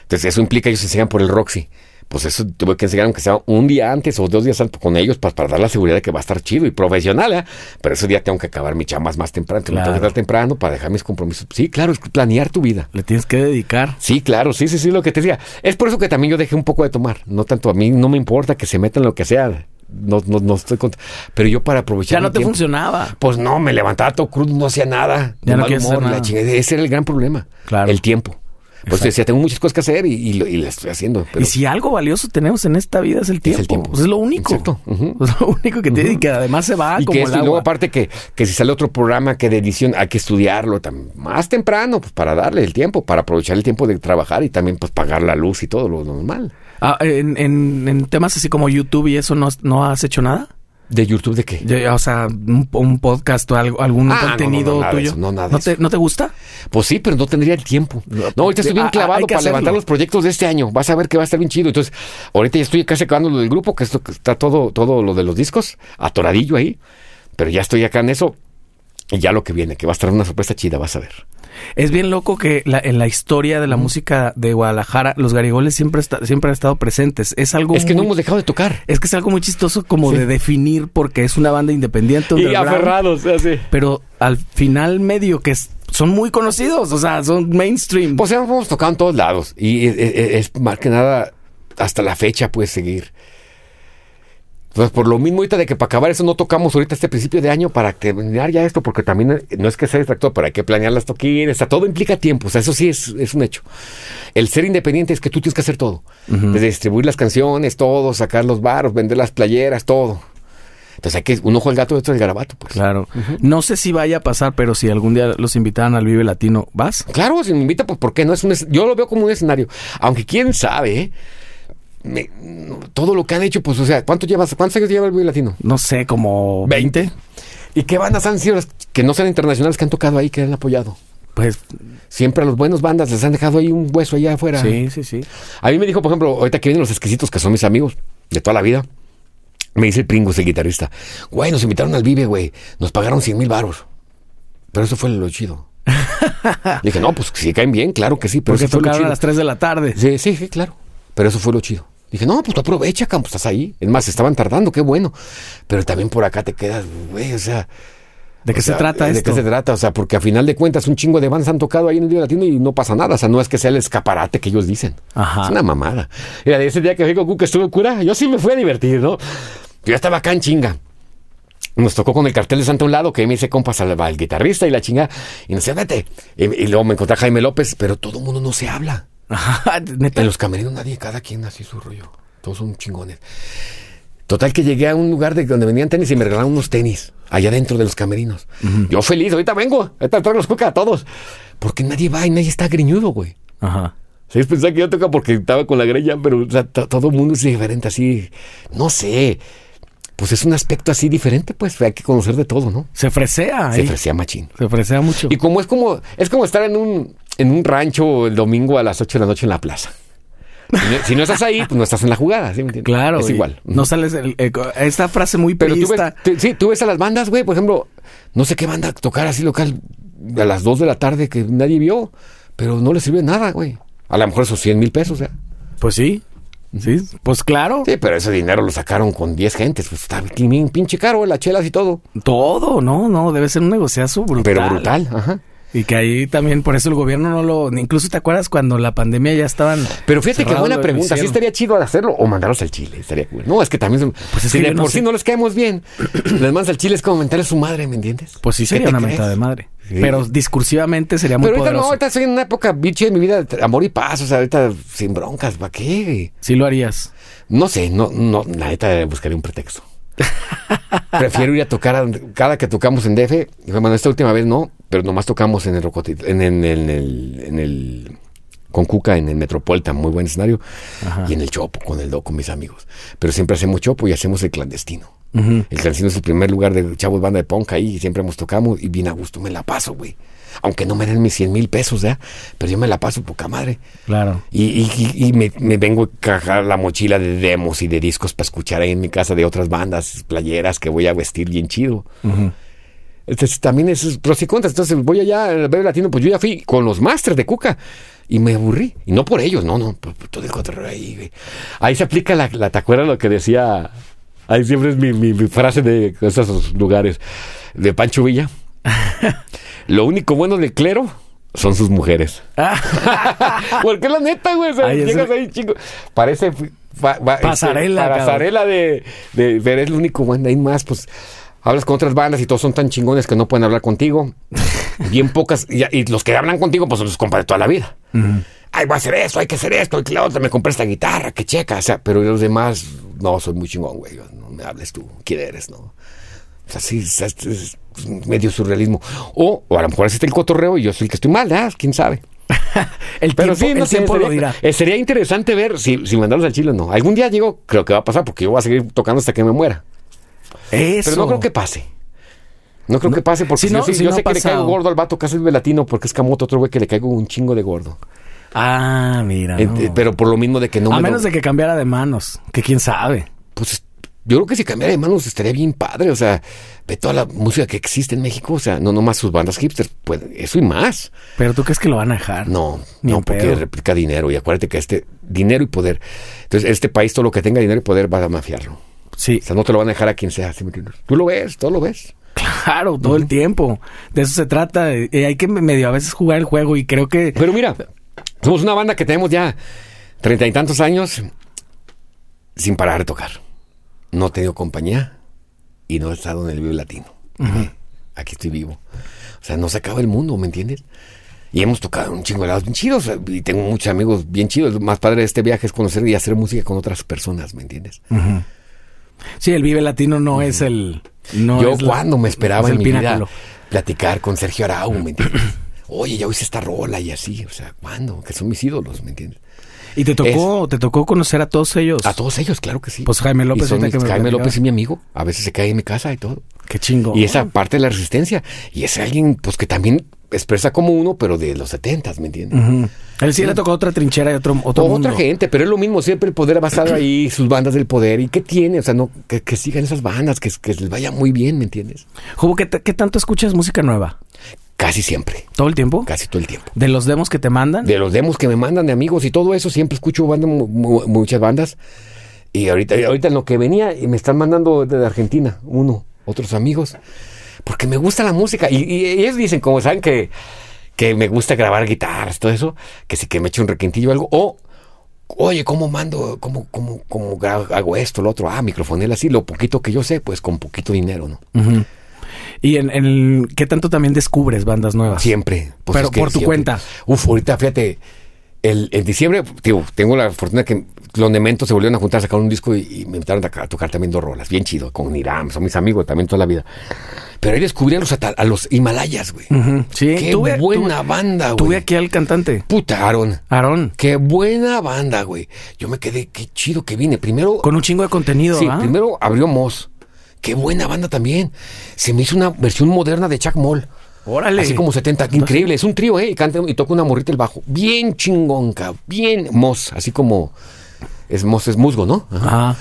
Entonces, eso implica ellos enseñan por el Roxy. Pues eso tuve que enseñar aunque sea un día antes o dos días antes con ellos pues, para, para dar la seguridad de que va a estar chido y profesional, ¿eh? Pero ese día tengo que acabar mis chambas más temprano, tengo que Claro. estar temprano para dejar mis compromisos. Sí, claro, es planear tu vida. le tienes que dedicar. Sí, claro, sí, sí, sí, lo que te decía. Es por eso que también yo dejé un poco de tomar. No tanto a mí, no me importa que se metan lo que sea. No, no, no estoy contra. Pero yo para aprovechar. Ya no mi te tiempo- funcionaba. pues no, me levantaba todo crudo, no hacía nada. Ya de no mal quieres humor, hacer la nada. chingada. Ese era el gran problema. Claro. El tiempo. Pues te decía, tengo muchas cosas que hacer y, y lo, y lo estoy haciendo. Pero y si algo valioso tenemos en esta vida es el tiempo. el Pues Es, tiempo. lo único. Exacto. Ujú. Es lo único que tiene y que además se va y como que el esto, y agua. luego aparte que, que si sale otro programa que de edición hay que estudiarlo tam- más temprano, pues para darle el tiempo, para aprovechar el tiempo de trabajar y también pues pagar la luz y todo lo normal. Ah, en, en- en temas así como YouTube y eso, ¿no, has- no has hecho nada? ¿De YouTube de qué? Ya- ya, o sea, un, un podcast o algo, algún Ah, no, no, no, contenido nada de tuyo. eso, no, nada de te, eso. ¿No te gusta? Pues sí, pero no tendría el tiempo. No, ahorita estoy Ah, bien ah, hay clavado que para levantar hacerlo. los proyectos de este año. Vas a ver que va a estar bien chido. Entonces, ahorita ya estoy casi acabando lo del grupo, que esto que está todo, todo lo de los discos, atoradillo ahí. Pero ya estoy acá en eso. Y ya lo que viene, que va a estar una sorpresa chida, vas a ver. Es bien loco que la- en la historia de la música de Guadalajara, los garigoles siempre, está- siempre han estado presentes. Es algo Es que no muy- hemos dejado de tocar. es que es algo muy chistoso como Sí. de definir porque es una banda independiente. underground, así. Pero al final medio que es- son muy conocidos, o sea, son mainstream. Pues hemos hemos tocado en todos lados. Y es, es- es más que nada, hasta la fecha puedes seguir. Entonces, por lo mismo ahorita de que para acabar eso no tocamos ahorita este principio de año para terminar ya esto, porque también eh, no es que sea distractor, pero hay que planear las toquines, o sea, todo implica tiempo, o sea, eso sí es, es un hecho. El ser independiente es que tú tienes que hacer todo, desde distribuir las canciones, todo, sacar los baros, vender las playeras, todo. Entonces hay que un ojo al gato, otro al garabato, pues. Claro. No sé si vaya a pasar, pero si algún día los invitaran al Vive Latino, ¿vas? Claro, si me invita, pues ¿por qué no? Es un es- yo lo veo como un escenario. Aunque quién sabe, ¿eh? Me- todo lo que han hecho, pues, o sea, ¿cuánto llevas, ¿cuántos años lleva el Vive Latino? No sé, como 20. 20. ¿Y qué bandas han sido las que no sean internacionales que han tocado ahí, que han apoyado? Pues Siempre a los buenos bandas les han dejado ahí un hueso allá afuera. sí, sí, sí. A mí me dijo, por ejemplo, ahorita que vienen los exquisitos, que son mis amigos de toda la vida. Me dice el Pringos, el guitarrista. Güey, nos invitaron al Vive, güey. Nos pagaron 100 mil baros. Pero eso fue lo chido. Le dije, no, pues si caen bien, claro que sí. Pero Porque eso fue lo tocaron chido". a las 3 de la tarde. Sí, sí, sí, claro. Pero eso fue lo chido. Dije, no, pues tú aprovecha, cabrón, pues estás ahí. Es más, estaban tardando, qué bueno. Pero también por acá te quedas, güey, o sea... ¿De qué o se sea, trata ¿de esto? qué se trata? O sea, porque a final de cuentas un chingo de bandas han tocado ahí en el Día Latino y no pasa nada. O sea, no es que sea el escaparate que ellos dicen. Ajá. Es una mamada. Mira, de ese día que fui con Cuca estuve cura, yo sí me fui a divertir, ¿no? Yo estaba acá en chinga. Nos tocó con el cartel de Santa a un lado, que me hice compas al, al guitarrista y la chinga. Y no sé, vete. Y, y luego me encontré a Jaime López, pero todo el mundo no se habla. Ajá, neta. En los camerinos nadie, cada quien así su rollo. Todos son chingones. Total que llegué a un lugar de donde vendían tenis y me regalaron unos tenis allá dentro de los camerinos. Yo feliz, ahorita vengo, ahorita traigo los cuca a todos. Porque nadie va y nadie está griñudo, güey. Ajá. Sí, pensaba que yo tocaba porque estaba con la greña, pero o sea, to- todo el mundo es diferente, así, no sé. Pues es un aspecto así diferente, pues hay que conocer de todo, ¿no? Se fresea Se ahí. ofrecía machín. Se fresea mucho. Y como es como, es como estar en un, en un rancho el domingo a las 8 de la noche en la plaza. Si no, si no estás ahí, pues no estás en la jugada, ¿sí me entiendes? Claro. Es y igual. No sales. el- eh, co- esta frase muy Pero tú ves, priista. tú- sí, tú ves a las bandas, güey, por ejemplo, no sé qué banda tocar así local a las 2 de la tarde que nadie vio, pero no le sirve nada, güey. A lo mejor esos 100 mil pesos, o sea. Pues sí. Sí. Pues claro. Sí, pero ese dinero lo sacaron con 10 gentes, pues está bien pinche caro, las chelas y todo. Todo. No, no. Debe ser un negociazo brutal. Pero brutal, ajá. Y que ahí también, por eso el gobierno no lo. Incluso te acuerdas cuando la pandemia ya estaban. Pero fíjate qué cerrados buena lo pregunta. ¿Sí hicieron. estaría chido hacerlo o mandarlos al Chile? Estaría cool. No, es que también. son- Pues es si que de yo no por sí sé. no les caemos bien, les mandas al Chile es como mentar a su madre, ¿me entiendes? Pues sí, ¿Qué sería te una crees? mentada de madre. Sí. Pero discursivamente sería muy Pero ahorita no, poderoso. ahorita estoy en una época biche de mi vida, de amor y paz, o sea, ahorita sin broncas, ¿para qué? Sí lo harías. No sé, no, no, la neta buscaría un pretexto. Prefiero ir a tocar a- cada que tocamos en DF. y Bueno, esta última vez no, pero nomás tocamos en el Rocotito, en, en- en el, en el- con Cuca, en el Metropolitan, muy buen escenario, y en el Chopo, con el Do, con mis amigos. Pero siempre hacemos Chopo y hacemos el clandestino. El clandestino es el primer lugar de chavos banda de punk ahí, y siempre hemos tocado y bien a gusto me la paso, güey. Aunque no me den mis 100 mil pesos, ¿ya? Pero yo me la paso poca madre. Claro. Y, y- y- y me, me vengo a cajar la mochila de demos y de discos para escuchar ahí en mi casa de otras bandas, playeras que voy a vestir bien chido. Entonces también es pros y contras. Entonces voy allá al Bebe Latino, pues yo ya fui con los masters de Cuca y me aburrí. Y no por ellos, no, no, por, por todo el cotorreo ahí, güey. Ahí se aplica la, la ¿te acuerdas lo que decía? Ahí siempre es mi, mi- mi frase de esos lugares, de Pancho Villa. lo único bueno del clero son sus mujeres. Porque la neta, güey, o sea, Ay, eso- llegas ahí, chico. Parece fa- fa- este, Pasarela, cabrón. pasarela de, de- Pero es lo único, banda. Hay más, pues. Hablas con otras bandas y todos son tan chingones que no pueden hablar contigo. Bien pocas. Y, y los que hablan contigo, pues son tus compas de toda la vida. Ay, voy a hacer esto, hay que hacer esto, hay que la otra, me compré esta guitarra, que checa. O sea, pero los demás, no, soy muy chingón, güey. No me hables tú, quién eres, ¿no? O sea, sí, es, es- es medio surrealismo. O, o a lo mejor así está el cotorreo y yo soy el que estoy mal, ¿ah? ¿Quién sabe? El Pero tiempo, sí, no el sé, tiempo lo sería- dirá. eh, Sería interesante ver si, si mandarlos al Chile o no. Algún día digo, creo que va a pasar porque yo voy a seguir tocando hasta que me muera. Eso. Pero no creo que pase. No creo que pase porque Si si no- yo, sí- si yo no ha sé que le pasado. caigo gordo al vato que hace el velatino porque es camoto otro güey que le caigo un chingo de gordo. Ah, mira. Eh, no. eh, Pero por lo mismo de que no a me lo- menos de que cambiara de manos, que quién sabe. pues es- yo creo que si cambiara de manos estaría bien padre. O sea, ve toda la música que existe en México. O sea, no nomás sus bandas hipster, pues eso y más. Pero tú crees que lo van a dejar. No, Ni no, en porque pedo. replica dinero. Y acuérdate que este dinero y poder. Entonces, este país, todo lo que tenga dinero y poder, va a mafiarlo. Sí, O sea, no te lo van a dejar a quien sea. ¿sí me entiendes? Tú lo ves, todo lo ves. claro, todo el tiempo. De eso se trata. eh, hay que medio a veces jugar el juego y creo que Pero mira, somos una banda que tenemos ya treinta y tantos años sin parar de tocar. No he tenido compañía y no he estado en el vivo latino. Aquí estoy vivo. O sea, no se acaba el mundo, ¿me entiendes? Y hemos tocado un chingo de lados bien chidos. Y tengo muchos amigos bien chidos. Lo más padre de este viaje es conocer y hacer música con otras personas, ¿me entiendes? Sí, el Vive Latino no es el. No Yo es la- cuando me no esperaba es el en mi vida pináculo. platicar con Sergio Arau, ¿me entiendes? Oye, ya hice esta rola y así, o sea, ¿cuándo? Que son mis ídolos, ¿me entiendes? Y te tocó, te tocó conocer a todos ellos. A todos ellos, claro que sí. Pues Jaime Y López, son ahorita que mis- me Jaime platicaba. López es mi amigo, a veces se cae en mi casa y todo. Qué chingo. Y esa parte de la resistencia, y es alguien pues que también expresa como uno, pero de los setentas, ¿me entiendes? Ujú. A Él sí le tocó otra trinchera y otro, otro O mundo. otra gente, pero es lo mismo, siempre el poder ha basado ahí, sus bandas del poder, ¿y qué tiene? O sea, no, que, que sigan esas bandas, que, que les vaya muy bien, ¿me entiendes? Jobo, ¿qué, ta- qué tanto escuchas música nueva? Casi siempre, ¿Todo el tiempo? casi todo el tiempo. ¿De los demos que te mandan? De los demos que me mandan de amigos y todo eso, siempre escucho bandas, mu- mu- muchas bandas. Y ahorita, ahorita en lo que venía, y me están mandando desde Argentina, uno, otros amigos, porque me gusta la música. Y, y ellos dicen, como saben que, que me gusta grabar guitarras, todo eso, que sí que me eche un requintillo o algo. O, oye, ¿cómo mando, cómo, cómo, cómo gra- hago esto, lo otro? Ah, microfonel así, lo poquito que yo sé, pues con poquito dinero, ¿no? Ujú. ¿Y en, en el- qué tanto también descubres bandas nuevas? Siempre. Pero por tu cuenta. Uf, ahorita fíjate, el, en diciembre, digo, tengo la fortuna que los Nementos se volvieron a juntar, sacaron un disco y, y me invitaron a, ca- a tocar también dos rolas. Bien chido, con Niram, son mis amigos también toda la vida. Pero ahí descubrí a los, ata- a los Himalayas, güey. Ujú. Sí, Qué tuve- buena tuve- banda, güey. Tuve aquí al cantante, Puta, Aaron. Aarón, Qué buena banda, güey. Yo me quedé, qué chido que vine. Primero, con un chingo de contenido, sí, ¿ah? primero abrió Moss. Qué buena banda también. Se me hizo una versión moderna de Chuck Moll. Órale. Así como 70, qué increíble. Es un trío, ¿eh? Y canta y toca una morrita el bajo. Bien chingonca, bien mos, así como. Es mos, es musgo, ¿no? Ajá. Ajá.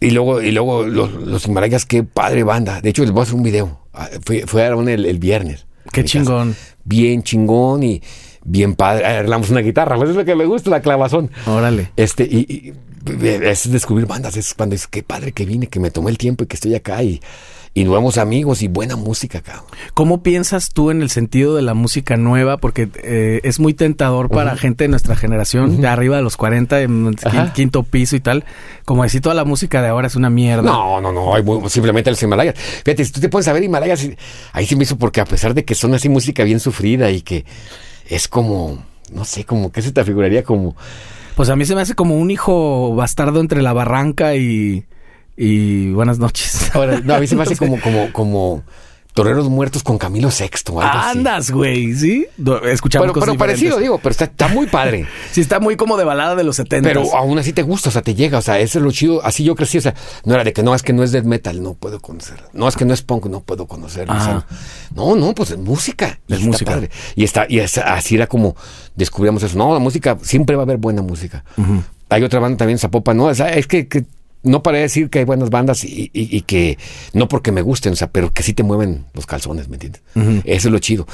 Y luego, y luego los, los Himalayas, qué padre banda. De hecho, les voy a hacer un video. Ah, Fue, fue Aaron el, el viernes. Qué a mi casa. chingón. Bien chingón y bien padre. Ah, Arreglamos una guitarra, pues es lo que me gusta, la clavazón. Órale. Este, y, y- es descubrir bandas, es cuando dices, qué padre que vine, que me tomé el tiempo y que estoy acá y, y nuevos amigos y buena música acá. ¿Cómo piensas tú en el sentido de la música nueva? Porque eh, es muy tentador para gente de nuestra generación, de arriba de los 40, en quin- Ajá. quinto piso y tal. Como decir, toda la música de ahora es una mierda. No, no, no, hay muy- simplemente los Himalayas. Fíjate, si tú te pones a ver Himalayas, ahí se me hizo porque a pesar de que son así música bien sufrida y que es como, no sé, como que se te figuraría como... Pues a mí se me hace como un hijo bastardo entre la barranca y, y buenas noches. Ahora, no, a mí se me hace No sé. como, como, como Toreros Muertos con Camilo VI o algo así. Andas, güey, ¿sí? Do- Escuchamos Pero, cosas pero parecido, diferentes. digo, pero está, está muy padre. Sí, está muy como de balada de los 70. Pero ah. aún así te gusta, o sea, te llega, o sea, eso es lo chido. Así yo crecí, o sea, no era de que no, es que no es death metal, no puedo conocerlo. No, es que no es punk, no puedo conocerlo. o sea, Ajá. no, no, pues es música. Ah. Es y está música. padre. Y, está, y es- así era como descubríamos eso. No, la música, siempre va a haber buena música. Hay otra banda también, Zapopan, ¿no? O sea, es que, que no para decir que hay buenas bandas y, y- y que no porque me gusten, o sea, pero que sí te mueven los calzones, ¿me entiendes? Eso es lo chido.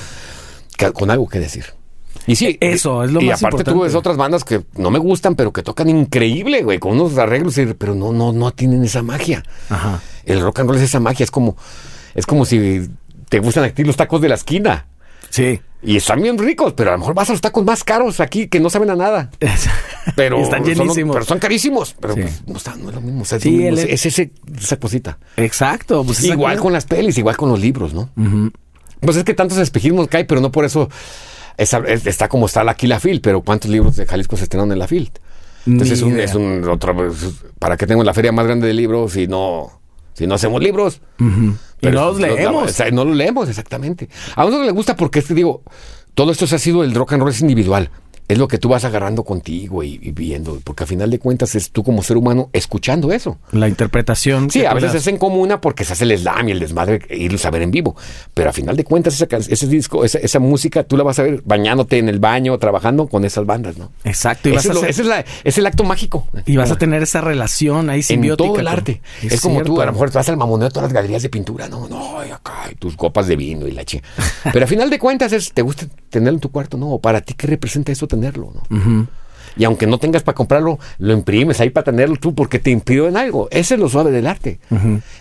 que- con algo que decir. Y sí, Eso, es lo y más aparte tú importante. ves otras bandas que no me gustan, pero que tocan increíble, güey, con unos arreglos, y- pero no, no, no tienen esa magia. Ajá. El rock and roll es esa magia, es como, es como si te gustan aquí los tacos de la esquina. Sí. Y están bien ricos, pero a lo mejor vas a los tacos más caros aquí que no saben a nada. Pero Están son- llenísimos. pero son carísimos. Pero Sí. pues, no, está, no es lo mismo. o sea, es, Sí, lo mismo, el- e- es- es ese- esa cosita. Exacto. pues esa Igual cosa- con las pelis, igual con los libros, ¿no? Ujú. Pues es que tantos espejismos que hay, pero no por eso esa- es- está como está la- aquí la FIL, pero ¿cuántos libros de Jalisco se estrenaron en la FIL? Entonces es Ni un, idea. es un otro- es- ¿para qué tenemos la feria más grande de libros si no, si no hacemos libros? Ujú. Y no los o leemos. sea, no los leemos, exactamente. A uno le gusta porque es que digo, todo esto se ha sido el rock and roll es individual. Es lo que tú vas agarrando contigo y, y viendo, porque a final de cuentas es tú como ser humano escuchando eso. La interpretación. Sí, que a tú le veces das. es en comuna porque se hace el slam y el desmadre e irlos a ver en vivo. Pero a final de cuentas, esa can- ese disco, esa, esa música, tú la vas a ver bañándote en el baño, trabajando con esas bandas, ¿no? Exacto. Y vas, Ese a es, lo- hacer- ese es la- es el acto mágico. y vas a tener esa relación ahí en simbiótica. todo el con- arte. Es, como tú, cierto. a lo mejor vas al mamoneo de todas las galerías de pintura, no, no, y acá, y tus copas de vino y la chi. Pero a final de cuentas, es, ¿te gusta tenerlo en tu cuarto? No, para ti, ¿qué representa eso tenerlo? ¿no? Ujú. Y aunque no tengas para comprarlo, lo imprimes ahí para tenerlo tú porque te impidió en algo. Ese es lo suave del arte.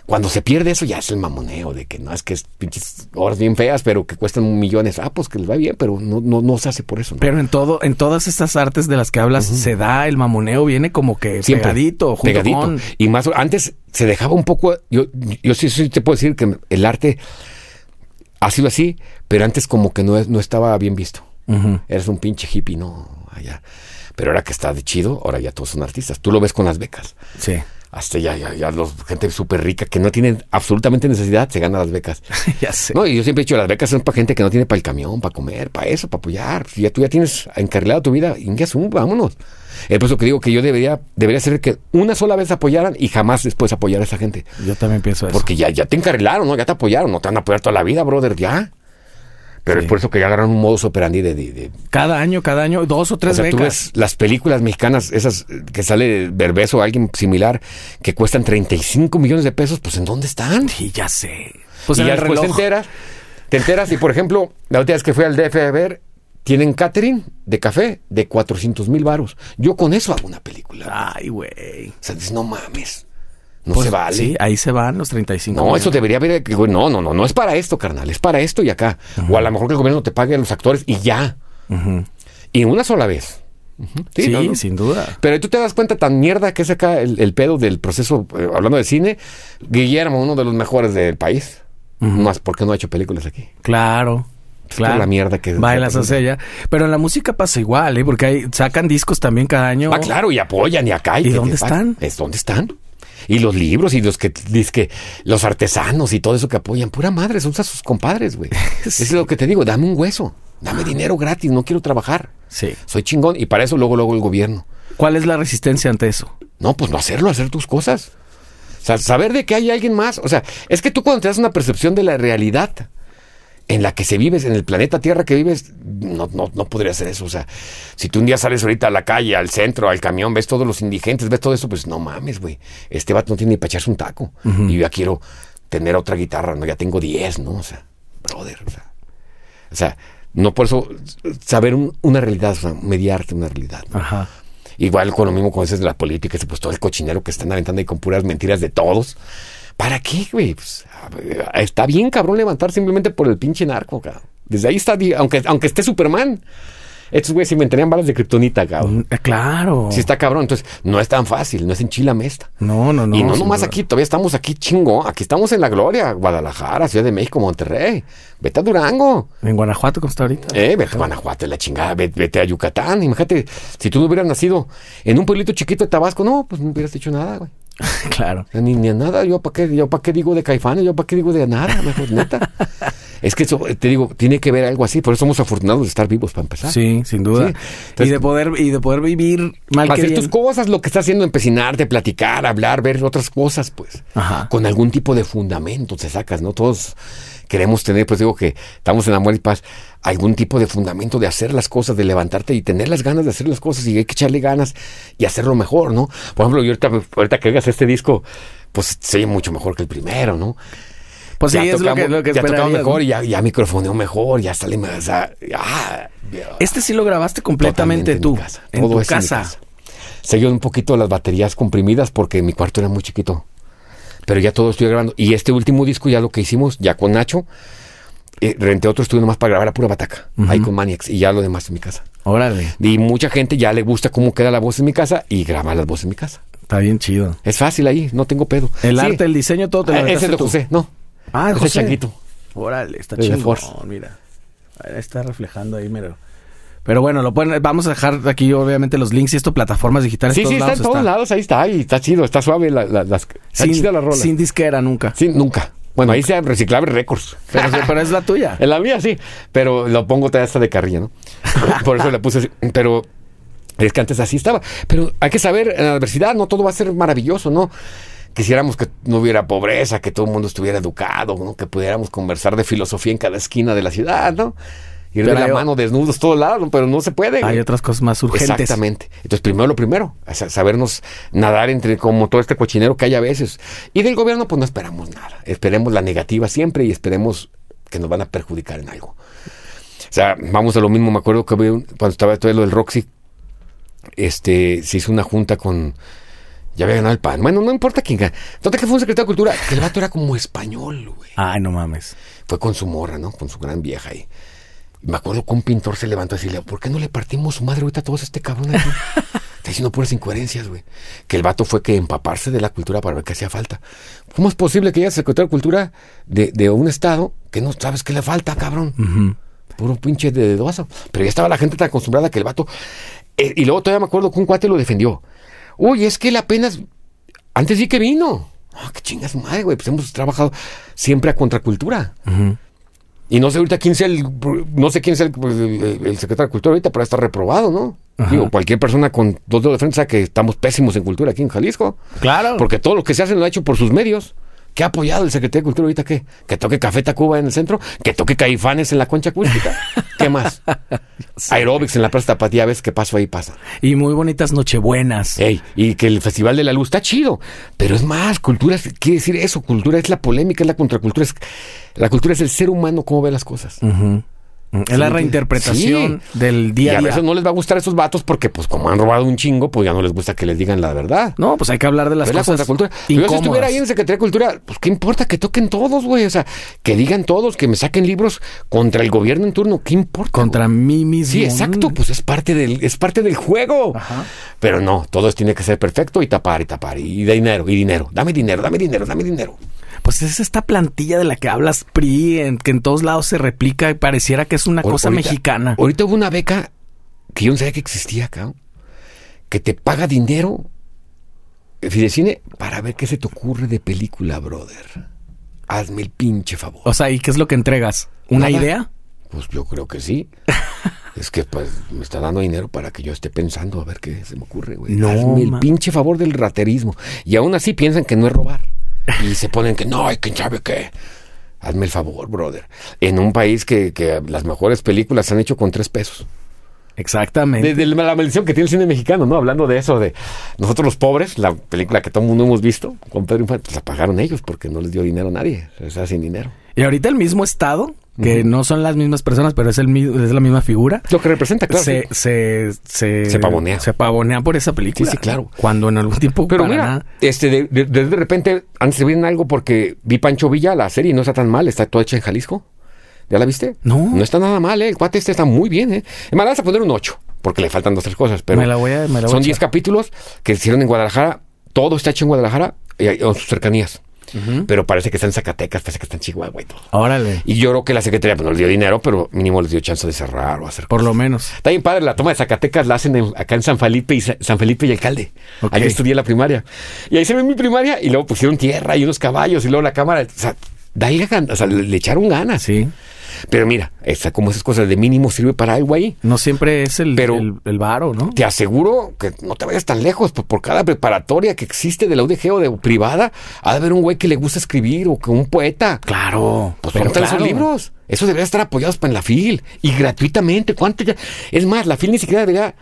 Cuando se pierde eso ya es el mamoneo de que no es que es pinches horas bien feas, pero que cuestan millones. Ah, pues que les va bien, pero no, no, no se hace por eso. ¿no? Pero en todo, en todas estas artes de las que hablas, se da el mamoneo, viene como que Siempre. pegadito, junto Pegadito. con- Y más, antes se dejaba un poco, yo, yo sí, sí te puedo decir que el arte ha sido así, pero antes como que no, es- no estaba bien visto. Ujú. Eres un pinche hippie, no, allá. Pero ahora que está de chido, ahora ya todos son artistas. Tú lo ves con las becas. Sí. hasta ya, ya, ya los, gente súper rica que no tienen absolutamente necesidad, se gana las becas. ya sé. No, y yo siempre he dicho, las becas son para gente que no tiene para el camión, para comer, para eso, para apoyar. Si ya tú ya tienes encarrilado tu vida, ingas un, vámonos. Es por eso que digo que yo debería, debería ser que una sola vez apoyaran y jamás después apoyar a esa gente. Yo también pienso eso. Porque ya, ya te encarrilaron, ¿no? Ya te apoyaron, no te van a apoyar toda la vida, brother, ya. Pero Sí. es por eso que ya agarraron un modus operandi de... de- de- Cada año, cada año, dos o tres o sea, tú becas. ves las películas mexicanas, esas eh, que sale Berbez o alguien similar, que cuestan 35 millones de pesos, pues ¿en dónde están? Sí, ya sé. Pues y en ya el después te reloj. enteras. Te enteras y, por ejemplo, la última vez que fui al DF a ver, tienen catering de café de 400 mil varos. Yo con eso hago una película. Ay, güey. O sea, dices, no mames. No Ah. Pues, se vale. Sí, ahí se van los 35. No, eso millones. debería haber... que, güey, No, no, no, no es para esto, carnal. Es para esto y acá. O a lo mejor que el gobierno te pague a los actores y ya. Ujú. Y una sola vez. Ujú. Sí, ¿no? ¿no? sin duda. Pero tú te das cuenta tan mierda que es acá el, el pedo del proceso, eh, hablando de cine, Guillermo, uno de los mejores del país. No, ¿Por qué no ha hecho películas aquí? Claro. Claro. la mierda que- Bailas hacia allá. Pero en la música pasa igual, ¿eh? Porque hay, sacan discos también cada año. Ah, claro, y apoyan y acá. ¿Y que dónde te pagan. están? Es dónde están. Y los libros y los que dizque, los artesanos y todo eso que apoyan. Pura madre, son sus compadres, güey. Es lo que te digo, dame un hueso, dame dinero gratis, no quiero trabajar. Sí. Soy chingón y para eso luego, luego el gobierno. ¿Cuál es la resistencia ante eso? No, pues no hacerlo, hacer tus cosas. O sea, saber de que hay alguien más. O sea, es que tú cuando te das una percepción de la realidad en la que se vives, en el planeta Tierra que vives, no, no, no podría ser eso. O sea, si tú un día sales ahorita a la calle, al centro, al camión, ves todos los indigentes, ves todo eso, pues no mames, güey. Este vato no tiene ni para echarse un taco. Y yo ya quiero tener otra guitarra, ¿no? Ya tengo 10, ¿no? O sea, brother, o sea. O sea, no por eso saber un- una realidad, o sea, mediarte una realidad. ¿no? Ajá. Igual con lo mismo con veces de la política, pues todo el cochinero que están aventando ahí con puras mentiras de todos. ¿Para qué, güey? Pues, a ver, está bien, cabrón, levantar simplemente por el pinche narco, cabrón. Desde ahí está, di- aunque, aunque esté Superman. Estos güeyes se inventarían balas de kriptonita, cabrón. Mm, eh, Claro. Sí está cabrón, entonces no es tan fácil, no es en Chilamesta. No, no, no. y no sin nomás duda. aquí, todavía estamos aquí chingo, aquí estamos en la gloria, Guadalajara, Ciudad de México, Monterrey. Vete a Durango. En Guanajuato, como está ahorita. Eh, vete a Guanajuato, la chingada, vete, vete a Yucatán. Imagínate, si tú no hubieras nacido en un pueblito chiquito de Tabasco, no, pues no hubieras hecho nada, güey. claro. O sea, Ni, ni a nada, yo para qué, yo pa' qué digo de Caifanes, yo para qué digo de nada, mejor neta. es que eso, eh, te digo, tiene que ver algo así, por eso somos afortunados de estar vivos para empezar. Sí, sin duda. Ah. Sí. Entonces- y de poder y de poder vivir mal que Hacer bien. tus cosas, lo que estás haciendo, empecinarte, platicar, hablar, ver otras cosas, pues. Ajá. Con algún tipo de fundamento te sacas, ¿no? Todos queremos tener, pues digo que estamos en amor y paz, algún tipo de fundamento de hacer las cosas, de levantarte y tener las ganas de hacer las cosas y hay que echarle ganas y hacerlo mejor, ¿no? Por ejemplo, yo ahorita, ahorita que oigas este disco, pues se oye mucho mejor que el primero, ¿no? Pues sí, es lo que, lo que ya tocamos esperarías, mejor, ¿no? y ya, ya microfoneo mejor, ya sale más. o sea, ah, ya. Este sí lo grabaste completamente Totalmente tú. En, mi casa. En Todo tu es en mi casa. casa. Seguí un poquito las baterías comprimidas porque mi cuarto era muy chiquito. Pero ya todo estoy grabando. Y este último disco, ya lo que hicimos, ya con Nacho, eh, renté otro estudio nomás para grabar a pura bataca. Ahí con Maniacs. Y ya lo demás en mi casa. Órale, Y mucha gente ya le gusta cómo queda la voz en mi casa y graba las voces en mi casa. está bien chido. Es fácil ahí, no tengo pedo. El Sí. arte, el diseño, todo te lo Ah, Ese aventaste es de tú. José, no. Ah, Ese José. changuito. Órale, está Desde chingón, Force. mira. A ver, Está reflejando ahí, mira. Pero bueno, lo pueden, vamos a dejar aquí obviamente los links y esto, plataformas digitales. Sí, todos sí, está lados en todos lados, ahí está, y está chido, está suave la, la- las- está Sin, chida la rola. sin disquera nunca. Sí, nunca. Bueno, ahí sea reciclable récords. Pero, pero es la tuya. En la mía sí, pero lo pongo todavía hasta de carrilla, ¿no? Por eso le puse así. Pero es que antes así estaba. Pero hay que saber, en la adversidad no todo va a ser maravilloso, ¿no? Quisiéramos que no hubiera pobreza, que todo el mundo estuviera educado, ¿no? que pudiéramos conversar de filosofía en cada esquina de la ciudad, ¿no? Ir Pero de la hay o- mano desnudos todos lados, pero no se puede. Hay güey. otras cosas más urgentes. Exactamente. Entonces, primero lo primero, o sea, sabernos nadar entre como todo este cochinero que hay a veces. Y del gobierno, pues no esperamos nada. Esperemos la negativa siempre y esperemos que nos van a perjudicar en algo. O sea, vamos a lo mismo. Me acuerdo que había un- cuando estaba todo lo del Roxy, este, se hizo una junta con. Ya había ganado el PAN. Bueno, no importa quién gana. Entonces, que fue un secretario de Cultura, que el vato era como español, güey Ay, no mames. fue con su morra, ¿no? Con su gran vieja ahí. Y me acuerdo que un pintor se levantó y decirle, ¿por qué no le partimos su madre ahorita a todos este cabrón aquí? Está diciendo puras incoherencias, güey. Que el vato fue que empaparse de la cultura para ver qué hacía falta. ¿Cómo es posible que haya secretario de cultura de, de un estado que no sabes qué le falta, cabrón? Puro pinche de dedoso. Pero ya estaba la gente tan acostumbrada que el vato. eh, y luego todavía me acuerdo que un cuate lo defendió. Uy, es que él apenas Antes sí que vino. Ah, qué chingas madre, güey. Pues hemos trabajado siempre a contracultura. Y no sé ahorita quién sea el, no sé quién sea el, pues, el- el secretario de cultura ahorita, pero está reprobado, ¿no? Ajá. Digo, cualquier persona con dos dedos de frente sabe que estamos pésimos en cultura aquí en Jalisco. Claro. Porque todo lo que se hace lo ha hecho por sus medios. ¿Qué ha apoyado el secretario de Cultura ahorita? ¿Qué? ¿Que toque Café Tacuba en el centro? ¿Que toque Caifanes en la concha acústica? ¿Qué más? Aeróbics en la Plaza Tapatía, ves qué pasó ahí, pasa. Y muy bonitas nochebuenas. Ey, y que el Festival de la Luz está chido, pero es más, cultura, es- ¿qué decir eso? Cultura es la polémica, es la contracultura, es- la cultura es el ser humano, cómo ve las cosas. Ujú. Es la reinterpretación del Y día a a día. veces no les va a gustar a esos vatos porque, pues, como han robado un chingo, pues ya no les gusta que les digan la verdad. No, pues hay que hablar de las Pero es la cosas contracultura. Pero yo si incómodas. estuviera ahí en Secretaría de Cultura, pues qué importa que toquen todos, güey. O sea, que digan todos, que me saquen libros contra el gobierno en turno, ¿qué importa? Contra güey? mí mismo. Sí, exacto, pues es parte del, es parte del juego. Ajá. Pero no, todo tiene que ser perfecto y tapar y tapar. Y dinero, y dinero. Dame dinero, dame dinero, dame dinero. Pues es esta plantilla de la que hablas, PRI, en- que en todos lados se replica y pareciera que es una Ahor- cosa ahorita- mexicana. Ahorita hubo una beca que yo no sabía que existía, cabrón. Que te paga dinero, eh, Fidecine, para ver qué se te ocurre de película, brother. Hazme el pinche favor. O sea, ¿y qué es lo que entregas? ¿Una Nada. idea? Pues yo creo que sí. es que pues me está dando dinero para que yo esté pensando a ver qué se me ocurre, güey. No, Hazme el ma- pinche favor del raterismo. Y aún así piensan que no es robar. Y se ponen que no, hay quien sabe qué. Hazme el favor, brother. En un país que, que las mejores películas se han hecho con tres pesos. Exactamente. Desde la maldición que tiene el cine mexicano, ¿no? Hablando de eso, de nosotros los pobres, la película que todo el mundo hemos visto con Pedro Infante, pues la pagaron ellos porque no les dio dinero a nadie. O sea, sin dinero. Y ahorita el mismo estado, que no son las mismas personas, pero es, el, mi- es la misma figura, Lo que representa, claro. se, se, se, Se pavonea. se pavonea por esa película. Sí, sí, claro. Cuando en algún tiempo. Pero para mira, nada- este, de, de- de- de repente, antes de en algo, porque vi Pancho Villa, la serie, y no está tan mal, está toda hecha en Jalisco. ¿Ya la viste? No. No está nada mal, ¿eh? El cuate este está muy bien, ¿eh? Es más, le vas a poner un 8, porque le faltan dos, tres cosas, pero... Me la voy a- me la voy a son echar. 10 capítulos que se hicieron en Guadalajara, todo está hecho en Guadalajara, y hay- en sus cercanías. Pero parece que está en Zacatecas, parece que está en Chihuahua y todo. Órale. Y yo creo que la secretaría pues, no les dio dinero, pero mínimo les dio chance de cerrar o hacer Por lo menos. Está bien padre, la toma de Zacatecas la hacen en- acá en San Felipe y Sa- San Felipe y Alcalde. Ok. Ahí estudié la primaria. Y ahí se ve mi primaria y luego pusieron tierra y unos caballos y luego la cámara. O sea, dale gan- o sea, le le echaron ganas. Sí. Pero mira, esa, como esas cosas de mínimo sirve para algo ahí. No siempre es el, Pero- el, el varo, ¿no? Te aseguro que no te vayas tan lejos, pues por cada preparatoria que existe de la UDG o de privada, ha de haber un güey que le gusta escribir o que un poeta. Claro. Pues pero pero claro. esos libros. Eso debería estar apoyados para en la FIL y gratuitamente. ¿Cuánto ya? Es más, la FIL ni siquiera debería.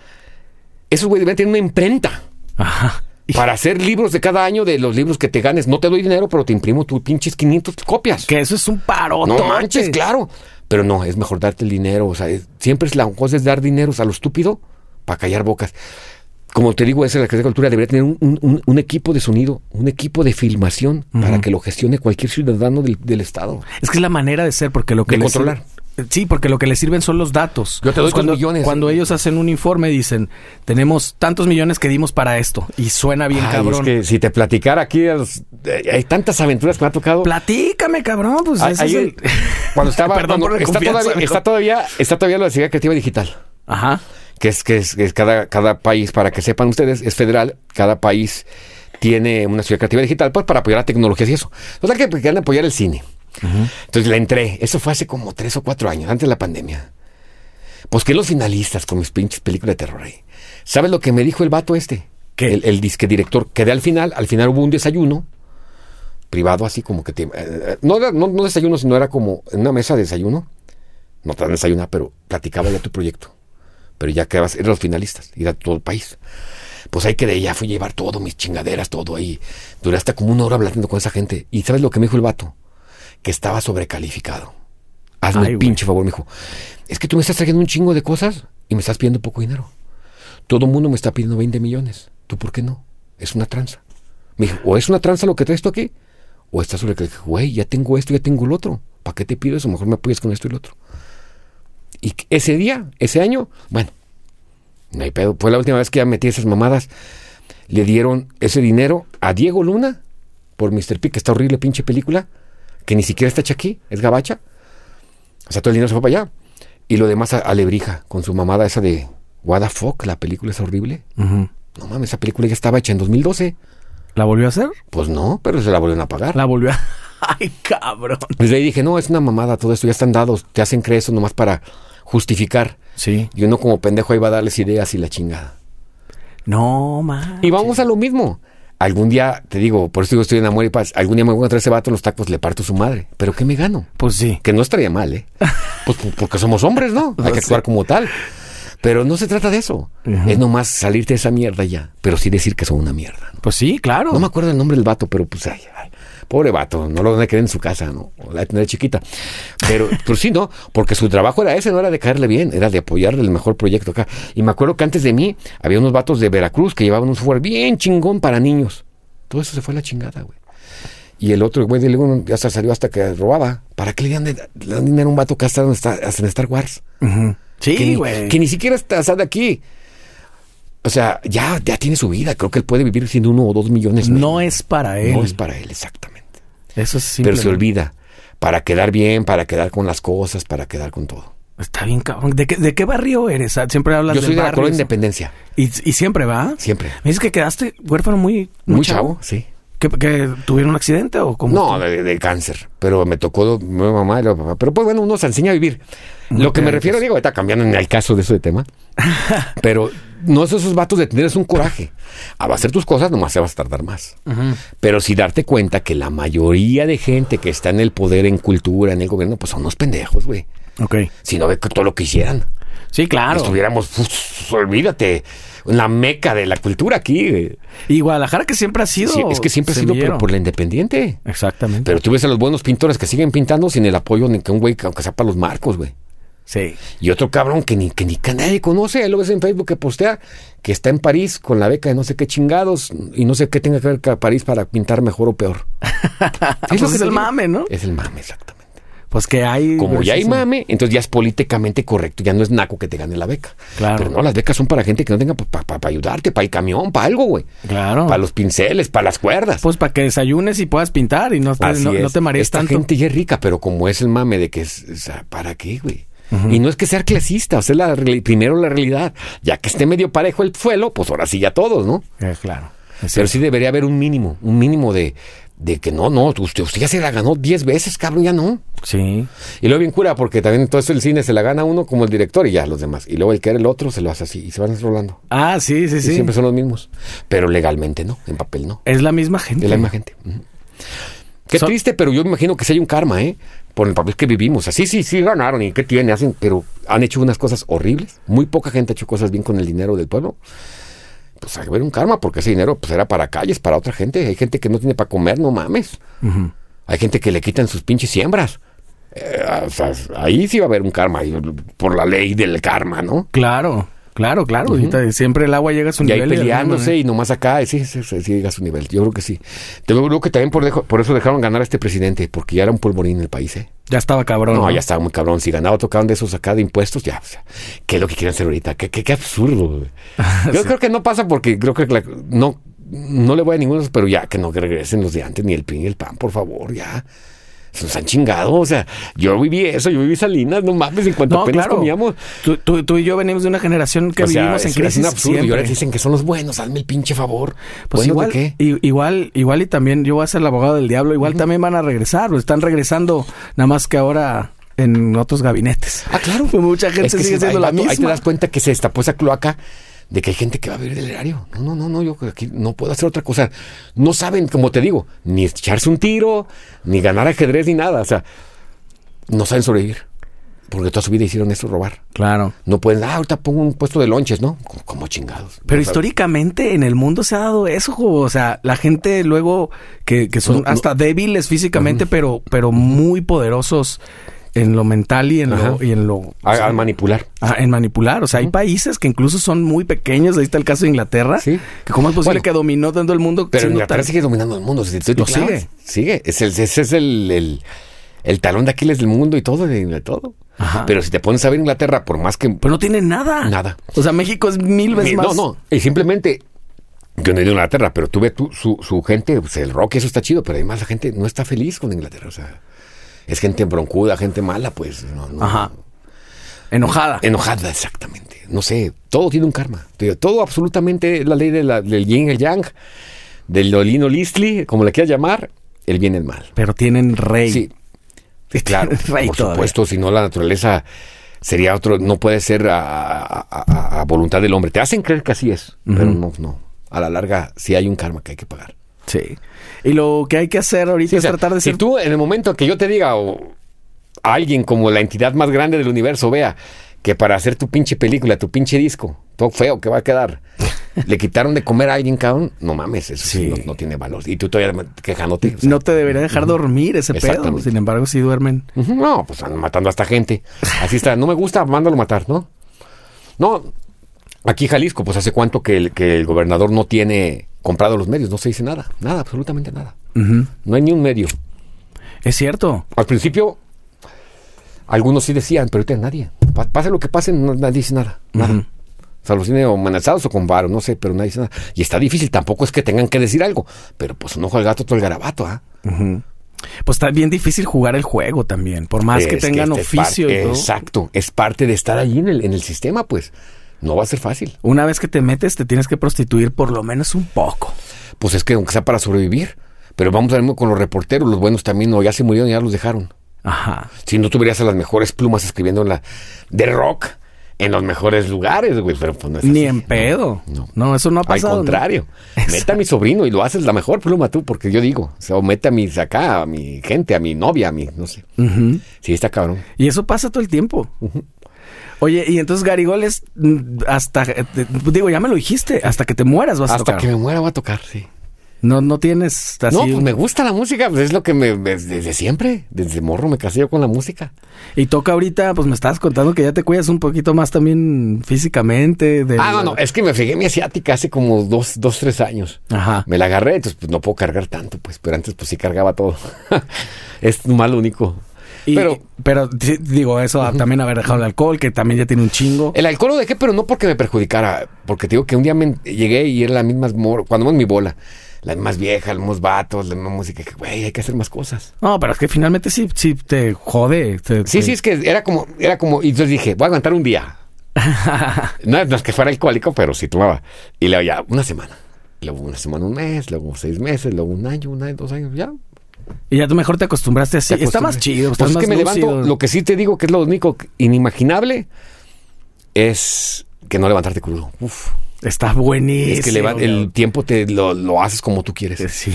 Esos güey deberían tener una imprenta Ajá. Y para hacer libros de cada año de los libros que te ganes. No te doy dinero, pero te imprimo tus pinches 500 copias. que eso es un paro. No manches, claro. Pero no, es mejor darte el dinero. O sea, es- siempre es la cosa es dar dineros a lo estúpido para callar bocas. Como te digo, esa es la Secretaría de Cultura debería tener un, un- un- un equipo de sonido, un equipo de filmación para que lo gestione cualquier ciudadano del- del Estado. Es que es la manera de ser, porque lo que De les- controlar. Sí, porque lo que les sirven son los datos. Yo te doy tus cuando, millones. Cuando ellos hacen un informe dicen, tenemos tantos millones que dimos para esto. Y suena bien, Ay, cabrón. Es que si te platicara aquí, a los- eh, hay tantas aventuras que me ha tocado. Platícame, cabrón. Pues Ay, ese ahí es el- el- Cuando estaba. Perdón cuando por la está, confianza, todavía, amigo. está todavía está todavía la Ciudad Creativa Digital, Ajá. que es que es, que es cada, cada país, para que sepan ustedes, es federal. Cada país tiene una Ciudad Creativa Digital pues, para apoyar la tecnología y eso. O sea, que que querían apoyar el cine. Entonces la entré. Eso fue hace como tres o cuatro años, antes de la pandemia. Pues que los finalistas con mis pinches películas de terror ahí. ¿Sabes lo que me dijo el vato este? ¿Qué? El, el disque director. Quedé al final, al final hubo un desayuno privado, así como que te. eh, eh, no, era- no, no desayuno, sino era como en una mesa de desayuno. No te dan desayunar, pero platicaba ya tu proyecto. Pero ya quedabas, eran los finalistas, era todo el país. Pues ahí quedé, ya fui a llevar todo, mis chingaderas, todo ahí. Duré hasta como una hora hablando con esa gente. ¿Y sabes lo que me dijo el vato? Que estaba sobrecalificado. Hazme Ay, el güey. pinche favor, me dijo. Es que tú me estás trayendo un chingo de cosas y me estás pidiendo poco dinero. Todo el mundo me está pidiendo 20 millones. ¿Tú por qué no? Es una tranza. Me dijo, o es una tranza lo que traes tú aquí, o estás sobre que, güey, ya tengo esto, ya tengo el otro. ¿Para qué te pido eso? Mejor me apoyas con esto y el otro. Y ese día, ese año, bueno, no hay pedo. Fue la última vez que ya metí esas mamadas. Le dieron ese dinero a Diego Luna por Mr. P, que está horrible pinche película, que ni siquiera está hecha aquí, es gabacha. O sea, todo el dinero se fue para allá. Y lo demás a, a Lebrija, con su mamada esa de What the fuck, la película es horrible. Ujú. No mames, esa película ya estaba hecha en 2012. ¿La volvió a hacer? Pues no, pero se la volvieron a pagar. La volvió a... ¡Ay, cabrón! Desde ahí dije, no, es una mamada todo esto, ya están dados, te hacen creer eso nomás para justificar. Sí. Y uno como pendejo ahí va a darles ideas y la chingada. No, man. Y vamos a lo mismo. Algún día, te digo, por eso digo, estoy en amor y paz, algún día me voy a encontrar ese vato en los tacos, le parto su madre. ¿Pero qué me gano? Pues sí. Que no estaría mal, ¿eh? Pues por- porque somos hombres, ¿no? Hay que actuar como tal. Pero no se trata de eso. Es nomás salirte de esa mierda ya, pero sí decir que son una mierda. ¿no? Pues sí, claro. No me acuerdo el nombre del vato, pero pues, ay, ay, pobre vato, no lo van a querer en su casa, ¿no? O La tener chiquita. Pero, pero sí, ¿no? Porque su trabajo era ese, no era de caerle bien, era de apoyarle el mejor proyecto acá. Y me acuerdo que antes de mí había unos vatos de Veracruz que llevaban un software bien chingón para niños. Todo eso se fue a la chingada, güey. Y el otro, güey, de León ya se salió hasta que robaba. ¿Para qué le dan, de- le dan dinero a un vato que hasta, hasta en Star Wars? Ujú. que, Sí, ni, güey. que ni siquiera está está de aquí. O sea, ya, ya tiene su vida. Creo que él puede vivir siendo uno o dos millones. No es para él. No es para él, exactamente. Eso es Pero se simplemente- olvida. Para quedar bien, para quedar con las cosas, para quedar con todo. Está bien, cabrón. ¿De qué, de qué barrio eres? Ah, Siempre hablas Yo soy del de la barrio, colonia eso. Independencia. ¿Y, y siempre va? Siempre. Me dices que quedaste huérfano muy, Muy, chavo, sí. ¿Que, que tuvieron un accidente o cómo? No, de, de cáncer. Pero me tocó mi mamá y luego papá. Pero pues bueno, uno se enseña a vivir. Lo que me antes. refiero, digo, está cambiando en el caso de ese tema. Pero no es esos vatos de tener un coraje. A hacer tus cosas nomás se vas a tardar más. Pero si darte cuenta que la mayoría de gente que está en el poder, en cultura, en el gobierno, pues son unos pendejos, güey. Ok. Si no ve que todo lo que hicieran. Sí, claro. Estuviéramos, uf, olvídate, la meca de la cultura aquí. güey. Y Guadalajara que siempre ha sido. Sí, es que siempre ha sido semillero. por, por la independiente. Exactamente. Pero tú ves a los buenos pintores que siguen pintando sin el apoyo ni que un güey que aunque sea para los marcos, güey. Sí. Y otro cabrón que ni que ni que nadie conoce, ahí lo ves en Facebook que postea que está en París con la beca de no sé qué chingados y no sé qué tenga que ver ca- París para pintar mejor o peor. Pues lo es te el digo. mame, ¿no? Es el mame, exactamente. Pues que hay. Como ya hay sí, sí. mame, entonces ya es políticamente correcto, ya no es naco que te gane la beca. Claro. Pero no, las becas son para gente que no tenga para ayudarte, para el camión, para algo, güey. Claro. Para los pinceles, para las cuerdas. Pues para que desayunes y puedas pintar y no te, Así Pues, no, no es. te marees Esta tanto. gente ya es rica, pero como es el mame de que es, o sea, ¿para qué, güey? Y no es que sea clasista, o sea, la, reali- primero la realidad. Ya que esté medio parejo el suelo, pues ahora sí ya todos, ¿no? Eh, claro. Es Pero cierto. sí debería haber un mínimo, un mínimo de, de que no, no, usted, usted ya se la ganó 10 veces, cabrón, ya no. Sí. Y luego bien cura, porque también todo eso el cine se la gana uno como el director y ya los demás. Y luego el que era el otro se lo hace así y se van enrolando. Ah, sí, sí, Y sí. siempre son los mismos. Pero legalmente no, en papel no. Es la misma gente. De la misma gente. Ujú. Qué So- triste, pero yo me imagino que sí hay un karma, ¿eh? Por el papel que vivimos. Así, sí, sí ganaron y qué tiene, hacen, pero han hecho unas cosas horribles. Muy poca gente ha hecho cosas bien con el dinero del pueblo. Pues hay que ver un karma, porque ese dinero pues era para calles, para otra gente. Hay gente que no tiene para comer, no mames. Ujú. Hay gente que le quitan sus pinches siembras. Eh, o sea, ahí sí va a haber un karma, y- por la ley del karma, ¿no? Claro, claro, claro. Ahorita siempre el agua llega a su Y ahí nivel. de alguna peleándose manera. y nomás acá, eh, sí, sí, sí, sí, llega a su nivel. Yo creo que sí. Te lo creo que también por, dejo- por eso dejaron ganar a este presidente, porque ya era un polvorín en el país, ¿eh? Ya estaba cabrón. No, ¿no? ya estaba muy cabrón. Si ganaba, tocaban de esos acá de impuestos, ya. o sea, ¿Qué es lo que quieren hacer ahorita? Qué, qué, qué absurdo. güey. Ah, Yo creo que no pasa porque creo que la- no, no le voy a ninguno, pero ya que no que regresen los de antes, ni el PRI ni el PAN, por favor, ya. Se nos han chingado. O sea, yo viví eso, yo viví Salinas, no mames, en cuanto No, apenas claro. comíamos. Tú, tú- tú y yo venimos de una generación que O sea, vivimos en es- crisis. Es un absurdo. Y ahora siempre. te dicen que son los buenos, hazme el pinche favor. Pues ¿Buenos igual, de qué? i- igual, igual y también yo voy a ser el abogado del diablo, igual también van a regresar, o están regresando, nada más que ahora en otros gabinetes. Ah, claro. Pues mucha gente Es que sigue sí, siendo ahí la va- Ahí te misma. das cuenta que se destapó esa cloaca de que hay gente que va a vivir del erario. No, no, no, no, yo aquí no puedo hacer otra cosa. No saben, como te digo, ni echarse un tiro, ni ganar ajedrez, ni nada. O sea, no saben sobrevivir. Porque toda su vida hicieron eso, robar. Claro. No pueden, ah, ahorita pongo un puesto de lonches, ¿no? Como, como chingados. Pero No saben. históricamente en el mundo se ha dado eso, jo. o sea, la gente luego que, que son Pues No, no. hasta débiles físicamente, pero, pero muy poderosos en lo mental y en Ajá. lo... Y en lo A- Al manipular. Ah, en manipular. O sea, hay países que incluso son muy pequeños. Ahí está el caso de Inglaterra. Sí. Que cómo es posible Bueno, que dominó tanto el mundo. Pero siendo Inglaterra tan- sigue dominando el mundo. Si te- Lo te clavas, sigue. Sigue. Es el, ese es el, el- el talón de Aquiles del mundo y todo, de, de todo. Ajá. Pero si te pones a ver Inglaterra, por más que... Pero no tiene nada. Nada. O sea, México es mil veces Mi- más. No, no. Y simplemente... Yo no he ido a Inglaterra, pero tú ves tú- su, su gente, pues, el rock, eso está chido, pero además la gente no está feliz con Inglaterra. O sea, es gente broncuda, gente mala, pues. No, no, Ajá. Enojada. Enojada, exactamente. No sé, todo tiene un karma. Te digo, Todo absolutamente es la ley de la- del yin y el yang. del Lolino Listli, como le quieras llamar, el bien y el mal. Pero tienen rey. Sí, claro, rey por todavía. supuesto, si no la naturaleza sería otro, no puede ser a, a- a- a voluntad del hombre. Te hacen creer que así es, pero no, no. A la larga sí hay un karma que hay que pagar. Sí. Y lo que hay que hacer ahorita Sí, o es sea, tratar de si ser. tú en el momento que yo te diga o a alguien como la entidad más grande del universo vea que para hacer tu pinche película, tu pinche disco, todo feo que va a quedar, le quitaron de comer a alguien, cabrón, no mames, eso sí Sí. no, no tiene valor. Y tú todavía quejándote. o sea, No te debería dejar dormir ese pedo. Exactamente. Sin embargo, si duermen. ujú, no, pues andan matando a esta gente. Así está, no me gusta, mándalo matar, ¿no? No, aquí Jalisco, pues hace cuánto que el, que el gobernador no tiene comprado los medios, no se dice nada, nada, absolutamente nada. Ujú. No hay ni un medio. Es cierto. Al principio, algunos sí decían, pero ahorita nadie. Pa- Pase lo que pase, no- nadie dice nada. Nada. Ujú. O sea, los tienen o amenazados o con varo, no sé, pero nadie dice nada. Y está difícil, tampoco es que tengan que decir algo. Pero pues un ojo al gato, todo el garabato, ¿ah? Ujú. Pues está bien difícil jugar el juego también. Por más que Es tengan este es oficio parte- y todo. Exacto, es parte de estar ahí en el, en el sistema, pues. No va a ser fácil. Una vez que te metes, te tienes que prostituir por lo menos un poco. Pues es que aunque sea para sobrevivir. Pero vamos a ver con los reporteros, los buenos también, o ya se murieron, ya los dejaron. Ajá. Si no tuvieras a las mejores plumas escribiendo en la, de rock en los mejores lugares, güey, pero pues no es Ni así. en pedo. no. No, eso no ha Al pasado. ¿no? contrario, Exacto. meta a mi sobrino y lo haces la mejor pluma tú, porque yo digo, o sea, o meta a mis acá, a mi gente, a mi novia, a mi, no sé. Ujú. Sí, está cabrón. Y eso pasa todo el tiempo. Oye, y entonces Garigoles, mm, hasta, eh, te- digo, ya me lo dijiste, hasta que te mueras vas a Hasta tocar. que me muera va a tocar, sí. No, no tienes así. no, pues me gusta la música, pues es lo que me, me- desde siempre, desde morro me casé yo con la música. Y toca ahorita, pues me estabas contando que ya te cuidas un poquito más también físicamente. del- Ah, no, no, es que me fregué mi asiática hace como dos, dos, tres años. Ajá. Me la agarré, entonces pues no puedo cargar tanto, pues, pero antes pues sí cargaba todo. es nomás lo único. Y- pero pero di- digo, eso ah, también haber dejado el alcohol, que también ya tiene un chingo. el alcohol lo dejé, pero no porque me perjudicara, porque te digo que un día me llegué y era las mismas mor cuando en mi bola, las mismas viejas, los mismos vatos, la misma música, que güey, hay que hacer más cosas. No, pero es que finalmente sí, sí te jode. te- Sí, te- sí, es que era como, era como, y entonces dije, voy a aguantar un día. no, no es que fuera alcohólico, pero sí tomaba. Y luego ya, una semana. Luego una semana, un mes, luego seis meses, luego un año, un año, dos años, ya, Y ya tú mejor te acostumbraste así. te Está más acostumbras. chido, Pues estás es más que me levanto, lúcido. lo que sí te digo que es lo único que- inimaginable es que no levantarte crudo. Uf, Está buenísimo. es que levan- el tiempo te lo, lo haces como tú quieres. Sí.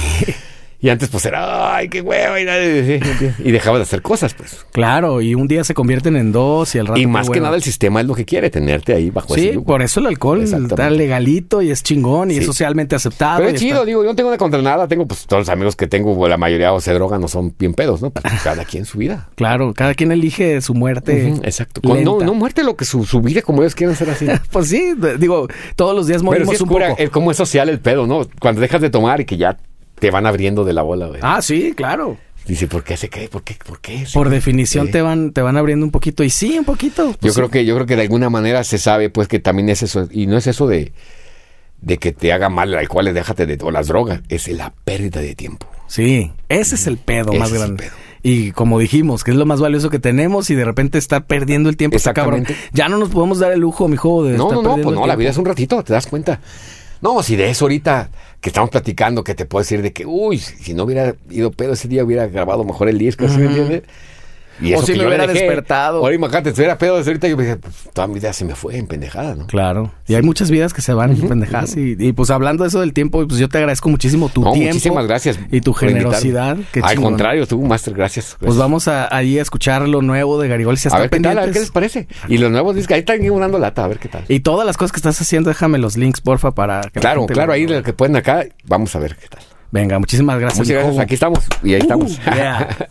Y antes pues era, ay, qué huevo. Y, nadie- y dejabas de hacer cosas, pues. Claro, y un día se convierten en dos y al rato. Y Ah, qué más que bueno. nada el sistema es lo que quiere, tenerte ahí bajo Sí, ese yugo. por eso el alcohol está Exactamente. legalito y es chingón y Sí. es socialmente aceptado. y Pero es Ah, está- chido, digo, yo no tengo nada contra nada. Tengo pues todos los amigos que tengo, pues, la mayoría o se drogan o son bien pedos, ¿no? Pues, cada quien su vida. Claro, cada quien elige su muerte. Ujú, Exacto. Con- no, lenta. no muerte lo que su, su vida como ellos quieren hacer así. Pues sí, d- digo, todos los días Pero morimos sí es un cura, eh. poco. es como es social el pedo, ¿no? Cuando dejas de tomar y que ya te van abriendo de la bola, güey. Ah, sí, claro. Dice, ¿por qué se cree? ¿Por qué? ¿Por qué? Sí. Por definición Sí. te van te van abriendo un poquito y sí, un poquito. Yo Pues creo sí. que yo creo que de alguna manera se sabe pues que también es eso y no es eso de de que te haga mal el alcohol, déjate de o las drogas, es la pérdida de tiempo. Sí, ese es el pedo Ese más es el grande. pedo. Y como dijimos, que es lo más valioso que tenemos y de repente estar perdiendo el tiempo está cabrón. Exactamente. Ya no nos podemos dar el lujo, mijo, de No, estar no, no, perdiendo el pues no, la tiempo. vida es un ratito, te das cuenta. No, si de eso ahorita que estamos platicando, que te puedo decir de que, uy, si si no hubiera ido pedo ese día, hubiera grabado mejor el disco, ¿sí me entiendes? Y O si me yo le hubiera dejé. despertado. Ahora imagínate, si hubiera pedo desde ahorita, yo me dije, pues, toda mi vida se me fue en pendejada, ¿no? Claro. Y hay muchas vidas que se van pendejadas. Y, y, pues hablando de eso del tiempo, pues yo te agradezco muchísimo tu No, tiempo. Pues, muchísimas gracias. Y tu por invitarme. generosidad. Qué Al chingón. contrario, tú, Master, gracias. Pues gracias. vamos a, ahí a escuchar lo nuevo de Garigol. Si a está ver qué tal, a ver qué les pendientes. parece. Y los nuevos discos, ahí están dando lata, a ver qué tal. Y todas las cosas que estás haciendo, déjame los links, porfa, para que la claro, gente claro, lo- ahí lo que pueden acá, vamos a ver qué tal. Venga, muchísimas gracias. Muchas mijo. gracias, aquí estamos y ahí Uh, estamos. yeah.